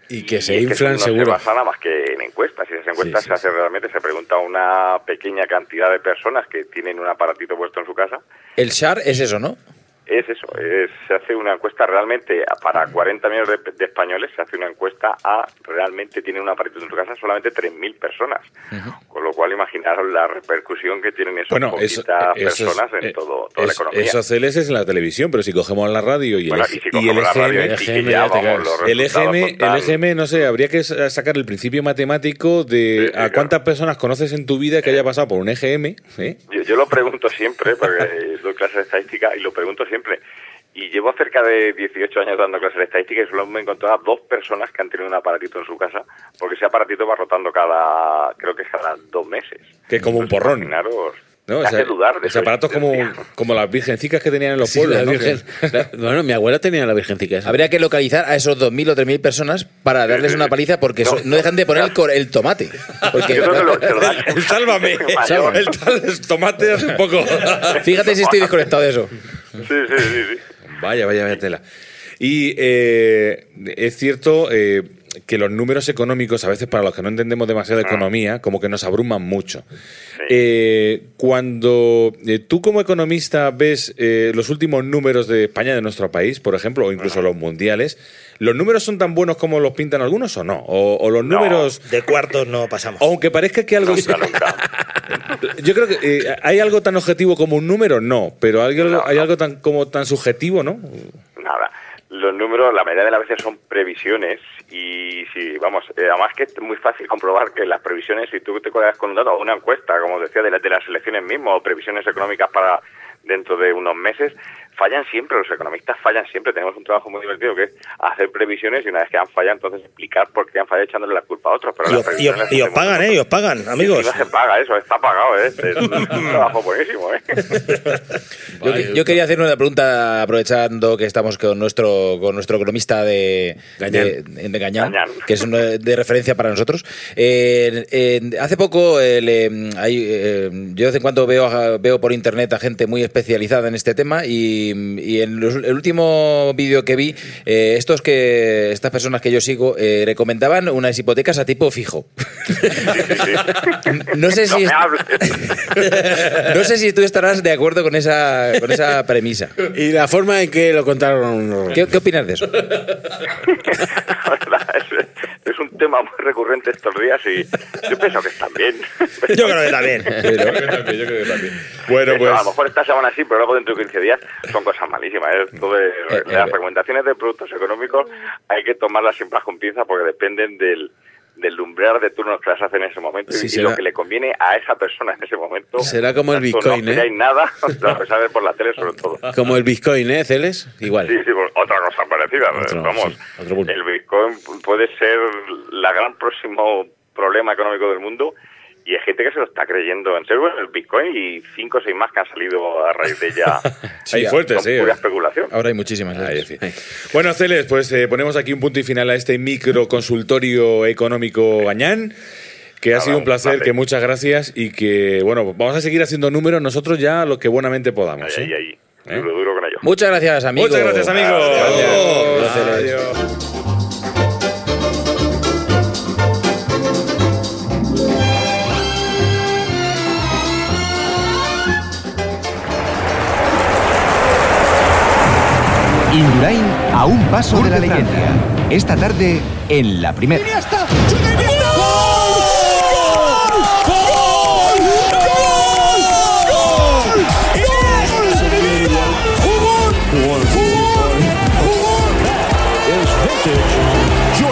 Speaker 7: Y que se
Speaker 15: Y es que
Speaker 7: inflan
Speaker 15: no se
Speaker 7: seguro.
Speaker 15: basa nada más que en encuestas. Y esas encuestas se hacen realmente, se pregunta a una pequeña cantidad de personas que tienen un aparatito puesto en su casa
Speaker 5: El SHAR es eso, ¿no?
Speaker 15: es eso, es- se hace una encuesta realmente a- para 40 millones de, de españoles, se hace una encuesta a realmente tienen un aparato en su casa solamente 3.000 personas. Con lo cual imaginaros la repercusión que tienen esas
Speaker 2: Bueno, eso-
Speaker 15: poquitas
Speaker 2: eso es-
Speaker 15: personas en
Speaker 2: eh,
Speaker 15: todo, toda la
Speaker 2: Es-
Speaker 15: economía.
Speaker 2: eso, Celes, es en la televisión, pero si cogemos la radio y el,
Speaker 15: Bueno, y si cogemos la radio,
Speaker 2: EGM,
Speaker 15: sí que ya, vamos, los
Speaker 2: el
Speaker 15: resultados
Speaker 2: EGM,
Speaker 15: son tan-
Speaker 2: el EGM, no sé, habría que sa- sacar el principio matemático de a cuántas personas conoces en tu vida que haya pasado por un EGM, ¿eh?
Speaker 15: Yo, yo lo pregunto siempre,
Speaker 2: [laughs]
Speaker 15: porque doy clases de estadística y lo pregunto siempre. Y llevo cerca de 18 años dando clases de estadística y solo me he encontrado a dos personas que han tenido un aparatito en su casa, porque ese aparatito va rotando cada, creo que es cada dos meses.
Speaker 2: que es como un porrón.
Speaker 15: Imaginaros,
Speaker 2: ¿no?
Speaker 15: te
Speaker 2: O sea,
Speaker 15: hace dudar de
Speaker 2: los aparatos como, como las virgencicas que tenían en los
Speaker 7: Sí,
Speaker 2: pueblos.
Speaker 7: la
Speaker 2: ¿no?
Speaker 7: virgen.
Speaker 15: [laughs]
Speaker 7: La- bueno, mi abuela tenía la virgencica esa.
Speaker 5: Habría que localizar a esos 2.000 o 3.000 personas para darles una paliza porque so- no, dejan de poner el, cor- el tomate. Porque, [laughs]
Speaker 2: El [laughs]
Speaker 15: [laughs]
Speaker 2: sálvame.
Speaker 5: Sálvame.
Speaker 2: El tal es tomate hace poco.
Speaker 5: Fíjate si estoy desconectado de eso.
Speaker 15: Sí, sí, sí.
Speaker 2: [laughs]
Speaker 15: sí.
Speaker 2: Vaya, vaya, vaya tela. Y eh, es cierto eh, que los números económicos, a veces para los que no entendemos demasiado
Speaker 15: Ah.
Speaker 2: de economía, como que nos abruman mucho. Eh, cuando eh, tú como economista ves eh, los últimos números de España, de nuestro país, por ejemplo, o incluso los mundiales, ¿los números son tan buenos como los pintan algunos o no? ¿O, o los números...
Speaker 3: De cuartos no pasamos.
Speaker 2: Aunque parezca que algo... [laughs] Yo creo que eh, hay algo tan objetivo como un número, no, pero hay algo, hay algo tan como tan subjetivo, ¿no?
Speaker 15: Nada. Los números, la mayoría de las veces son previsiones y si, vamos, eh, además que es muy fácil comprobar que las previsiones, si tú te colgas con un dato o una encuesta, como os decía, de, la- de las elecciones mismo, o previsiones económicas para dentro de unos meses, fallan siempre, los economistas fallan siempre. Tenemos un trabajo muy divertido que es hacer previsiones y una vez que han fallado, entonces explicar por qué han fallado echándole la culpa a otros. Pero
Speaker 3: Y
Speaker 15: las
Speaker 3: os, y os-
Speaker 15: previsiones
Speaker 3: y os
Speaker 15: hacemos-
Speaker 3: pagan, ¿eh? Y os pagan, amigos.
Speaker 15: Encima se paga eso, está pagado, ¿eh? Es un
Speaker 3: [laughs]
Speaker 15: trabajo buenísimo, ¿eh?
Speaker 5: Yo, yo quería hacer una pregunta aprovechando que estamos con nuestro con nuestro economista de de, de Gañán, que es uno de, de referencia para nosotros. Eh, en- hace poco eh, le- hay, eh, yo de vez en cuando veo a- veo por internet a gente muy especializada en este tema y, y en los- el último vídeo que vi eh, estos que estas personas que yo sigo eh, recomendaban unas hipotecas a tipo fijo. No sé si
Speaker 15: me
Speaker 5: es- [laughs] no sé si tú estarás de acuerdo con esa con esa premisa.
Speaker 7: Y la forma en que lo contaron.
Speaker 5: ¿Qué, qué opinas de eso?
Speaker 15: [laughs] Es un tema muy recurrente estos días y yo pienso que están bien.
Speaker 3: Yo creo que también.
Speaker 15: yo creo que también.
Speaker 2: Bueno, pues,
Speaker 15: A lo mejor esta semana sí, pero luego dentro de 15 días son cosas malísimas. ¿eh? Esto de- las recomendaciones de productos económicos hay que tomarlas siempre con pinzas porque dependen del del lumbrear de turnos que las hacen en ese momento
Speaker 7: Sí,
Speaker 15: y,
Speaker 7: será-
Speaker 15: lo que le conviene a esa persona en ese momento.
Speaker 7: Será como el
Speaker 15: Tanto
Speaker 7: Bitcoin,
Speaker 15: no
Speaker 7: ¿eh?
Speaker 15: miráis nada, lo vais a ver por la tele sobre todo.
Speaker 7: Como el Bitcoin, ¿eh, Celes? Igual.
Speaker 15: Sí, sí, pues, otra cosa parecida. eh,
Speaker 7: Otro,
Speaker 15: Vamos,
Speaker 7: sí, otro boom.
Speaker 15: el Bitcoin pu- puede ser la gran próximo problema económico del mundo y hay gente que se lo está creyendo en serio en el Bitcoin y cinco o seis más que han salido a raíz de ella.
Speaker 2: Hay fuertes,
Speaker 15: Son
Speaker 2: [laughs] sí. Ah,
Speaker 15: Pura especulación.
Speaker 5: Ahora hay muchísimas.
Speaker 2: Bueno, Celes, pues eh, ponemos aquí un punto y final a este micro consultorio económico Gañán. Que ha sido un placer, que muchas gracias y que, bueno, vamos a seguir haciendo números nosotros ya lo que buenamente podamos. ¿eh? ¿Eh?
Speaker 5: Muchas gracias, amigo.
Speaker 2: Muchas gracias, amigo.
Speaker 5: Adiós.
Speaker 2: Adiós.
Speaker 16: Indurain a un paso de la leyenda. Esta tarde en la primera.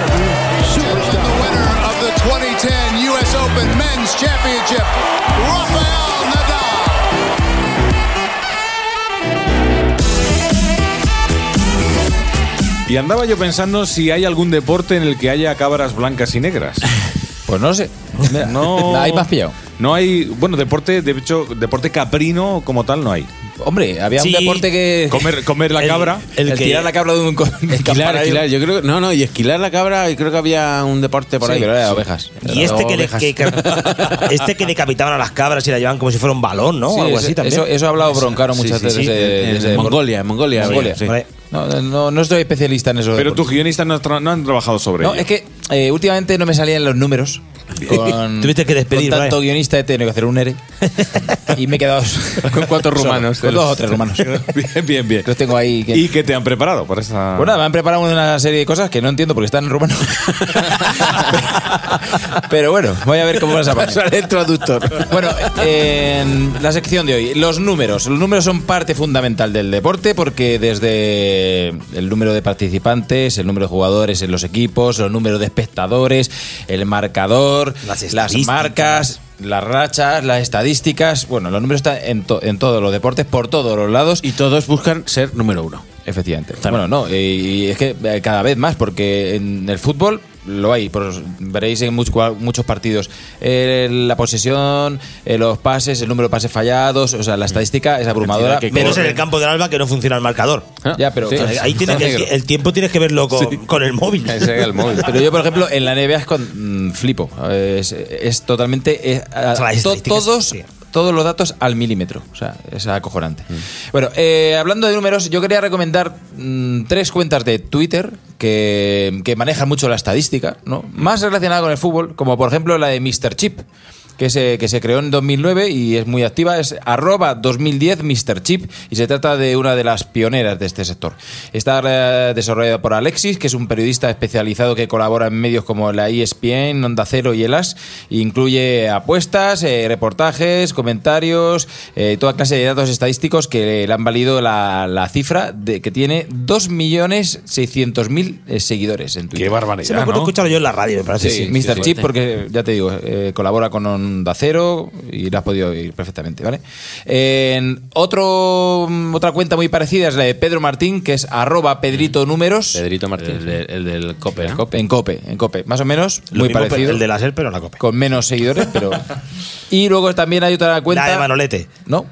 Speaker 17: The winner of the 2010 U.S. Open Men's Championship, Rafael Nadal.
Speaker 2: Y andaba yo pensando si hay algún deporte en el que haya cámaras blancas y
Speaker 5: [laughs]
Speaker 2: negras.
Speaker 5: Pues no sé.
Speaker 2: No.
Speaker 5: [laughs] Ahí me has pillado.
Speaker 2: No hay, bueno, deporte, de hecho, deporte caprino como tal no hay.
Speaker 5: Hombre, había un deporte que.
Speaker 2: Comer, comer la cabra.
Speaker 5: Eh. [laughs] el que- tirar la cabra de un. [laughs]
Speaker 7: Esquilar,
Speaker 5: ¿eh?
Speaker 7: esquilar. Yo creo, no, no, y esquilar la cabra, y creo que había un deporte por
Speaker 5: Sí,
Speaker 7: ahí.
Speaker 5: pero era de ovejas.
Speaker 3: Y este que, le, que-
Speaker 5: [laughs]
Speaker 3: que- este que decapitaban a las cabras y la llevaban como si fuera un balón, ¿no?
Speaker 5: Sí,
Speaker 3: Algo
Speaker 5: ese-
Speaker 3: así también.
Speaker 5: Eso, eso ha hablado Broncaro
Speaker 3: Sí,
Speaker 5: muchas
Speaker 3: sí,
Speaker 5: veces.
Speaker 3: sí.
Speaker 5: de-
Speaker 3: En-
Speaker 5: de-
Speaker 3: en
Speaker 5: de-
Speaker 3: Mongolia, en Mongolia,
Speaker 5: Mongolia,
Speaker 3: sí.
Speaker 5: sí.
Speaker 3: Vale.
Speaker 5: No, no, no soy especialista en eso.
Speaker 2: Pero tus guionistas no, tra- no han trabajado sobre
Speaker 5: No,
Speaker 2: ello.
Speaker 5: es que eh, últimamente no me salían los números.
Speaker 2: [laughs]
Speaker 5: Con,
Speaker 2: Tuviste que despedir,
Speaker 5: con tanto
Speaker 2: vale.
Speaker 5: guionista he tenido que hacer un
Speaker 2: [laughs]
Speaker 5: ERE. y me he quedado con cuatro
Speaker 2: rumanos.
Speaker 5: Con dos o tres rumanos.
Speaker 2: bien, [laughs] bien, bien.
Speaker 5: Los tengo ahí. que-
Speaker 2: ¿Y qué te han preparado para esta...?
Speaker 5: Bueno, Pues me han preparado una serie de cosas que no entiendo porque están en rumano. Pero bueno, voy a ver cómo las apaño.
Speaker 7: Sale el traductor.
Speaker 5: Bueno, en la sección de hoy, los números. Los números son parte fundamental del deporte porque desde el número de participantes, el número de jugadores en los equipos, los números de espectadores, el marcador, las,
Speaker 3: estadísticas.
Speaker 5: marcas, las rachas, las estadísticas. Bueno, los números están en, to- en todos los deportes, por todos los lados.
Speaker 7: Y todos buscan ser número uno.
Speaker 5: Efectivamente. Bueno, no, y, y es que eh, cada vez más, porque en el fútbol lo hay, pero os- veréis en mucho- muchos, partidos eh, la posesión, eh, los pases, el número de pases fallados, o sea, la estadística es abrumadora.
Speaker 3: Menos en el campo del alba que no funciona el marcador.
Speaker 5: Ya, pero-
Speaker 3: O sea,
Speaker 5: Ah, sí.
Speaker 3: ¿Eh? ahí tiene que-
Speaker 5: Negro.
Speaker 3: el tiempo tienes que verlo con, con el móvil. [laughs]
Speaker 5: Pero yo, por ejemplo, en la NBA es con mm, flipo. Es, es totalmente. es- a-
Speaker 3: O sea, las
Speaker 5: to-
Speaker 3: estadísticas,
Speaker 5: todos, todos los datos al milímetro. O sea, es acojonante. Bueno, eh, hablando de números, yo quería recomendar mm, tres cuentas de Twitter que, que manejan mucho la estadística, ¿no? Más relacionada con el fútbol, como por ejemplo la de Mr. Chip. Que se, que se creó en 2009 y es muy activa, es arroba 2010 Mr. Chip y se trata de una de las pioneras de este sector. Está eh, desarrollada por Alexis, que es un periodista especializado que colabora en medios como la E ESPN, Onda Cero y el AS. E incluye apuestas, eh, reportajes, comentarios, eh, toda clase de datos estadísticos que le han valido la, la cifra de que tiene 2.600.000 eh, seguidores en Twitter. Qué
Speaker 3: Se me acuerdo escucharlo yo en la radio, me parece.
Speaker 5: Sí, Mr. Chip, porque ya te digo, eh, colabora con onda cero y la has podido ir perfectamente, ¿vale? En otro, otra cuenta muy parecida es la de Pedro Martín, que es arroba
Speaker 3: Mm.
Speaker 5: Pedrito Números. Pedrito Martín. El, del COPE, En COPE, en COPE. Más o menos,
Speaker 3: Lo
Speaker 5: muy
Speaker 3: mismo,
Speaker 5: parecido.
Speaker 3: El de la SER, pero la copa.
Speaker 5: Con menos seguidores,
Speaker 3: [laughs]
Speaker 5: pero... y luego también hay otra cuenta...
Speaker 3: La de Manolete.
Speaker 5: No.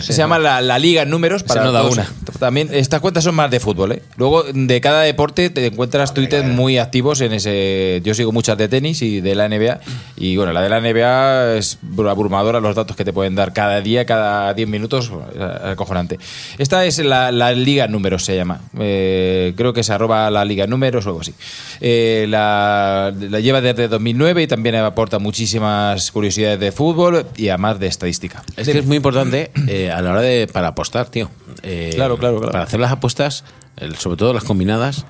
Speaker 5: Se llama la, la Liga en Números. Para
Speaker 3: no da
Speaker 5: todos.
Speaker 3: una.
Speaker 5: También estas cuentas son más de fútbol. ¿eh? Luego, de cada deporte te encuentras Twitter muy activos en ese. Yo sigo muchas de tenis y de la NBA. Y bueno, la de la NBA es abrumadora los datos que te pueden dar cada día, cada 10 minutos. es Acojonante. Esta es la, la Liga en Números, se llama. Eh, creo que se arroba la Liga en Números o algo así. Eh, la, la lleva desde 2009 y también aporta muchísimas curiosidades de fútbol y además de estadística.
Speaker 4: Es que es muy importante eh, a la hora de para apostar, tío. Eh,
Speaker 5: Claro, claro, claro.
Speaker 4: Para hacer las apuestas, el- sobre todo las combinadas,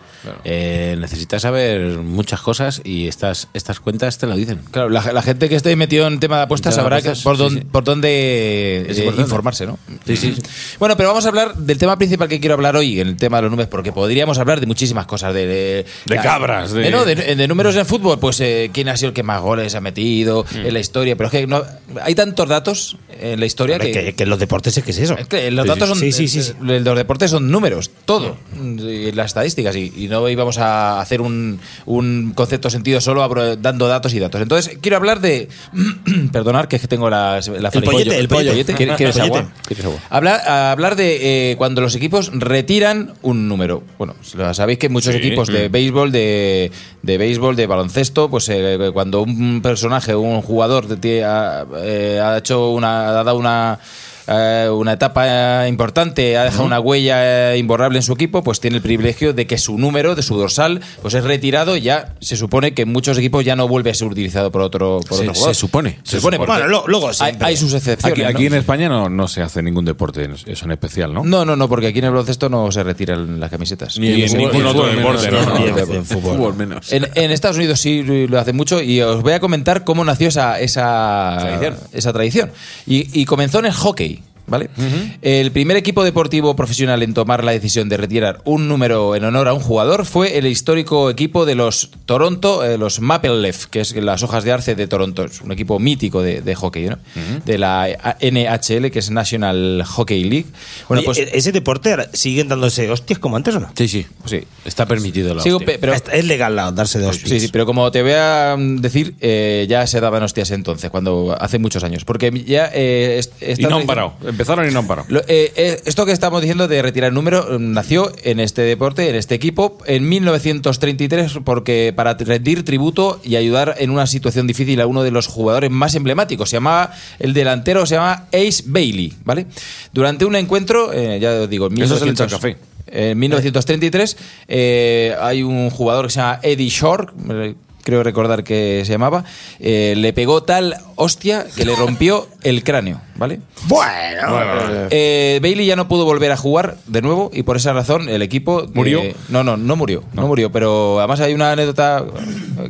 Speaker 4: eh, necesitas saber muchas cosas y estas, estas cuentas te lo dicen.
Speaker 5: Claro, la, la gente que esté metido en tema de apuestas
Speaker 4: Tema de
Speaker 5: sabrá
Speaker 4: apuestas,
Speaker 5: que- por,
Speaker 4: sí,
Speaker 5: dónde-
Speaker 4: sí.
Speaker 5: por dónde
Speaker 4: Es
Speaker 5: eh,
Speaker 4: importante.
Speaker 5: informarse, ¿no?
Speaker 4: Sí, sí.
Speaker 5: Bueno, pero vamos a hablar del tema principal que quiero hablar hoy, en el tema de los números, porque podríamos hablar de muchísimas cosas. De, de, Eh,
Speaker 2: De cabras, de-
Speaker 5: no, de, de números en fútbol, pues eh, quién ha sido el que más goles ha metido
Speaker 4: Mm.
Speaker 5: en la historia, pero es que no, hay tantos datos en la historia
Speaker 3: Hombre,
Speaker 5: que,
Speaker 3: que, que los deportes es que es eso.
Speaker 5: es que los
Speaker 3: Sí,
Speaker 5: datos
Speaker 3: sí,
Speaker 5: son.
Speaker 3: sí, sí, sí, sí.
Speaker 5: eh, Los deportes son números, todo. Y las estadísticas. Y, y no íbamos a hacer un, un concepto sentido solo abro- dando datos y datos. Entonces, quiero hablar de. [clears throat] perdonar, que es que tengo la, la
Speaker 3: El pollete, el pollete.
Speaker 5: ¿Quieres- ¿Quieres
Speaker 3: El pollete.
Speaker 5: agua? Hablar, a hablar de eh, cuando los equipos retiran un número. Bueno, lo sabéis que muchos
Speaker 3: Sí.
Speaker 5: equipos de
Speaker 3: Mm.
Speaker 5: béisbol, de, de béisbol, de baloncesto, pues eh, cuando un personaje, un jugador de ti- ha, eh, ha hecho una, ha dado una eh, una etapa eh, importante, ha dejado una huella eh, imborrable en su equipo, pues tiene el privilegio de que su número, de su dorsal, pues es retirado y ya se supone que en muchos equipos ya no vuelve a ser utilizado por otro, por
Speaker 4: Se-
Speaker 5: otro
Speaker 4: se
Speaker 5: jugador.
Speaker 4: supone.
Speaker 5: Se, supone.
Speaker 4: Bueno,
Speaker 5: porque
Speaker 4: lo- luego
Speaker 5: hay,
Speaker 4: siempre.
Speaker 5: hay sus excepciones.
Speaker 2: Aquí,
Speaker 5: ¿no?
Speaker 2: aquí en España no, no se hace ningún deporte en- eso en especial, ¿no?
Speaker 5: No, no, no, porque aquí en el baloncesto no se retiran las camisetas.
Speaker 2: Ni en ningún otro deporte, ¿no?
Speaker 5: Ni en
Speaker 2: Ni en
Speaker 5: fútbol.
Speaker 2: fútbol menos.
Speaker 5: En, en Estados Unidos sí lo hacen mucho y os voy a comentar cómo nació esa, esa
Speaker 2: Tradición.
Speaker 5: esa tradición. Y, y comenzó en el hockey. ¿Vale? El primer equipo deportivo profesional en tomar la decisión de retirar un número en honor a un jugador fue el histórico equipo de los Toronto, eh, los Maple Leaf, que es las hojas de arce de Toronto. Es un equipo mítico de, de hockey, ¿no? De la NHL, que es National Hockey League. Bueno,
Speaker 3: Oye,
Speaker 5: pues
Speaker 3: e- ese deporte ahora, siguen dándose hostias como antes o no?
Speaker 4: Sí, sí. Está permitido la
Speaker 5: Sigo,
Speaker 4: hostia.
Speaker 5: pe- pero-
Speaker 3: Es- es legal la- darse de hostias.
Speaker 5: Sí, sí, pero como te voy a mm, decir, eh, ya se daban hostias entonces, cuando hace muchos años. Porque ya. eh, est-
Speaker 2: Y no
Speaker 5: esta-
Speaker 2: han parado. Empezaron y no han parado.
Speaker 5: Lo- eh, eh, esto que estamos diciendo de retirar el número eh, nació en este deporte, en este equipo, en 1933, porque para rendir tributo y ayudar en una situación difícil a uno de los jugadores más emblemáticos. Se llamaba, el delantero se llama Ace Bailey, ¿vale? Durante un encuentro, eh, ya os digo, en
Speaker 2: Eso es el
Speaker 5: 1900
Speaker 2: Chancafé.
Speaker 5: en 1933 eh, hay un jugador que se llama Eddie Shore, eh, creo recordar que se llamaba, eh, le pegó tal hostia que le rompió el cráneo, ¿vale?
Speaker 3: Bueno. pues,
Speaker 5: Eh, Bailey ya no pudo volver a jugar de nuevo y por esa razón el equipo... eh,
Speaker 2: ¿Murió?
Speaker 5: no, no, no murió, no. murió, pero además hay una anécdota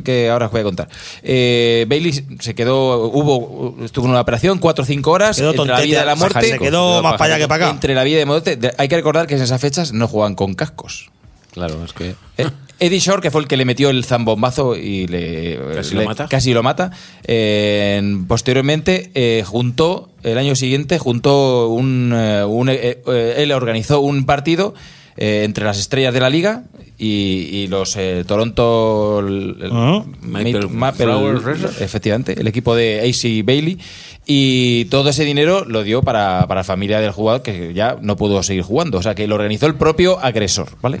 Speaker 5: que ahora os voy a contar. Eh, Bailey se quedó, hubo, estuvo en una operación cuatro o cinco horas,
Speaker 3: Quedó
Speaker 5: entre la
Speaker 3: tontete,
Speaker 5: vida y la
Speaker 3: se
Speaker 5: muerte...
Speaker 3: quedó Se quedó más para allá que para acá.
Speaker 5: Entre la vida y la muerte, de- hay que recordar que en esas fechas no jugaban con cascos.
Speaker 4: Claro, es que.
Speaker 5: Eh, Eddie Shore, que fue el que le metió el zambombazo y le,
Speaker 4: Casi
Speaker 5: le-
Speaker 4: lo mata.
Speaker 5: casi lo mata, eh, posteriormente eh, juntó, el año siguiente, juntó un. eh, un, eh, eh, él organizó un partido eh, entre las estrellas de la liga y, y los eh, Toronto. el- el-
Speaker 3: Ajá.
Speaker 4: Ah.
Speaker 5: Maple,
Speaker 4: Maple
Speaker 5: Maple-
Speaker 4: Flowers Reserve.
Speaker 5: efectivamente, el equipo de AC Bailey. Y todo ese dinero lo dio para, para la familia del jugador que ya no pudo seguir jugando. O sea, que lo organizó el propio agresor, ¿vale?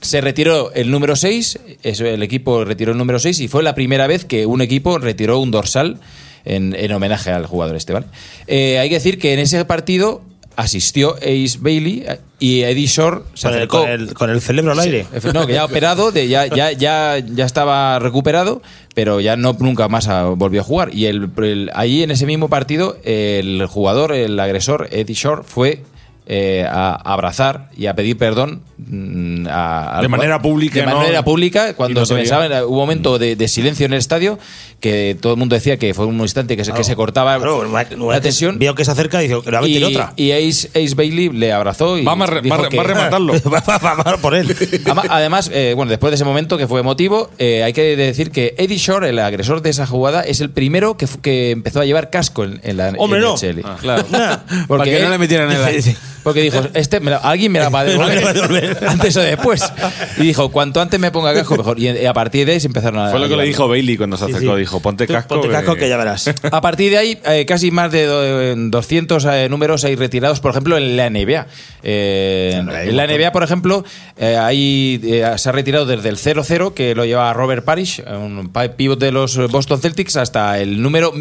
Speaker 5: Se retiró el número 6, eso, el equipo retiró el número 6 y fue la primera vez que un equipo retiró un dorsal en, en homenaje al jugador este, ¿vale? Eh, hay que decir que en ese partido asistió Ace Bailey y Eddie Shore se
Speaker 3: Con el,
Speaker 5: acercó. eh,
Speaker 3: con, el, con el cerebro al aire.
Speaker 5: Efe- No, que ya ha operado, de, ya, ya, ya, ya estaba recuperado, pero ya no nunca más ah, volvió a jugar. Y el, el- ahí en ese mismo partido, el jugador, el agresor, Eddie Shore, fue eh, a abrazar y a pedir perdón mm, a- al-
Speaker 2: De manera pública,
Speaker 5: De
Speaker 2: ¿no?
Speaker 5: manera pública,
Speaker 2: Y
Speaker 5: cuando
Speaker 2: no Mm.
Speaker 5: se
Speaker 2: te
Speaker 5: pensaba,
Speaker 2: llega.
Speaker 5: en- hubo un momento de, de silencio en el estadio que todo el mundo decía que fue un instante que se, que se cortaba una tensión.
Speaker 3: Veo que se acerca y dice, la
Speaker 5: y,
Speaker 3: meter otra.
Speaker 5: y Ace, Ace Bailey le abrazó y
Speaker 3: Vamos a re-
Speaker 5: dijo
Speaker 3: va a re-
Speaker 5: que-
Speaker 3: va a
Speaker 5: [laughs]
Speaker 3: rematarlo. por él.
Speaker 5: Ama- Además, eh, bueno, después de ese momento que fue emotivo, eh, hay que decir que Eddie Shore, el agresor de esa jugada, es el primero que, fu- que empezó a llevar casco en, en la
Speaker 3: Hombre,
Speaker 5: en
Speaker 3: no.
Speaker 5: NHL.
Speaker 3: Ah.
Speaker 5: Claro.
Speaker 3: Nah.
Speaker 5: Porque
Speaker 7: Para que no
Speaker 5: él-
Speaker 7: le metieran
Speaker 5: [laughs]
Speaker 7: en la-
Speaker 5: dice- Porque dijo, este me la- alguien [laughs] me la va a devolver antes o después. Y dijo, cuanto antes me ponga casco, mejor. Y, y a partir de ahí se empezaron a
Speaker 2: Fue lo que le
Speaker 5: a-
Speaker 2: dijo Bailey cuando se acercó. Dijo, ponte
Speaker 5: Tú
Speaker 2: casco.
Speaker 5: ponte casco que ya
Speaker 3: verás.
Speaker 5: A partir de ahí, eh, casi más de do- 200 eh, números hay retirados, por ejemplo, en la NBA. Eh, en la NBA, por ejemplo, eh, hay, eh, se ha retirado desde el 0-0, que lo lleva Robert Parrish, un pa- pivot de los eh, Boston Celtics, hasta el número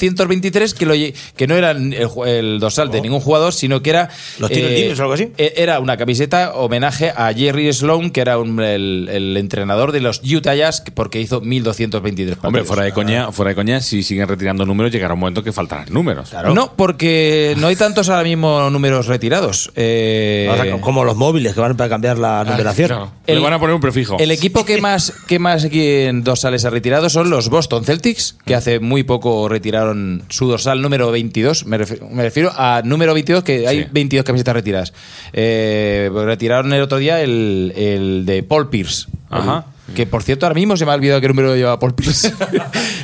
Speaker 5: 1223, que, lo, lle- que no era el, ju- el dorsal de ningún jugador, sino que era...
Speaker 3: Oh. ¿Los tiros libres o algo así?
Speaker 5: eh, Era una camiseta homenaje a Jerry Sloan, que era un- el, el entrenador de los Utah Jazz, porque hizo 1223 partidos.
Speaker 2: Hombre, fuera de coña, fuera de coña, si siguen retirando números, llegará un momento que faltarán números.
Speaker 5: No, porque no hay tantos ahora mismo números retirados. Eh,
Speaker 3: O sea, como los móviles que van para cambiar
Speaker 5: ah,
Speaker 3: la numeración.
Speaker 2: Le van a poner un prefijo.
Speaker 5: el equipo que más, que más aquí en dorsales ha retirado son los Boston Celtics, que hace muy poco retiraron su dorsal número 22. Me refiero, me refiero a número 22, que hay 22 camisetas retiradas. Eh, retiraron el otro día el, el de Paul Pierce.
Speaker 2: Ajá.
Speaker 5: El- que por cierto, ahora mismo se me ha olvidado qué número lleva
Speaker 3: [laughs]
Speaker 5: Paul Pierce.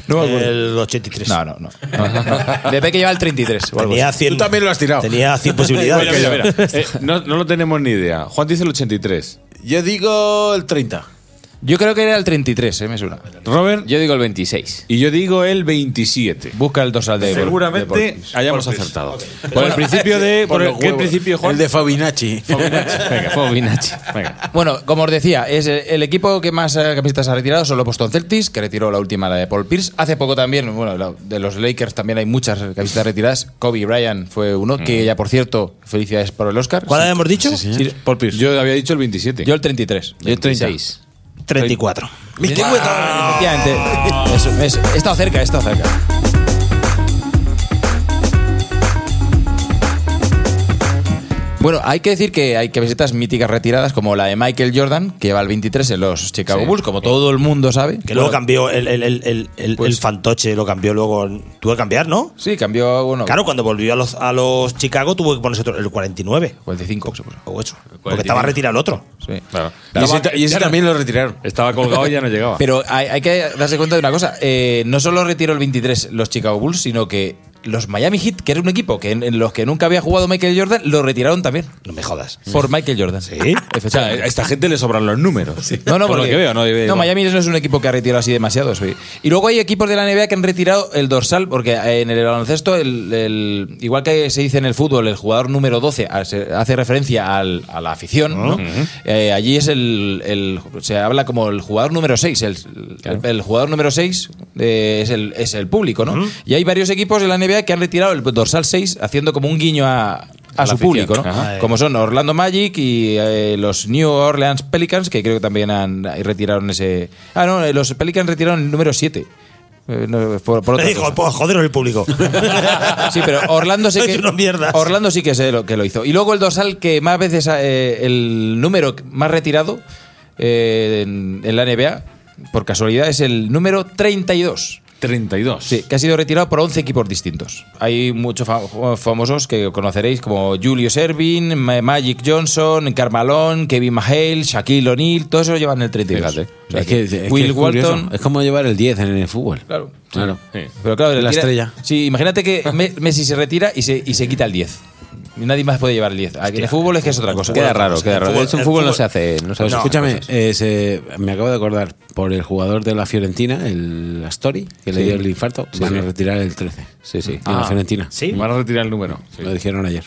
Speaker 5: no me acuerdo.
Speaker 3: El 83.
Speaker 5: No, no, no. no, no. [laughs] Debe que lleva el 33. o algo
Speaker 3: Tenía
Speaker 5: así.
Speaker 3: 100.
Speaker 2: lo has tirado.
Speaker 3: Tenía
Speaker 2: [laughs]
Speaker 5: [laughs]
Speaker 3: 100 posibilidades.
Speaker 2: Mira, mira, mira. Eh, no, no lo tenemos ni idea. Juan dice el 83.
Speaker 7: Yo digo el 30.
Speaker 5: Yo creo que era el 33, eh, me suena.
Speaker 2: Robert.
Speaker 6: Yo digo el 26.
Speaker 2: Y yo digo el 27.
Speaker 5: Busca el dorsal de
Speaker 2: Seguramente
Speaker 5: de Portis.
Speaker 2: hayamos
Speaker 5: Portis.
Speaker 2: acertado. Por
Speaker 5: Bueno,
Speaker 2: el principio
Speaker 7: eh,
Speaker 2: de. Por el,
Speaker 5: los
Speaker 2: ¿qué
Speaker 5: huevos.
Speaker 2: principio, Juan?
Speaker 5: El
Speaker 2: [laughs]
Speaker 5: de
Speaker 7: Fabinachi.
Speaker 2: Fabinachi. Venga,
Speaker 6: Fabinachi.
Speaker 2: [laughs] Venga.
Speaker 5: [laughs] Bueno, como os decía, es el, el equipo que más eh, camisetas ha retirado son los Boston Celtics, que retiró la última, la de Paul Pierce. Hace poco también, bueno, la- de los Lakers también hay muchas camisetas retiradas. Kobe Bryant fue uno, que ya por cierto, felicidades por el Oscar.
Speaker 3: ¿Cuál habíamos dicho?
Speaker 5: Sí, Paul Pierce.
Speaker 2: Yo había dicho el 27.
Speaker 5: Yo el 33.
Speaker 6: Yo el 36.
Speaker 3: 34.
Speaker 5: Ah, Efectivamente. Eso, eso. He estado cerca, he estado cerca. Bueno, hay que decir que hay camisetas míticas retiradas, como la de Michael Jordan, que lleva el 23 en los Chicago
Speaker 3: Sí.
Speaker 5: Bulls, como todo el mundo sabe.
Speaker 3: Que luego
Speaker 5: Bueno, Pues
Speaker 3: cambió el, el- el- el- el- el fantoche, lo cambió luego. Tuvo que cambiar, ¿no?
Speaker 5: Sí, cambió. Bueno,
Speaker 3: claro, cuando volvió a los, a los Chicago tuvo que ponerse otro, el 49.
Speaker 5: 45
Speaker 3: O 8. Porque estaba retirado el otro.
Speaker 5: Sí.
Speaker 7: Y ese, ta- y ese
Speaker 5: Claro.
Speaker 7: también lo retiraron.
Speaker 2: Estaba colgado y ya no llegaba.
Speaker 5: [laughs] Pero hay, hay que darse cuenta de una cosa. eh, no solo retiró el 23 los Chicago Bulls, sino que los Miami Heat, que era un equipo que en, en los que nunca había jugado Michael Jordan, lo retiraron también.
Speaker 3: No me jodas.
Speaker 5: Por Michael Jordan.
Speaker 3: Sí.
Speaker 2: O sea, a esta gente le sobran los números.
Speaker 5: No, no,
Speaker 2: Por lo
Speaker 5: porque-
Speaker 2: que veo, no, Debe-
Speaker 5: no, Miami no es un equipo que ha retirado así demasiado. sí. Y luego hay equipos de la NBA que han retirado el dorsal, porque eh, en el baloncesto, el- el- igual que se dice en el fútbol, el jugador número 12 hace, hace referencia al- a la afición. ¿no? Eh, allí es el, el- Se habla como el jugador número 6. El, el- el jugador número 6 es, el, es el público, ¿no? Y hay varios equipos de la NBA que han retirado el dorsal 6 haciendo como un guiño a. a
Speaker 7: A la
Speaker 5: su
Speaker 7: afición.
Speaker 5: público, ¿no?
Speaker 7: Ajá.
Speaker 5: Eh. Como son Orlando Magic y eh, los New Orleans Pelicans, que creo que también han y retiraron ese. Ah, no, eh, los Pelicans retiraron el número 7. Eh, no, por, por otra
Speaker 3: Eh,
Speaker 5: cosa.
Speaker 3: jo- joder, el público.
Speaker 5: [laughs] Sí, pero
Speaker 3: [laughs]
Speaker 5: Orlando sí
Speaker 3: Sois
Speaker 5: que.
Speaker 3: unos mierdas.
Speaker 5: Orlando sí que sé lo que lo hizo. Y luego el dorsal que más veces eh, el número más retirado eh, en, en la NBA, por casualidad, es el número 32.
Speaker 2: 32.
Speaker 5: Sí, que ha sido retirado por 11 equipos distintos. Hay muchos fa- famosos que conoceréis como Julius Erving, Ma- Magic Johnson, Carmalón, Kevin McHale, Shaquille O'Neal, todos esos llevan el 32. O sea
Speaker 4: Es que- es que
Speaker 5: Will
Speaker 4: es curioso.
Speaker 5: Walton,
Speaker 4: Es como llevar el 10 en el fútbol.
Speaker 5: Claro.
Speaker 4: Claro.
Speaker 5: Pero claro,
Speaker 4: la
Speaker 5: tira-
Speaker 4: estrella.
Speaker 5: Sí, imagínate que Me- Messi se retira y se, y se quita el 10. Y Nadie más puede llevar el 10. Aquí en el fútbol es que es otra cosa.
Speaker 6: Queda raro, queda raro. De hecho, en fútbol no se hace. No se
Speaker 4: Pues
Speaker 6: hace
Speaker 4: escúchame,
Speaker 6: cosas.
Speaker 4: eh, se- me acabo de acordar por el jugador de la Fiorentina, el Astori, que le
Speaker 6: Sí.
Speaker 4: dio el infarto,
Speaker 6: Sí,
Speaker 4: van a
Speaker 6: sí.
Speaker 4: retirar el 13. Sí, sí.
Speaker 5: Ah.
Speaker 4: la Fiorentina.
Speaker 3: Sí.
Speaker 2: Van a retirar el número.
Speaker 4: Lo dijeron ayer.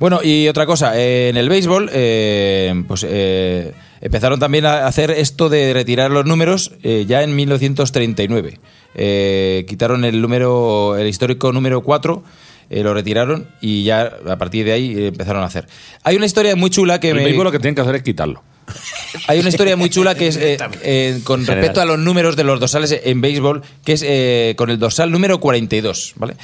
Speaker 5: Bueno, y otra cosa, eh, en el béisbol, eh, pues eh, empezaron también a hacer esto de retirar los números eh, ya en 1939. Eh, quitaron el número, el histórico número 4. eh, lo retiraron y ya a partir de ahí eh, empezaron a hacer. Hay una historia muy chula que
Speaker 2: El
Speaker 5: me-
Speaker 2: béisbol lo que tienen que hacer es quitarlo.
Speaker 5: hay una historia muy chula que es eh, eh, con
Speaker 2: General.
Speaker 5: respecto a los números de los dorsales en béisbol, que es eh, con el dorsal número 42, ¿vale?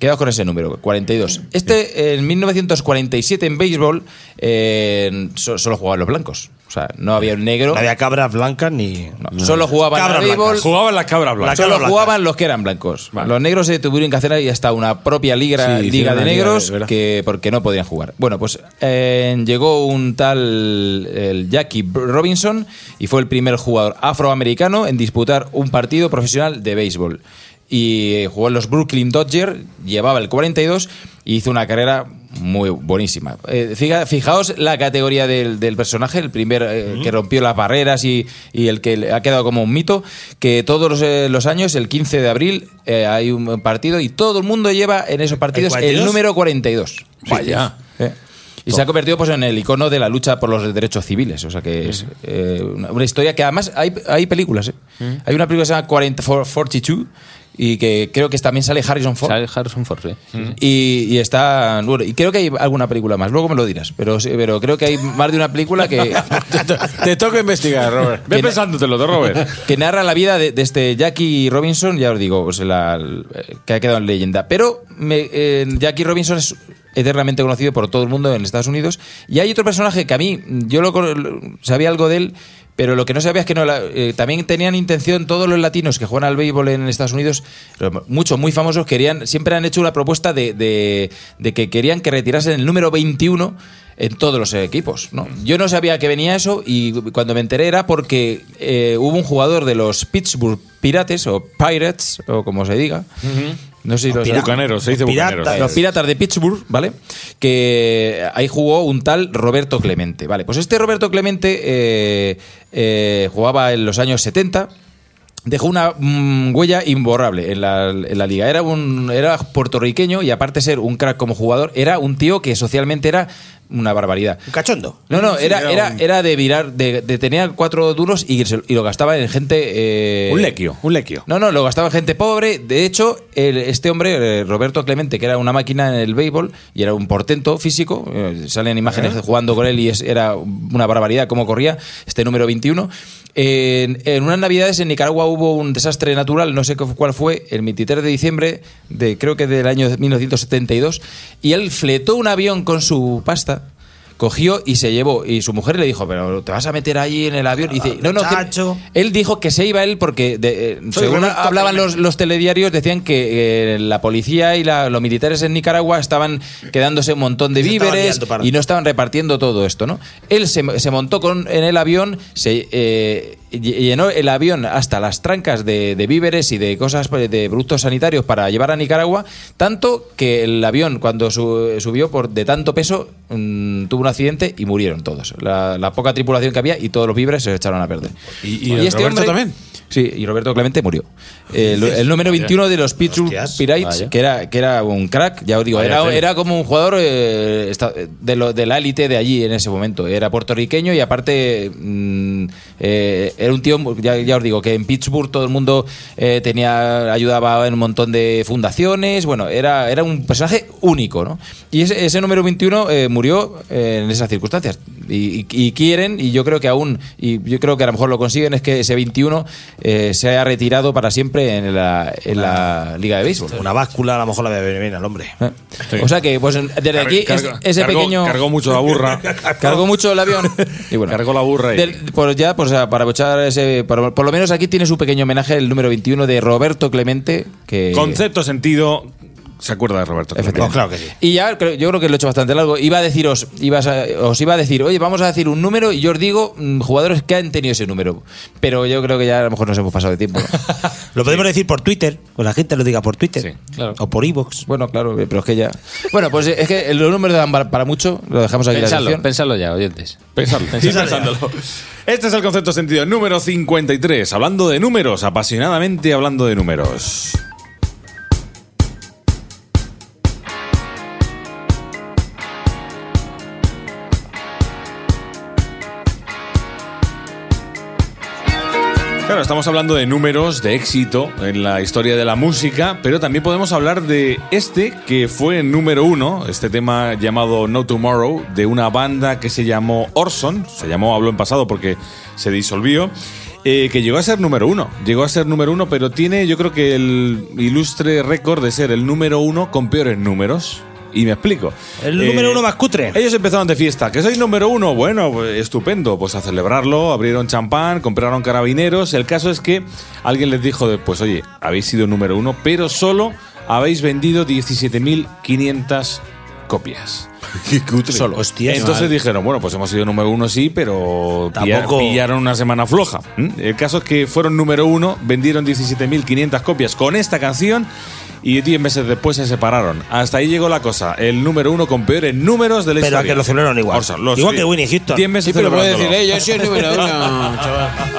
Speaker 5: Quedaos con ese número, 42. Este, en 1947, en béisbol, eh, so- solo jugaban los blancos. O sea, no había un negro. No
Speaker 3: había cabras blancas ni.
Speaker 5: Solo jugaban
Speaker 3: Cabras
Speaker 5: al béisbol.
Speaker 3: blancas. Jugaban las cabras blancas.
Speaker 5: Solo
Speaker 3: Las cabras
Speaker 5: jugaban los que eran blancos. Los negros se tuvieron que hacer ahí hasta una propia liga,
Speaker 7: Sí,
Speaker 5: liga
Speaker 7: hicieron
Speaker 5: de
Speaker 7: una liga,
Speaker 5: negros
Speaker 7: es verdad.
Speaker 5: que porque no podían jugar. Bueno, pues eh, llegó un tal el Jackie Robinson y fue el primer jugador afroamericano en disputar un partido profesional de béisbol. Y eh, jugó en los Brooklyn Dodgers, llevaba el 42 y hizo una carrera muy buenísima. Eh, fija- fijaos la categoría del, del personaje, el primer eh, que rompió las barreras y, y el que le ha quedado como un mito, que todos los, eh, los años, el 15 de abril, eh, hay un partido y todo el mundo lleva en esos partidos el
Speaker 7: 42?
Speaker 5: número 42.
Speaker 7: Vaya.
Speaker 5: Eh, Y se ha convertido pues, en el icono de la lucha por los derechos civiles. O sea que es eh, una, una historia que además hay, hay películas. ¿eh? Hay una película que se llama 40 for- 42 y que creo que también sale Harrison Ford. Sale Harrison Ford, y, y está. Bueno, y creo que hay alguna película más, luego me lo dirás. Pero, sí, pero creo que hay más de una película que.
Speaker 7: Te toca investigar, Robert.
Speaker 5: Que
Speaker 7: Ve
Speaker 5: na-
Speaker 7: pensándotelo, de Robert.
Speaker 5: que narra la vida de, de este Jackie Robinson, ya os digo, pues la- eh, que ha quedado en leyenda. Pero me- eh, Jackie Robinson es eternamente conocido por todo el mundo en Estados Unidos. Y hay otro personaje que a mí, yo lo, cono- lo- sabía algo de él, pero lo que no sabía es que no, la- eh, también tenían intención todos los latinos que juegan al béisbol en Estados Unidos, los- muchos muy famosos, querían siempre han hecho una propuesta de, de- de que querían que retirasen el número 21 en todos los equipos. ¿no? Yo no sabía que venía eso y cuando me enteré era porque eh, hubo un jugador de los Pittsburgh Pirates o Pirates o como se diga. No sé si los
Speaker 2: pira- Bucaneros, se dice
Speaker 5: Los
Speaker 2: bucaneros.
Speaker 5: piratas- Los piratas de Pittsburgh, ¿vale? Que ahí jugó un tal Roberto Clemente. Vale, pues este Roberto Clemente eh, eh, jugaba en los años 70 dejó una mm, huella imborrable en la, en la liga. Era un era puertorriqueño y aparte de ser un crack como jugador, era un tío que socialmente era una barbaridad. Un
Speaker 3: cachondo.
Speaker 5: No, no,
Speaker 3: Sí,
Speaker 5: era,
Speaker 3: era
Speaker 5: era,
Speaker 3: un-
Speaker 5: era de virar, de, de tener cuatro duros y, se- y lo gastaba en gente... [laughs] eh,
Speaker 2: Un lequio, un lequio.
Speaker 5: no, no, lo gastaba gente pobre. De hecho, el- este hombre, eh, Roberto Clemente, que era una máquina en el béisbol y era un portento físico, eh, salen imágenes de jugando con él y es- era una barbaridad cómo corría, este número 21. En, en unas navidades en Nicaragua hubo un desastre natural, no sé qué- cuál fue, el 23 de diciembre, de, creo que del año 1972, y él fletó un avión con su pasta. Cogió y se llevó. Y su mujer le dijo, pero te vas a meter ahí en el avión. Y dice, no, no, que-
Speaker 3: Chacho.
Speaker 5: él dijo que se iba él porque, de- eh,
Speaker 3: Soy
Speaker 5: según
Speaker 3: Roberto
Speaker 5: hablaban
Speaker 3: Clemente.
Speaker 5: los, los telediarios, decían que eh, la policía y la- los militares en Nicaragua estaban quedándose un montón de
Speaker 3: Se estaban
Speaker 5: víveres
Speaker 3: liando, parda.
Speaker 5: y no estaban repartiendo todo esto, ¿no? Él se, se montó con, en el avión, se eh, ll- llenó el avión hasta las trancas de, de víveres y de cosas, pues, de productos sanitarios para llevar a Nicaragua, tanto que el avión cuando su- subió por de tanto peso mm, tuvo un accidente y murieron todos. La, la poca tripulación que había y todos los víveres se echaron a perder.
Speaker 7: Y, y Roberto también.
Speaker 5: este Sí, y Roberto Clemente murió. El, el número 21 de los Pittsburgh Pirates,
Speaker 7: vaya.
Speaker 5: que era, que era un crack, ya os digo,
Speaker 7: Vaya
Speaker 5: era,
Speaker 7: tela.
Speaker 5: era como un jugador eh, esta- de, lo- de la élite de allí en ese momento. Era puertorriqueño y aparte mm, eh, era un tío, ya, ya os digo, que en Pittsburgh todo el mundo eh, tenía ayudaba en un montón de fundaciones. Bueno, era, era un personaje único, ¿no? Y ese, ese número 21 eh, murió eh, en esas circunstancias. Y, y- y quieren, y yo creo que aún, y yo creo que a lo mejor lo consiguen, es que ese 21 eh, se haya retirado para siempre en la, en la Liga de Béisbol.
Speaker 3: Una báscula a lo mejor la debe venir al hombre.
Speaker 5: O sea que, pues desde
Speaker 3: Car-
Speaker 5: aquí, es-
Speaker 3: carga-
Speaker 5: ese
Speaker 3: cargó-
Speaker 5: pequeño.
Speaker 3: cargó mucho la burra.
Speaker 5: [laughs] cargó mucho
Speaker 3: [laughs]
Speaker 5: el avión. Y bueno, cargó la burra.
Speaker 2: y-
Speaker 5: pues ya, pues a- para echar ese. Por, por lo menos aquí tiene su pequeño homenaje el número 21 de Roberto Clemente. Que,
Speaker 2: Concepto, sentido. Se acuerda de Roberto.
Speaker 3: Pues
Speaker 2: Clemente.
Speaker 5: y ya creo- yo creo que lo he hecho bastante largo. Iba a deciros, ibas a- os iba a decir, oye, vamos a decir un número y yo os digo mm, jugadores que han tenido ese número. Pero yo creo que ya a lo mejor nos hemos pasado
Speaker 3: [laughs]
Speaker 5: de tiempo.
Speaker 3: Lo podemos decir por Twitter, o la gente lo diga por Twitter, o por Evox.
Speaker 5: Bueno, claro, pero es que ya. Bueno, pues es que los números dan para para mucho. Lo dejamos aquí en la
Speaker 6: Pensadlo,
Speaker 5: sección.
Speaker 6: pensadlo ya, oyentes.
Speaker 2: Pensadlo. Sí, pensándolo. Este es el concepto sentido número 53. Hablando de números, apasionadamente hablando de números. Claro, estamos hablando de números de éxito en la historia de la música, pero también podemos hablar de este que fue número uno, este tema llamado No Tomorrow, de una banda que se llamó Orson, se llamó, habló en pasado porque se disolvió, eh, que llegó a ser número uno. Llegó a ser número uno, pero tiene yo creo que el ilustre récord de ser el número uno con peores números. Y me explico. Eh,
Speaker 3: El número uno más
Speaker 2: cutre. Ellos empezaron de fiesta. ¿Que soy número uno? Bueno, pues, estupendo. Pues a celebrarlo, abrieron champán, compraron carabineros. El caso es que alguien les dijo después, oye, habéis sido número uno, pero solo habéis vendido 17.500 copias.
Speaker 3: [laughs] Qué cutre. Solo. Hostia,
Speaker 2: Entonces
Speaker 3: chaval.
Speaker 2: dijeron, bueno, pues hemos sido número uno sí, pero pillar-
Speaker 3: Tampoco-
Speaker 2: pillaron una semana floja. ¿m? El caso es que fueron número uno, vendieron 17.500 copias con esta canción y 10 meses después se separaron. Hasta ahí llegó la cosa. El número uno con peores números de la
Speaker 3: Pero a
Speaker 2: historia.
Speaker 3: que lo celebraron igual.
Speaker 2: O sea, los-
Speaker 3: Igual que Winnie Houston.
Speaker 2: 10 meses
Speaker 3: Sí, pero puede
Speaker 2: celebrándolo.
Speaker 3: decir, "Eh, yo soy el número uno".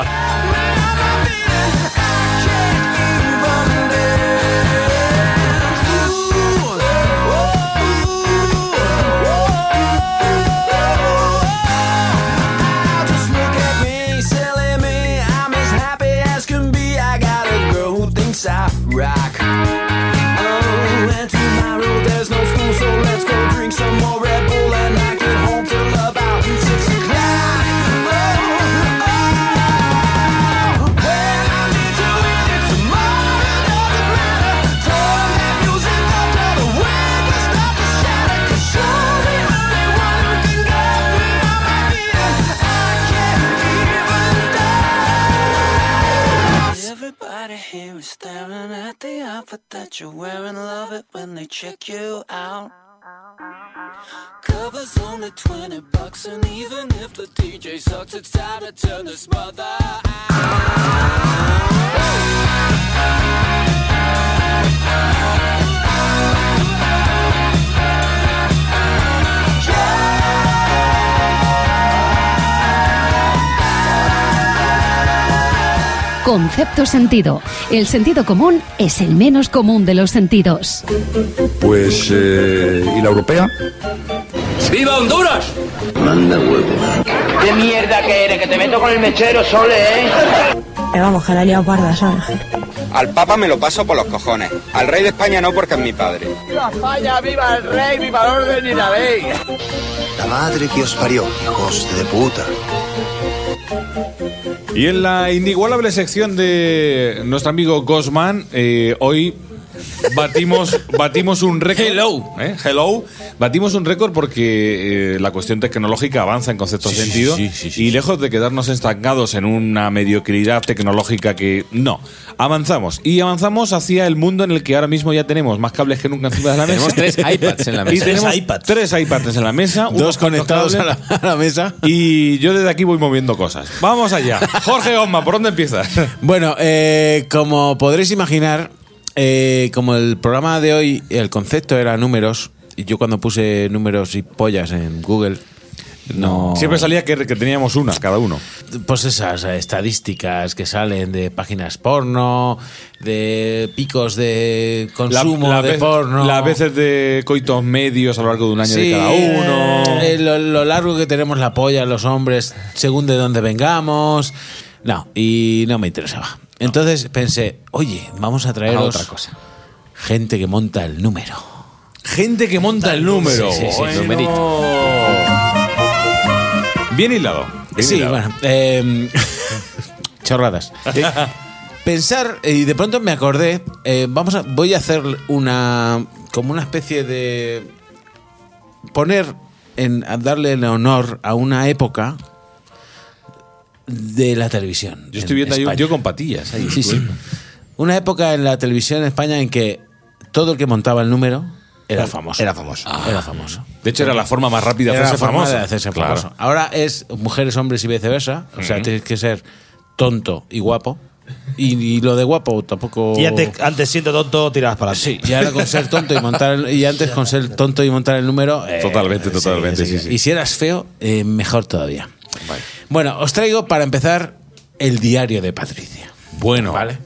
Speaker 8: Just look at me, silly me. I'm as happy as can be. I got a girl who thinks I rock. Oh, and tomorrow there's no school, so let's go drink some more Red Bull and not get home till about six o'clock. Oh, oh. When I need you in it tomorrow, doesn't matter. Turn that music up till the wind will stop to shatter. 'Cause you're the only one who can get me on my feet. I can't even die. Everybody here is staring at the outfit that you're wearing. Love it when they check you out. Covers only 20 bucks, and even if the DJ sucks, it's time to turn this mother out.
Speaker 18: Concepto sentido. El sentido común es el menos común de los sentidos.
Speaker 10: Pues, ¿y la europea?
Speaker 8: ¡Viva Honduras! Manda huevo. ¿Qué mierda que eres? Que te meto con el mechero, Sole, ¿eh?
Speaker 19: vamos, que la liado parda, ¿sabes?
Speaker 10: Al Papa me lo paso por los cojones. Al rey de España no porque es mi padre.
Speaker 8: ¡Viva España! ¡Viva el rey! ¡Viva el orden y la ley!
Speaker 10: La madre que os parió, hijos de puta.
Speaker 2: Y en la inigualable sección de nuestro amigo Gosman, eh, hoy batimos, batimos un récord. Hello. Hello. Batimos un récord porque eh, la cuestión tecnológica avanza en concepto de sentido. y lejos de quedarnos estancados en una mediocridad tecnológica que no. Avanzamos. Y avanzamos hacia el mundo en el que ahora mismo ya tenemos más cables que nunca encima de la mesa.
Speaker 6: Tenemos tres iPads en la
Speaker 2: [laughs]
Speaker 6: mesa.
Speaker 2: Y tenemos
Speaker 6: Tres
Speaker 2: iPads. tres iPads en la mesa. unos
Speaker 6: conectados
Speaker 2: cables.
Speaker 6: a
Speaker 7: la mesa.
Speaker 2: Y yo desde aquí voy moviendo cosas. Vamos allá. Jorge Osma, ¿por dónde empiezas?
Speaker 7: Bueno, eh, como podréis imaginar, eh, como el programa de hoy, el concepto era números, y yo cuando puse números y pollas en Google, no...
Speaker 2: Siempre salía que, que teníamos una, cada uno.
Speaker 4: Pues esas eh, estadísticas que salen de páginas porno, de picos de consumo
Speaker 2: La- la
Speaker 4: de
Speaker 2: vez-
Speaker 4: porno.
Speaker 2: Las veces de coitos medios a lo largo de un año de
Speaker 4: Sí,
Speaker 2: cada uno.
Speaker 4: eh, lo, lo largo que tenemos la polla los hombres, según de dónde vengamos. No, y no me interesaba. Entonces pensé, oye, vamos a traeros
Speaker 6: otra cosa.
Speaker 4: gente que monta el número.
Speaker 2: Gente que monta el número.
Speaker 4: Sí, sí, sí,
Speaker 2: Bueno.
Speaker 4: numerito.
Speaker 2: Bien hilado. bien
Speaker 7: sí,
Speaker 2: hilado.
Speaker 7: bueno.
Speaker 4: em, [laughs]
Speaker 7: eh, chorradas. Eh, Pensar, eh, y de pronto me acordé, eh, vamos a, voy a hacer una. como una especie de. poner. en a darle el honor a una época de la televisión.
Speaker 2: [laughs] Yo estoy viendo ahí un tío con patillas. ahí.
Speaker 7: Sí, sí. Una época en la televisión en España en que todo el que montaba el número era famoso. Era famoso. Era famoso.
Speaker 2: De hecho, era la forma más rápida de
Speaker 7: Era
Speaker 2: hacerse
Speaker 7: la forma
Speaker 2: famoso.
Speaker 7: de hacerse
Speaker 2: Claro.
Speaker 7: famoso. Ahora es mujeres, hombres y viceversa. O sea,
Speaker 2: Ujú.
Speaker 7: tienes que ser tonto y guapo. Y, y lo de guapo tampoco.
Speaker 3: Y antes, antes siendo tonto, tirabas para
Speaker 7: Sí, y ahora con ser tonto y montar el, y antes con ser tonto y montar el número eh,
Speaker 2: Totalmente, totalmente, sí, sí.
Speaker 7: y si eras feo eh, mejor todavía bueno os traigo para empezar el diario de Patricia
Speaker 2: Bueno.
Speaker 7: vale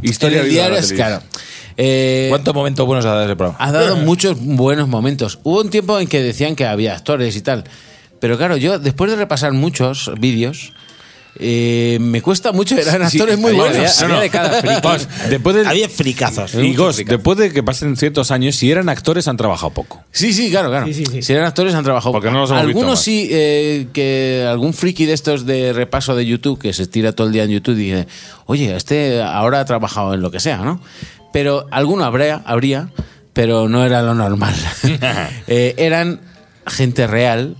Speaker 2: Historia
Speaker 7: En el
Speaker 2: viva de
Speaker 7: diario
Speaker 2: la
Speaker 7: es
Speaker 2: televisión.
Speaker 7: claro eh,
Speaker 5: ¿Cuántos momentos buenos ha dado ese programa?
Speaker 7: ha dado muchos buenos momentos. Hubo un tiempo en que decían que había actores y tal. Pero claro, yo después de repasar muchos vídeos, eh, me cuesta mucho, eran
Speaker 3: Sí,
Speaker 7: actores muy
Speaker 3: había-
Speaker 7: buenos.
Speaker 3: había de cada
Speaker 2: [laughs]
Speaker 3: friki.
Speaker 7: Vamos,
Speaker 2: Pues,
Speaker 7: después del-
Speaker 3: Había fricazos.
Speaker 2: Y Ghost, después de que pasen ciertos años, si eran actores, han trabajado poco.
Speaker 7: Sí, sí, claro, claro.
Speaker 2: Sí, sí, sí.
Speaker 7: Si eran actores han trabajado.
Speaker 2: Porque no los hemos visto
Speaker 7: Algunos
Speaker 2: más.
Speaker 7: sí, eh, que algún friki de estos de repaso de YouTube, que se tira todo el día en YouTube y dice, oye, este ahora ha trabajado en lo que sea, ¿no? Pero alguno habría, habría pero no era
Speaker 2: [laughs]
Speaker 7: lo normal. [laughs] Eh, eran gente real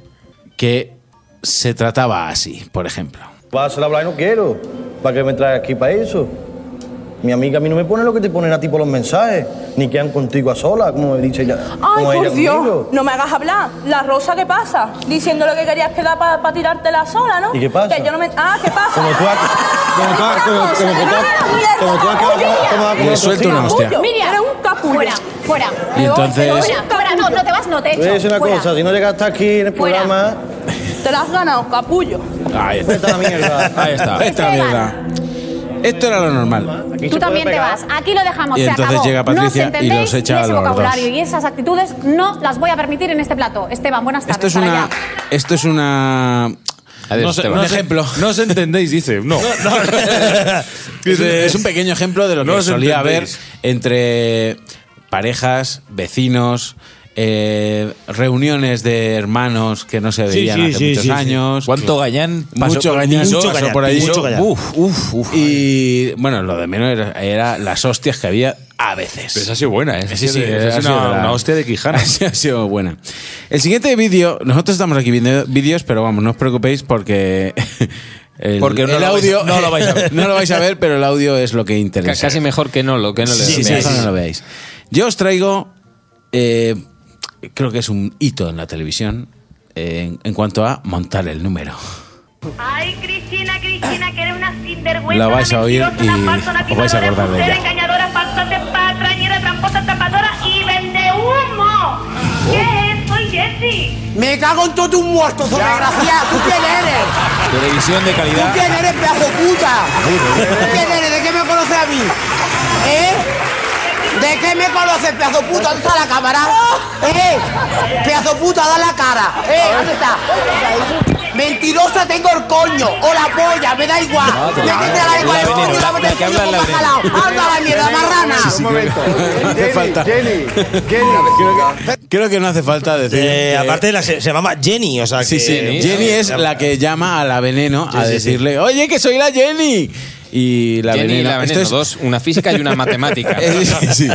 Speaker 7: que se trataba así, por ejemplo.
Speaker 20: Vas a hacer hablar y no quiero. ¿Para qué me traes aquí para eso? Mi amiga a mí no me pone lo que te ponen a ti por los mensajes, ni quedan contigo a sola, como me dice ella.
Speaker 21: Ay,
Speaker 11: pues,
Speaker 20: como ella
Speaker 21: por Dios,
Speaker 20: conmigo.
Speaker 21: no me hagas hablar. La Rosa, ¿qué pasa? Diciéndole que querías quedar para tirártela sola, ¿no?
Speaker 20: ¿Y qué pasa?
Speaker 21: Que yo no me... Ah, ¿qué pasa?
Speaker 20: Como tú has- como tú has- como- como tú has- como tú has quedado como- como has quedado
Speaker 7: Le suelto
Speaker 20: contigo.
Speaker 7: una hostia.
Speaker 22: Miriam, un capullo. Fuera, fuera.
Speaker 7: Y entonces-
Speaker 22: Fuera, fuera, no, no te vas, no te
Speaker 20: Te voy a
Speaker 22: echo.
Speaker 20: decir una
Speaker 22: Fuera.
Speaker 20: cosa, si no llegaste aquí en el
Speaker 22: Fuera.
Speaker 20: programa,
Speaker 21: Te la has ganado, capullo.
Speaker 7: Ahí está.
Speaker 20: la mierda.
Speaker 7: Ahí está. Esta mierda. Esto era lo normal.
Speaker 22: Tú también te vas. Aquí lo dejamos.
Speaker 7: Y
Speaker 22: se
Speaker 7: entonces
Speaker 22: acabó.
Speaker 7: llega
Speaker 22: no os
Speaker 7: Patricia y
Speaker 22: entendéis
Speaker 7: los echa
Speaker 22: y
Speaker 7: a
Speaker 22: ese
Speaker 7: los
Speaker 22: vocabulario
Speaker 7: dos.
Speaker 22: y esas actitudes no las voy a permitir en este plato. Esteban, buenas tardes.
Speaker 7: Esto es
Speaker 22: para
Speaker 7: una.
Speaker 22: allá.
Speaker 7: Esto es una.
Speaker 2: Adiós,
Speaker 5: este
Speaker 7: no sé-
Speaker 2: Esteban.
Speaker 7: no
Speaker 2: Un
Speaker 7: sé-
Speaker 5: [laughs]
Speaker 2: ejemplo. No os entendéis, dice. No.
Speaker 7: es, un,
Speaker 2: Dices-
Speaker 7: es un pequeño ejemplo de lo que
Speaker 2: No os
Speaker 7: solía haber
Speaker 2: entendéis.
Speaker 7: entre parejas, vecinos, eh, reuniones de hermanos que no se
Speaker 5: Sí,
Speaker 7: veían
Speaker 5: sí,
Speaker 7: hace
Speaker 5: sí,
Speaker 7: muchos
Speaker 5: sí, sí.
Speaker 7: años.
Speaker 5: ¿Cuánto Gañán pasó
Speaker 7: mucho
Speaker 5: por-
Speaker 7: gañán
Speaker 5: mucho
Speaker 7: pasó
Speaker 5: Gañán,
Speaker 7: por allí.
Speaker 5: mucho Gañán.
Speaker 7: Uf, uf, uf. y bueno, lo de menos era, era las hostias que había a veces.
Speaker 2: Pero esa ha sido buena, ¿eh?
Speaker 7: Sí, sí,
Speaker 2: Esa
Speaker 7: esa
Speaker 2: ha sido
Speaker 7: de
Speaker 2: una,
Speaker 7: la-
Speaker 2: una hostia de
Speaker 7: [laughs]
Speaker 2: Quijano.
Speaker 7: Sí, ha sido buena. El siguiente vídeo, nosotros estamos aquí viendo vídeos, pero vamos, no os preocupéis porque. [laughs] El,
Speaker 5: Porque
Speaker 7: el
Speaker 5: no lo vais a-
Speaker 7: audio
Speaker 5: no lo vais a
Speaker 7: [laughs]
Speaker 5: ver.
Speaker 7: no lo vais a ver, pero el audio es lo que interesa.
Speaker 6: Ca- Casi mejor que no, lo que no le
Speaker 7: Sí, sí,
Speaker 6: veáis.
Speaker 7: eso no lo veáis. Yo os traigo, eh, creo que es un hito en la televisión eh, en, en cuanto a montar el número.
Speaker 23: Ay, Cristina, Cristina, que eres una sinvergüenza.
Speaker 7: La vais a
Speaker 23: una
Speaker 7: oír
Speaker 23: mentirosa, una falsa, una
Speaker 7: y os vais a acordar de
Speaker 23: picadora,
Speaker 7: ella.
Speaker 23: engañadora, falsante, patrañera, tramposa, tapadora y vende humo. ¿Qué es eso, Jessy?
Speaker 8: Me cago en todo tu muerto, desgraciado. ¿Tú quién eres?
Speaker 5: Televisión de
Speaker 8: ¿Tú
Speaker 5: calidad.
Speaker 8: quién eres, pedazo puta? ¿Tú quién eres? ¿De qué me conoces a mí? ¿Eh? ¿De qué me conoces, pedazo puta? ¿Dónde está la cámara? ¿Eh? Pedazo puta, da la cara. ¿Eh? ¿Dónde está? Mentirosa tengo el coño o la polla, me da igual.
Speaker 5: Madre
Speaker 8: Métete a la igual
Speaker 5: Laurel,
Speaker 8: el coño,
Speaker 5: Ah, la-
Speaker 8: lávate
Speaker 5: la
Speaker 8: el
Speaker 5: que
Speaker 8: coño
Speaker 5: habla
Speaker 8: con
Speaker 5: Laurel.
Speaker 8: bacalao. Anda a la mierda, marrana.
Speaker 7: Un momento. [laughs] Jenny, Jenny, [laughs] Creo que, creo que no hace falta decir.
Speaker 3: Eh,
Speaker 7: que-
Speaker 3: aparte de la, se, se llamaba Jenny, o sea
Speaker 7: Sí,
Speaker 3: que- eh,
Speaker 7: sí. Jenny es la que llama a la veneno a
Speaker 3: Sí, sí, sí.
Speaker 7: decirle, oye, que soy la Jenny. Y la
Speaker 6: Jenny y
Speaker 7: veneno.
Speaker 6: la veneno,
Speaker 7: [laughs]
Speaker 6: dos, una física y una [laughs] matemática.
Speaker 7: Sí, sí.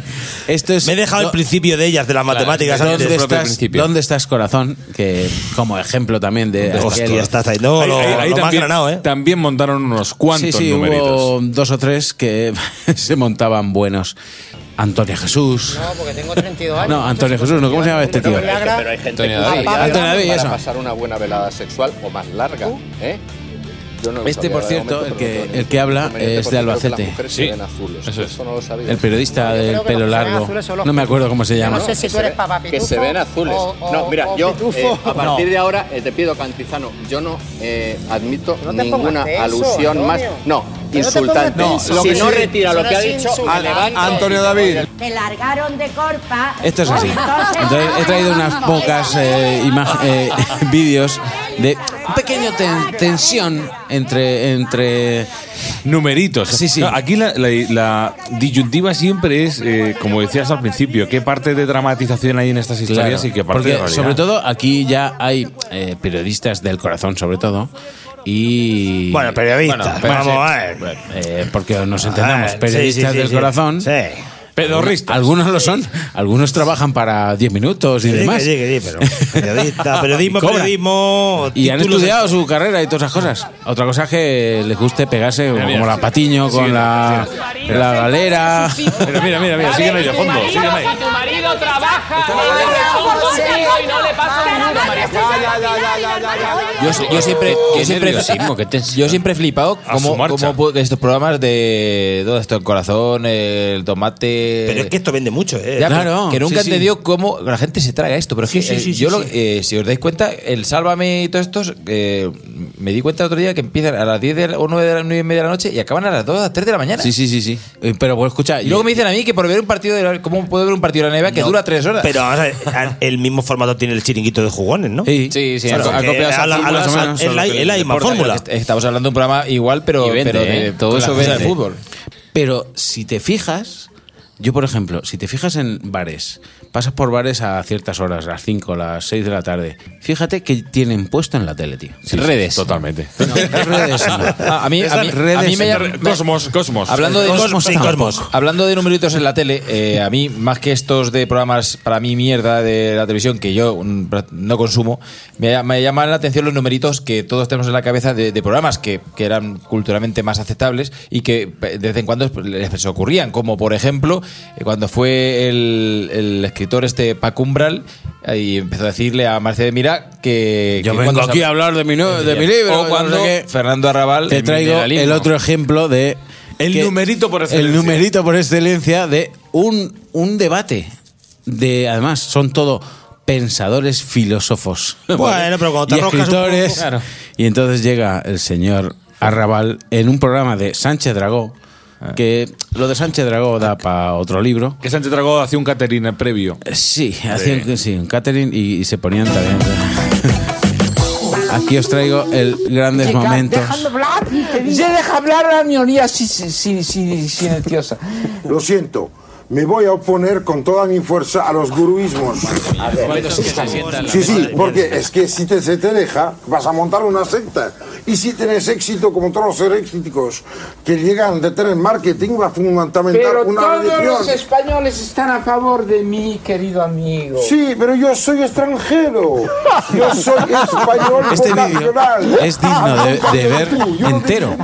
Speaker 7: Esto es.
Speaker 3: Me he dejado el principio de ellas, de las matemáticas. antes.
Speaker 7: ¿Dónde estás, ¿Dónde estás, corazón? Que como ejemplo también de.
Speaker 3: ¿Dónde estás,
Speaker 7: aquel-
Speaker 3: tú? Estás ahí. No, lo- lo más granado, ¿eh?
Speaker 2: También montaron unos
Speaker 7: Sí,
Speaker 2: cuantos
Speaker 7: sí,
Speaker 2: numeritos.
Speaker 7: hubo dos o tres que [laughs] se montaban buenos. Antonio Jesús.
Speaker 24: No, porque tengo 32 años.
Speaker 7: No, Antonio Jesús, no, ¿cómo se llama este tío?
Speaker 24: Pero hay gente
Speaker 7: Antonio
Speaker 24: que
Speaker 7: David.
Speaker 24: paga
Speaker 7: Antonio David,
Speaker 24: para
Speaker 7: eso.
Speaker 24: pasar una buena velada sexual o más larga, ¿eh? Yo no lo
Speaker 7: Uh. Este,
Speaker 24: sabía
Speaker 7: por
Speaker 24: de
Speaker 7: cierto,
Speaker 24: momento,
Speaker 7: el
Speaker 24: pero
Speaker 7: que-
Speaker 24: no tengo
Speaker 7: el
Speaker 24: ningún
Speaker 7: que habla
Speaker 24: inconveniente
Speaker 7: es de
Speaker 24: porque creo que las
Speaker 7: Albacete.
Speaker 24: mujeres se
Speaker 7: Sí.
Speaker 24: ven azules.
Speaker 7: Eso
Speaker 24: Eso,
Speaker 7: es.
Speaker 24: no lo sabía.
Speaker 7: El periodista del pelo largo. No me acuerdo cómo se llama.
Speaker 24: Que sé si tú eres Que se ven azules. no, mira,
Speaker 7: Oh,
Speaker 24: yo eh, a partir de ahora eh, te pido, Cantizano, yo no eh, admito No te ninguna pongas eso, alusión Antonio. más. No, Que no te insultante. pongas lo eso. que Sí, no sí. retira lo Son que ha así dicho, insultantes. me levanto
Speaker 7: Antonio
Speaker 24: y me
Speaker 7: David.
Speaker 24: voy.
Speaker 22: Te largaron de corpa.
Speaker 7: Esto es así. Entonces he traído unas pocas eh, ima- eh, [laughs] vídeos de un pequeño ten- tensión entre entre
Speaker 2: numeritos.
Speaker 7: Sí, sí.
Speaker 2: No, aquí la, la- la disyuntiva siempre es, eh, como decías al principio, qué parte de dramatización hay en estas historias
Speaker 7: Claro,
Speaker 2: y qué parte de
Speaker 7: porque
Speaker 2: realidad.
Speaker 7: sobre todo aquí ya hay eh, periodistas del corazón sobre todo y
Speaker 3: Bueno, periodistas, vamos a
Speaker 7: ver eh, porque nos entendamos
Speaker 3: Ah,
Speaker 7: periodistas
Speaker 3: sí, sí, sí,
Speaker 7: del
Speaker 3: sí.
Speaker 7: corazón sí.
Speaker 3: Pedorristas.
Speaker 7: algunos lo son algunos trabajan para 10 minutos y
Speaker 3: Sí, que
Speaker 7: demás
Speaker 3: sí, que sí, pero periodista, periodismo,
Speaker 7: Y cobran.
Speaker 3: periodismo.
Speaker 7: y han
Speaker 3: títulos de-
Speaker 7: estudiado su carrera y todas esas cosas. Otra cosa es que les guste pegarse
Speaker 2: Mira, mira.
Speaker 7: como la Patiño con
Speaker 2: Sigue,
Speaker 7: la, la galera.
Speaker 2: Pero mira, mira, mira, sígueme ahí de fondo, sígueme ahí.
Speaker 24: Tu marido trabaja y no le pasa nada, María.
Speaker 5: Yo, yo siempre,
Speaker 24: Qué
Speaker 5: yo siempre,
Speaker 24: nerviosismo,
Speaker 5: [laughs] yo siempre he flipado
Speaker 24: A
Speaker 5: cómo,
Speaker 24: su marcha.
Speaker 5: cómo puede- estos programas de todo esto, el corazón, el tomate.
Speaker 3: Pero es que esto vende mucho, ¿eh?
Speaker 5: Ya, pero
Speaker 3: Claro,
Speaker 5: que nunca
Speaker 3: sí, sí.
Speaker 5: he entendido cómo la gente se traga esto. Pero es
Speaker 3: Sí,
Speaker 5: que
Speaker 3: sí,
Speaker 5: eh,
Speaker 3: sí, sí,
Speaker 5: yo, lo-
Speaker 3: sí.
Speaker 5: eh, si os dais cuenta, el Sálvame y todos estos, eh, me di cuenta el otro día que empiezan a las 10 de la- o 9 de la 9 y media de la noche y acaban a las 2 o las 3 de la mañana.
Speaker 7: Sí, sí, sí, sí. Eh, Pero bueno, escucha.
Speaker 5: Y luego me dicen a mí que por ver un partido de la, ¿Cómo puedo ver un partido de la NBA que
Speaker 3: No,
Speaker 5: dura 3 horas?
Speaker 3: Pero vamos a ver, a- el mismo formato tiene el chiringuito de jugones, ¿no?
Speaker 5: Sí, sí,
Speaker 3: Bueno,
Speaker 5: ha- ha
Speaker 3: que
Speaker 5: copiado esa
Speaker 3: a la- a la- a
Speaker 5: fórmula,
Speaker 3: la-
Speaker 5: solo
Speaker 3: es la-
Speaker 5: que
Speaker 3: es la
Speaker 5: le
Speaker 3: misma
Speaker 5: importa,
Speaker 3: fórmula.
Speaker 5: que est- Estamos hablando de un programa igual, pero,
Speaker 3: Y vende,
Speaker 5: pero de
Speaker 3: ¿eh?
Speaker 5: todo
Speaker 3: Con
Speaker 5: eso
Speaker 3: las cosas
Speaker 5: vende.
Speaker 3: de
Speaker 5: fútbol.
Speaker 7: Pero si te fijas, yo por ejemplo, si te fijas en bares, pasas por bares a ciertas horas, las 5, las 6 de la tarde, fíjate que tienen puesto en la tele, tío.
Speaker 6: Redes.
Speaker 2: Totalmente.
Speaker 7: redes, no.
Speaker 5: [laughs] Ah, a mí, a
Speaker 7: Están
Speaker 5: mí,
Speaker 7: redes
Speaker 5: a mí me
Speaker 7: en
Speaker 5: llama-
Speaker 7: red-
Speaker 5: me-
Speaker 2: Cosmos, Cosmos.
Speaker 5: Hablando de
Speaker 7: Cosmos y Cosmos.
Speaker 5: Hablando de numeritos en la tele, eh, a mí, más que estos de programas para mí mierda de la televisión que yo mm, pra- no consumo, me, ll- me llaman la atención los numeritos que todos tenemos en la cabeza de, de programas que, que eran culturalmente más aceptables y que pe- de vez en cuando pues, les les ocurrían. Como por ejemplo, eh, cuando fue el, el escritor este Pacumbral y empezó a decirle a Mercedes Mira que.
Speaker 7: Yo
Speaker 5: [laughs] que
Speaker 7: vengo
Speaker 5: cuando
Speaker 7: aquí
Speaker 5: se-
Speaker 7: a hablar de mi, no- de mi libro.
Speaker 5: O cuando
Speaker 7: no sé qué.
Speaker 5: Fernando Arrabal.
Speaker 7: Te
Speaker 5: el
Speaker 7: traigo
Speaker 5: mineralismo.
Speaker 7: el otro ejemplo de.
Speaker 2: El
Speaker 7: que-
Speaker 2: numerito por excelencia.
Speaker 7: El numerito por excelencia de un, un debate. De, además, son todo pensadores filósofos. [laughs]
Speaker 3: Bueno, pero cuando te
Speaker 7: y
Speaker 3: arrojas un
Speaker 7: escritores.
Speaker 3: poco, claro.
Speaker 7: Y entonces llega el señor Arrabal en un programa de Sánchez Dragó.
Speaker 3: Ah.
Speaker 7: Que lo de Sánchez Dragó da para otro libro.
Speaker 2: Que Sánchez Dragó hacía un catering previo.
Speaker 7: Sí, hacían sí, un catering y, y se ponían también. Aquí os traigo el grandes
Speaker 1: Chica,
Speaker 7: momentos.
Speaker 1: dejadme hablar. Ya deja hablar a mi onía si- si- si- si- silenciosa.
Speaker 9: Lo siento, me voy a oponer con toda mi fuerza a los guruismos. Sí, sí, porque es que si te, se te deja, vas a montar una secta. Y si tienes éxito, como todos los heréticos que llegan de tener marketing, va a fundamentar
Speaker 1: Pero
Speaker 9: una
Speaker 1: todos los
Speaker 9: religión.
Speaker 1: españoles están a favor de mí, querido amigo.
Speaker 9: Sí, pero yo soy extranjero. Yo soy español
Speaker 7: Este vídeo
Speaker 9: vocacional.
Speaker 7: es digno de, de ver entero.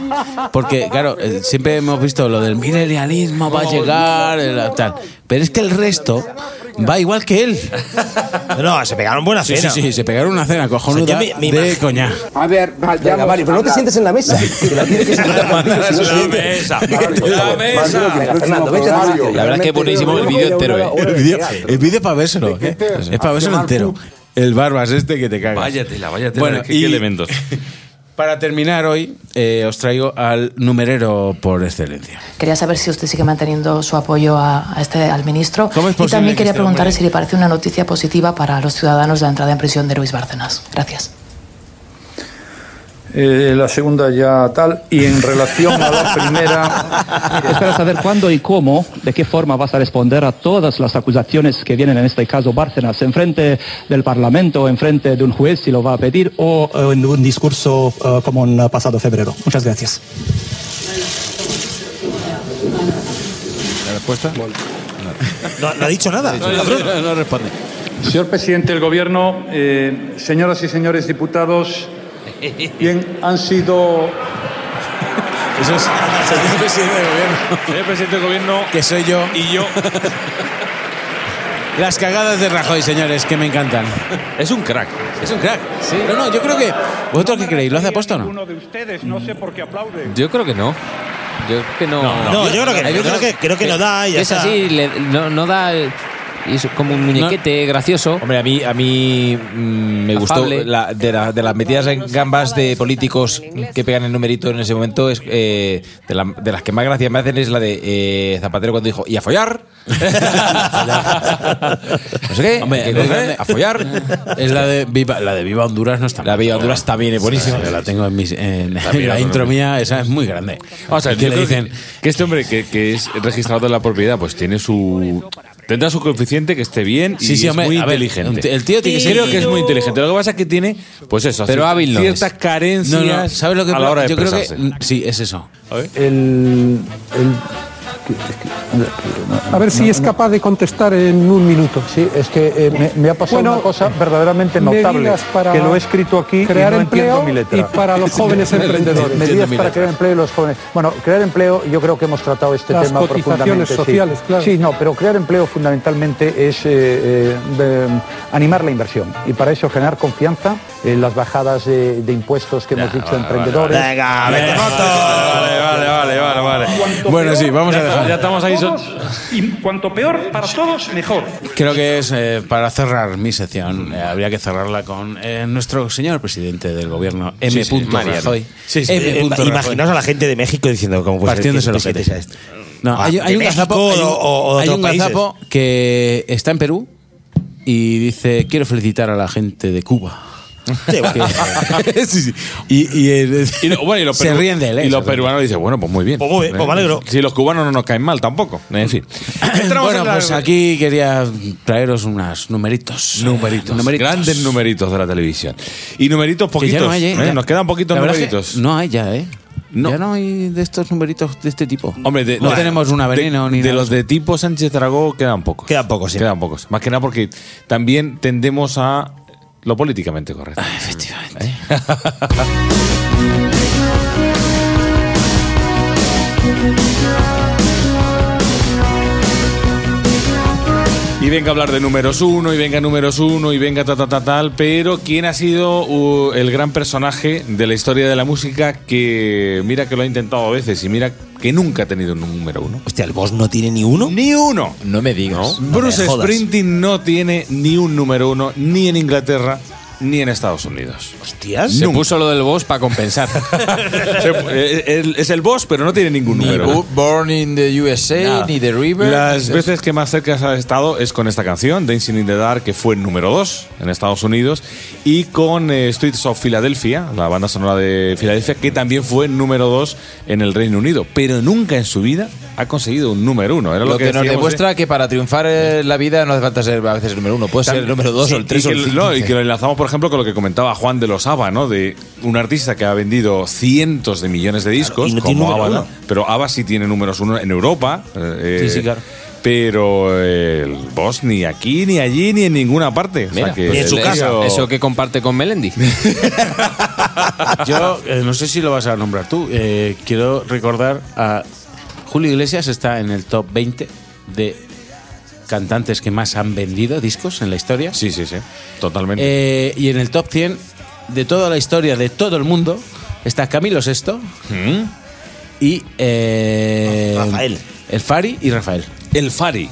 Speaker 7: Porque, claro, eh, siempre hemos visto lo del milenialismo va a llegar, el- tal. Pero es que el resto va igual que él.
Speaker 3: No, se pegaron buena
Speaker 7: Sí,
Speaker 3: cena. [laughs]
Speaker 7: sí, sí, se pegaron una cena
Speaker 3: O sea,
Speaker 7: cojonuda
Speaker 3: yo me- me
Speaker 7: de
Speaker 3: imag-
Speaker 7: coña.
Speaker 1: A ver, vayamos.
Speaker 7: Venga, Mario, pero no te
Speaker 1: a hablar.
Speaker 7: sientes
Speaker 1: en la mesa.
Speaker 2: La mesa. [laughs] La mesa.
Speaker 5: La verdad es que es buenísimo el vídeo entero, eh.
Speaker 7: El vídeo el vídeo para vérselo, ¿eh? Es para vérselo entero. El barbas este que te cagas.
Speaker 2: Váyatela, váyatela.
Speaker 7: Bueno,
Speaker 2: qué,
Speaker 7: y-
Speaker 2: qué elementos.
Speaker 7: [laughs] Para terminar hoy, eh, os traigo al numerero por excelencia.
Speaker 11: Quería saber si usted sigue manteniendo su apoyo a, a este, al ministro.
Speaker 7: es
Speaker 11: y
Speaker 7: posible
Speaker 11: también
Speaker 7: que
Speaker 11: quería
Speaker 7: este
Speaker 11: preguntarle
Speaker 7: hombre-
Speaker 11: si le parece una noticia positiva para los ciudadanos la entrada en prisión de Luis Bárcenas. Gracias.
Speaker 12: Eh, la segunda ya tal y en relación a la [laughs] primera Espero saber cuándo y cómo, de qué forma vas a responder a todas las acusaciones que vienen en este caso Bárcenas, en frente del Parlamento, en frente de un juez si lo va a pedir, o eh, en un discurso eh, como en eh, pasado febrero. Muchas gracias.
Speaker 5: La respuesta.
Speaker 12: No, ha dicho nada.
Speaker 7: no responde.
Speaker 12: Señor presidente del Gobierno, eh, señoras y señores diputados, bien, han sido.
Speaker 7: Eso es señor presidente del gobierno.
Speaker 2: Señor presidente del gobierno.
Speaker 7: Que soy yo.
Speaker 2: Y yo.
Speaker 7: [laughs] Las cagadas de Rajoy, señores, que me encantan.
Speaker 2: Es un crack.
Speaker 7: Es un crack. No, no, yo creo que. ¿Vosotros qué creéis? ¿Lo hace apuesto o no?
Speaker 12: de ustedes, no sé por qué aplaude.
Speaker 6: Yo creo que no. Yo creo que no.
Speaker 3: No, no, yo creo que no. Yo creo que- creo que lo da y ya
Speaker 6: Es
Speaker 3: está.
Speaker 6: así, le- no, no da. eh, y Es como un muñequete gracioso.
Speaker 5: Hombre, a mí, a mí mm, me gustó
Speaker 6: Afable.
Speaker 5: la- de, la- de las metidas en gambas de políticos que pegan el numerito en ese momento. Es, eh, de, la- de las que más gracia me hacen es la de eh, Zapatero cuando dijo, ¿y a [laughs] follar? no sé qué,
Speaker 7: [laughs] Hombre,
Speaker 5: ¿qué
Speaker 7: es
Speaker 5: cosa,
Speaker 7: grande.
Speaker 5: eh? a follar.
Speaker 7: Es la de Viva, la de Viva Honduras no está La Viva Honduras
Speaker 5: también es buenísima.
Speaker 7: Yo la tengo en, mis- en-
Speaker 2: También,
Speaker 7: [laughs] la
Speaker 2: no, no,
Speaker 7: intro
Speaker 2: no.
Speaker 7: mía, esa es muy grande.
Speaker 2: Vamos a ver,
Speaker 7: Y que
Speaker 2: yo
Speaker 7: le
Speaker 2: creo
Speaker 7: dicen,
Speaker 2: que, que este hombre que, que es registrado de la propiedad, pues tiene su. Tendrá su coeficiente que esté bien y
Speaker 7: Sí, sí,
Speaker 2: es
Speaker 7: hombre,
Speaker 2: muy
Speaker 7: a ver,
Speaker 2: inteligente.
Speaker 7: el tío tiene que ser-
Speaker 2: Creo que es muy inteligente. Lo que pasa es que tiene, pues eso,
Speaker 7: Pero
Speaker 2: cier-
Speaker 7: hábil no
Speaker 2: ciertas
Speaker 7: es.
Speaker 2: carencias
Speaker 7: No, no, ¿sabes lo que
Speaker 2: a la hora de
Speaker 7: yo creo que-
Speaker 2: expresarse.
Speaker 7: Sí, es eso.
Speaker 12: El, el- a ver si es capaz de contestar en un minuto. Sí, es que eh, me, me ha pasado Bueno, una cosa verdaderamente notable, medidas para que lo he escrito aquí y crear no empleo entiendo mi letra. y para [laughs] los jóvenes No entiendo emprendedores. mi Medidas letra. para crear empleo y los jóvenes. Bueno, crear empleo, yo creo que hemos tratado este Las tema cotizaciones profundamente. sí. sociales, claro. Sí, no, pero crear empleo fundamentalmente es eh, eh, de- animar la inversión y para eso generar confianza en las bajadas de, de impuestos que hemos dicho a emprendedores.
Speaker 3: Venga, vete, foto.
Speaker 2: Vale, vale, vale, vale.
Speaker 7: Bueno, sí, vamos a
Speaker 2: ya estamos ahí.
Speaker 13: Todos, y cuanto peor para todos, mejor.
Speaker 7: Creo que es eh, para cerrar mi sección. eh, habría que cerrarla con eh, nuestro señor presidente del gobierno, M.
Speaker 3: Sí, sí,
Speaker 7: punto
Speaker 3: Mariano.
Speaker 7: Rajoy.
Speaker 3: Sí, sí.
Speaker 7: M.
Speaker 3: Eh,
Speaker 7: punto
Speaker 3: imaginaos
Speaker 7: Rajoy. Pues
Speaker 3: a la gente de México diciendo cómo puede ser que
Speaker 7: Partiéndose
Speaker 3: el
Speaker 7: los
Speaker 3: presidente
Speaker 7: jetes.
Speaker 3: sea esto.
Speaker 7: No,
Speaker 3: Ah,
Speaker 7: hay, hay
Speaker 3: de
Speaker 7: un
Speaker 3: México
Speaker 7: gazapo, hay un-
Speaker 3: o- o de
Speaker 7: hay
Speaker 3: otros
Speaker 7: un
Speaker 3: países.
Speaker 7: gazapo que está en Perú y dice quiero felicitar a la gente de Cuba.
Speaker 3: [laughs]
Speaker 7: Que- sí, sí. Y, y, eh, [laughs]
Speaker 2: Y lo- bueno, y los
Speaker 7: se
Speaker 2: peru-
Speaker 7: ríen de él.
Speaker 2: Y
Speaker 7: ¿eh?
Speaker 2: los peruanos dicen, bueno, pues muy bien.
Speaker 7: Pues muy bien, pues me alegro.
Speaker 2: Si los cubanos no nos caen mal tampoco. En fin. Entramos
Speaker 7: bueno,
Speaker 2: en la-
Speaker 7: pues aquí quería traeros unos numeritos.
Speaker 2: Numeritos, Grandes numeritos de la televisión. Y numeritos
Speaker 7: Que
Speaker 2: poquitos.
Speaker 7: ya no hay, ¿eh?
Speaker 2: ¿eh?
Speaker 7: Ya-
Speaker 2: Nos quedan poquitos
Speaker 7: la verdad es que
Speaker 2: numeritos.
Speaker 7: no hay ya, ¿eh? Ya no hay de estos numeritos de este tipo.
Speaker 2: Hombre, de-
Speaker 7: no
Speaker 2: de-
Speaker 7: tenemos una
Speaker 2: de-
Speaker 7: veneno ni
Speaker 2: De
Speaker 7: nada.
Speaker 2: los de tipo Sánchez Dragó quedan pocos. Quedan pocos, sí. Quedan pocos. Más que nada porque también tendemos a lo políticamente correcto. efectivamente. Y venga a hablar de números uno, y venga números uno, y venga ta ta ta tal, pero ¿quién ha sido uh, el gran personaje de la historia de la música que mira que lo ha intentado a veces y mira que nunca ha tenido un número uno?
Speaker 3: Hostia, el boss no tiene ni uno.
Speaker 2: Ni uno.
Speaker 5: No me digas.
Speaker 2: Bruce Springsteen no tiene ni un número uno, ni en Inglaterra, ni en Estados
Speaker 5: [laughs]
Speaker 2: Unidos.
Speaker 3: Hostias.
Speaker 6: Se
Speaker 2: Nunca.
Speaker 6: puso lo del boss para compensar.
Speaker 2: Se- eh, eh, es el boss, pero no tiene ningún
Speaker 5: Ni
Speaker 2: número.
Speaker 5: Bu- Born in the USA,
Speaker 2: Nada.
Speaker 5: ni The River.
Speaker 2: Las
Speaker 5: ni-
Speaker 2: veces que más cerca ha estado es con esta canción, Dancing in the Dark, que fue número 2 en Estados Unidos, y con eh, Streets of Philadelphia, la banda sonora de Filadelfia, que también fue número 2 en el Reino Unido. Pero nunca en su vida ha conseguido un número 1. Era
Speaker 5: Lo,
Speaker 2: lo,
Speaker 5: que, nos
Speaker 2: decíamos,
Speaker 5: demuestra que para triunfar en la vida no hace falta ser a veces el número uno, puede ser el número dos
Speaker 2: Sí,
Speaker 5: o el tres
Speaker 2: y
Speaker 5: o
Speaker 2: que,
Speaker 5: el
Speaker 2: no,
Speaker 5: cinco.
Speaker 2: y que lo enlazamos, por ejemplo, con lo que comentaba Juan de los ABBA, ¿no? De un artista que ha vendido cientos de millones de discos,
Speaker 3: y no tiene
Speaker 2: como
Speaker 3: número
Speaker 2: ABBA, ¿no?
Speaker 3: uno.
Speaker 2: pero ABBA sí tiene números uno en Europa. eh,
Speaker 3: Sí, sí, claro.
Speaker 2: Pero eh, el boss ni aquí, ni allí, ni en ninguna parte. O sea
Speaker 6: Mira,
Speaker 2: que
Speaker 6: pues
Speaker 2: el-
Speaker 6: eso-
Speaker 2: eso-
Speaker 6: Eso que comparte con
Speaker 5: [laughs]
Speaker 6: Melendi.
Speaker 7: [laughs] Yo eh, no sé si lo vas a nombrar tú. Eh, quiero recordar a Julio Iglesias está en el top 20 de cantantes que más han vendido discos en la historia.
Speaker 2: Sí, sí, sí. Totalmente.
Speaker 7: Eh, y en el top 100 de toda la historia de todo el mundo está Camilo Sesto Mm. y eh,
Speaker 3: Rafael.
Speaker 7: El Fari y Rafael.
Speaker 2: El Fari.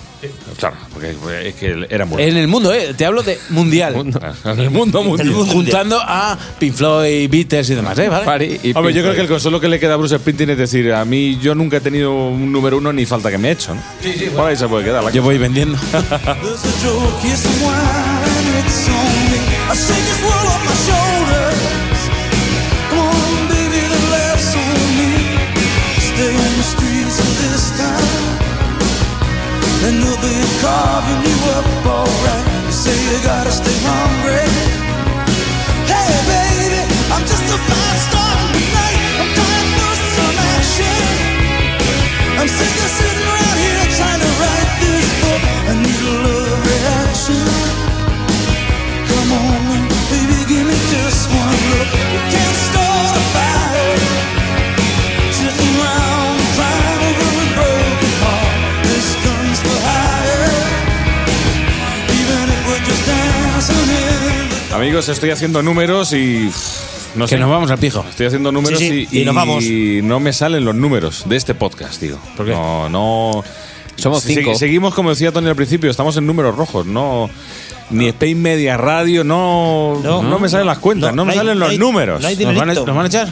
Speaker 2: Claro, porque es que era muy.
Speaker 7: En el mundo, eh, te hablo de mundial.
Speaker 2: En el mundo mundial.
Speaker 7: Juntando a Pink Floyd, Beatles y demás, ¿eh? ¿Vale?
Speaker 6: Fari y
Speaker 2: Hombre, yo creo
Speaker 6: Pink
Speaker 2: que el
Speaker 6: Floyd.
Speaker 2: consuelo que le queda a Bruce Springsteen es decir, a mí yo nunca he tenido un número uno ni falta que me he hecho. ¿no? Por ahí se puede quedar. la
Speaker 7: Yo voy vendiendo.
Speaker 8: [laughs] There's a joke, here's some wine, it's on me. I shake this world off my shoulders. Come on, baby, the laughs on me. Stay on the streets of this town, and they'll be carving you up alright. You say you gotta stay hungry. Hey, baby, I'm just a fast star tonight. I'm dying for some action. I'm sick of sitting around here trying to write this book. I need a love reaction. Come on, baby, give me just one look. You can't start a fire. Sitting around crying over a broken heart. This gun's for hire. Even if we're just dancing in the
Speaker 2: verdad. Amigos, estoy haciendo números y. pff, No sé.
Speaker 7: que nos vamos al pijo.
Speaker 2: Estoy haciendo números
Speaker 3: Sí, sí,
Speaker 2: y,
Speaker 3: y nos vamos.
Speaker 2: y no me salen los números de este podcast, tío. No, no.
Speaker 6: Somos
Speaker 2: Se-
Speaker 6: cinco.
Speaker 2: seguimos, como decía Tony al principio, estamos en números rojos. No. Ni Spain Media Radio, no. No, me salen las cuentas, no, me
Speaker 3: hay-
Speaker 2: salen los
Speaker 3: hay-
Speaker 2: números.
Speaker 3: No hay
Speaker 7: ¿Nos van, a,
Speaker 3: dinerito.
Speaker 7: nos van a echar?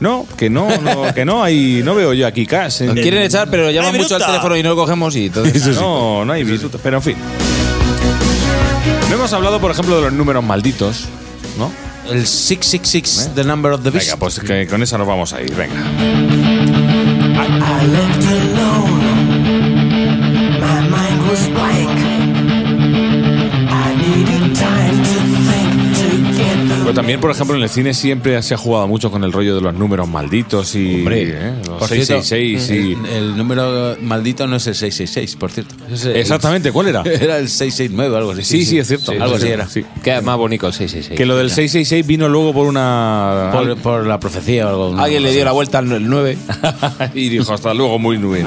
Speaker 2: No, que no, no, que no, ahí no veo yo aquí cash.
Speaker 5: Nos quieren echar, pero llaman
Speaker 3: ¡Ay,
Speaker 5: mucho al
Speaker 3: minuta!
Speaker 5: teléfono y no lo cogemos y entonces-
Speaker 2: [laughs] No, no hay minutos, pero en fin. No hemos hablado, por ejemplo, de los números malditos, ¿no?
Speaker 7: El 666,
Speaker 5: ¿Eh?
Speaker 7: The Number of the Beast.
Speaker 2: Venga, pues que con esa nos vamos a ir, venga.
Speaker 8: I left alone. My mind was blank. I needed time to think to get the.
Speaker 2: Pero también, por ejemplo, en el cine siempre se ha jugado mucho con el rollo de los números malditos y ¿eh? los
Speaker 7: Por cierto, eh,
Speaker 2: 666 y...
Speaker 7: el, el número maldito no es el 666, por cierto. Es el-
Speaker 2: Exactamente, ¿cuál
Speaker 7: [laughs]
Speaker 2: era?
Speaker 7: Era el 669 o algo así.
Speaker 2: Sí, sí, es cierto.
Speaker 7: algo así era.
Speaker 2: Sí. Ah,
Speaker 6: Queda más bonito el 666.
Speaker 2: Que lo del 666 vino luego por una...
Speaker 7: Por, por la profecía o algo.
Speaker 5: [laughs] Alguien le dio la vuelta al 9.
Speaker 2: y dijo, hasta luego, muy bien.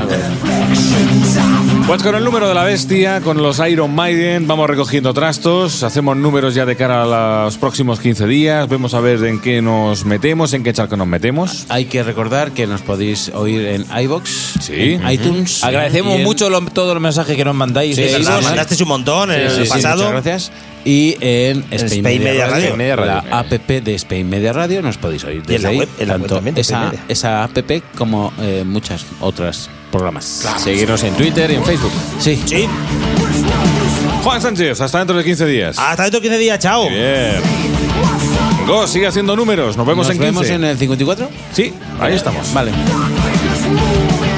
Speaker 2: Pues con el número de la bestia, con los Iron Maiden, vamos recogiendo trastos, hacemos números ya de cara a los próximos 15 días, vemos a ver en qué nos metemos, en qué charco nos metemos.
Speaker 7: Hay que recordar que nos podéis oír en iBox,
Speaker 2: sí.
Speaker 7: en iTunes.
Speaker 5: Agradecemos
Speaker 7: y en-
Speaker 5: mucho lo- todos los mensajes que nos mandáis.
Speaker 7: Sí,
Speaker 5: de
Speaker 7: sí,
Speaker 5: verdad,
Speaker 7: sí.
Speaker 5: ¿eh?
Speaker 3: Mandasteis un montón en
Speaker 7: Sí,
Speaker 3: el
Speaker 7: sí, sí,
Speaker 3: pasado.
Speaker 7: muchas gracias. Y en Spain,
Speaker 3: Spain
Speaker 7: Media,
Speaker 3: Media
Speaker 7: Radio,
Speaker 3: Radio. Media Radio.
Speaker 7: la app de Spain Media Radio, nos podéis oír desde
Speaker 3: en la
Speaker 7: ahí,
Speaker 3: web- en la web
Speaker 7: tanto
Speaker 3: también de Spain
Speaker 7: esa,
Speaker 3: Media.
Speaker 7: esa app como eh, muchas otras programas.
Speaker 6: Seguirnos en Twitter y en Facebook.
Speaker 7: Sí.
Speaker 3: Sí.
Speaker 2: Juan Sánchez, hasta dentro de 15 días.
Speaker 7: Ah.
Speaker 3: Hasta dentro de 15 días, chao.
Speaker 7: [laughs]
Speaker 2: Bien. Go, sigue haciendo números, nos vemos
Speaker 7: ¿Nos
Speaker 2: en 15.
Speaker 7: vemos en el 54?
Speaker 2: Sí, ahí estamos.
Speaker 7: Vale.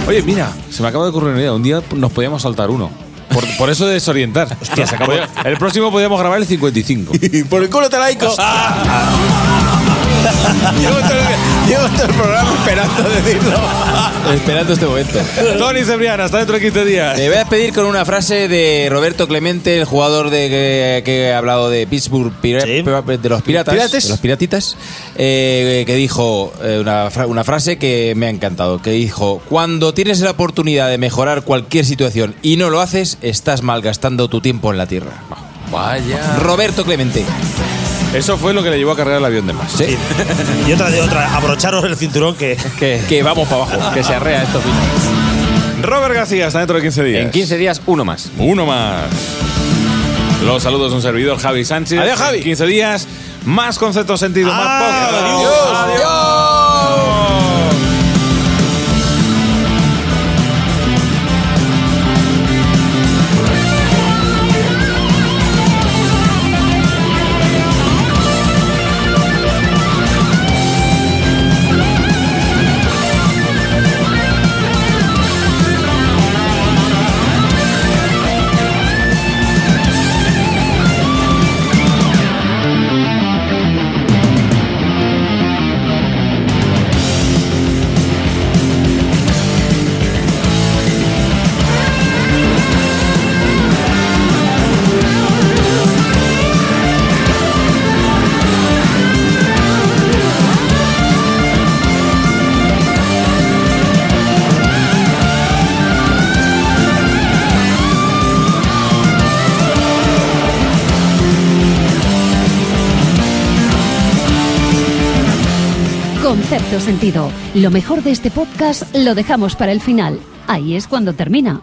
Speaker 2: Oye, mira, se me acaba de ocurrir una idea. Un día nos podíamos saltar uno. Por, por eso de desorientar. [laughs] Hostia, se acabó. El próximo podíamos grabar el 55. [laughs]
Speaker 7: Por el culo te
Speaker 3: [laughs]
Speaker 7: laico.
Speaker 2: Llevo todo, el, programa esperando decirlo.
Speaker 5: Esperando este momento.
Speaker 2: Tony Cebrián, hasta dentro de 15 días.
Speaker 5: Te voy a despedir con una frase de Roberto Clemente, el jugador de que, que ha hablado de Pittsburgh Pira- de los piratas,
Speaker 7: ¿Pirates?
Speaker 5: de los piratitas, eh, que dijo eh, una, fra- una frase que me ha encantado, que dijo cuando tienes la oportunidad de mejorar cualquier situación y no lo haces, estás malgastando tu tiempo en la tierra.
Speaker 4: Vaya.
Speaker 5: Roberto Clemente.
Speaker 2: Eso fue lo que le llevó a cargar el avión de más.
Speaker 5: Sí.
Speaker 3: Y otra de otra, abrocharos el cinturón que.
Speaker 5: que, que vamos para abajo, que se arrea esto fino.
Speaker 2: Robert García, hasta dentro de 15 días.
Speaker 6: En 15 días, uno más.
Speaker 2: Uno más. Los saludos de un servidor, Javi Ah, Sánchez.
Speaker 7: Adiós, Javi.
Speaker 2: En 15 días, más conceptos sentido, más podcast.
Speaker 18: Concepto sentido. Lo mejor de este podcast lo dejamos para el final. Ahí es cuando termina.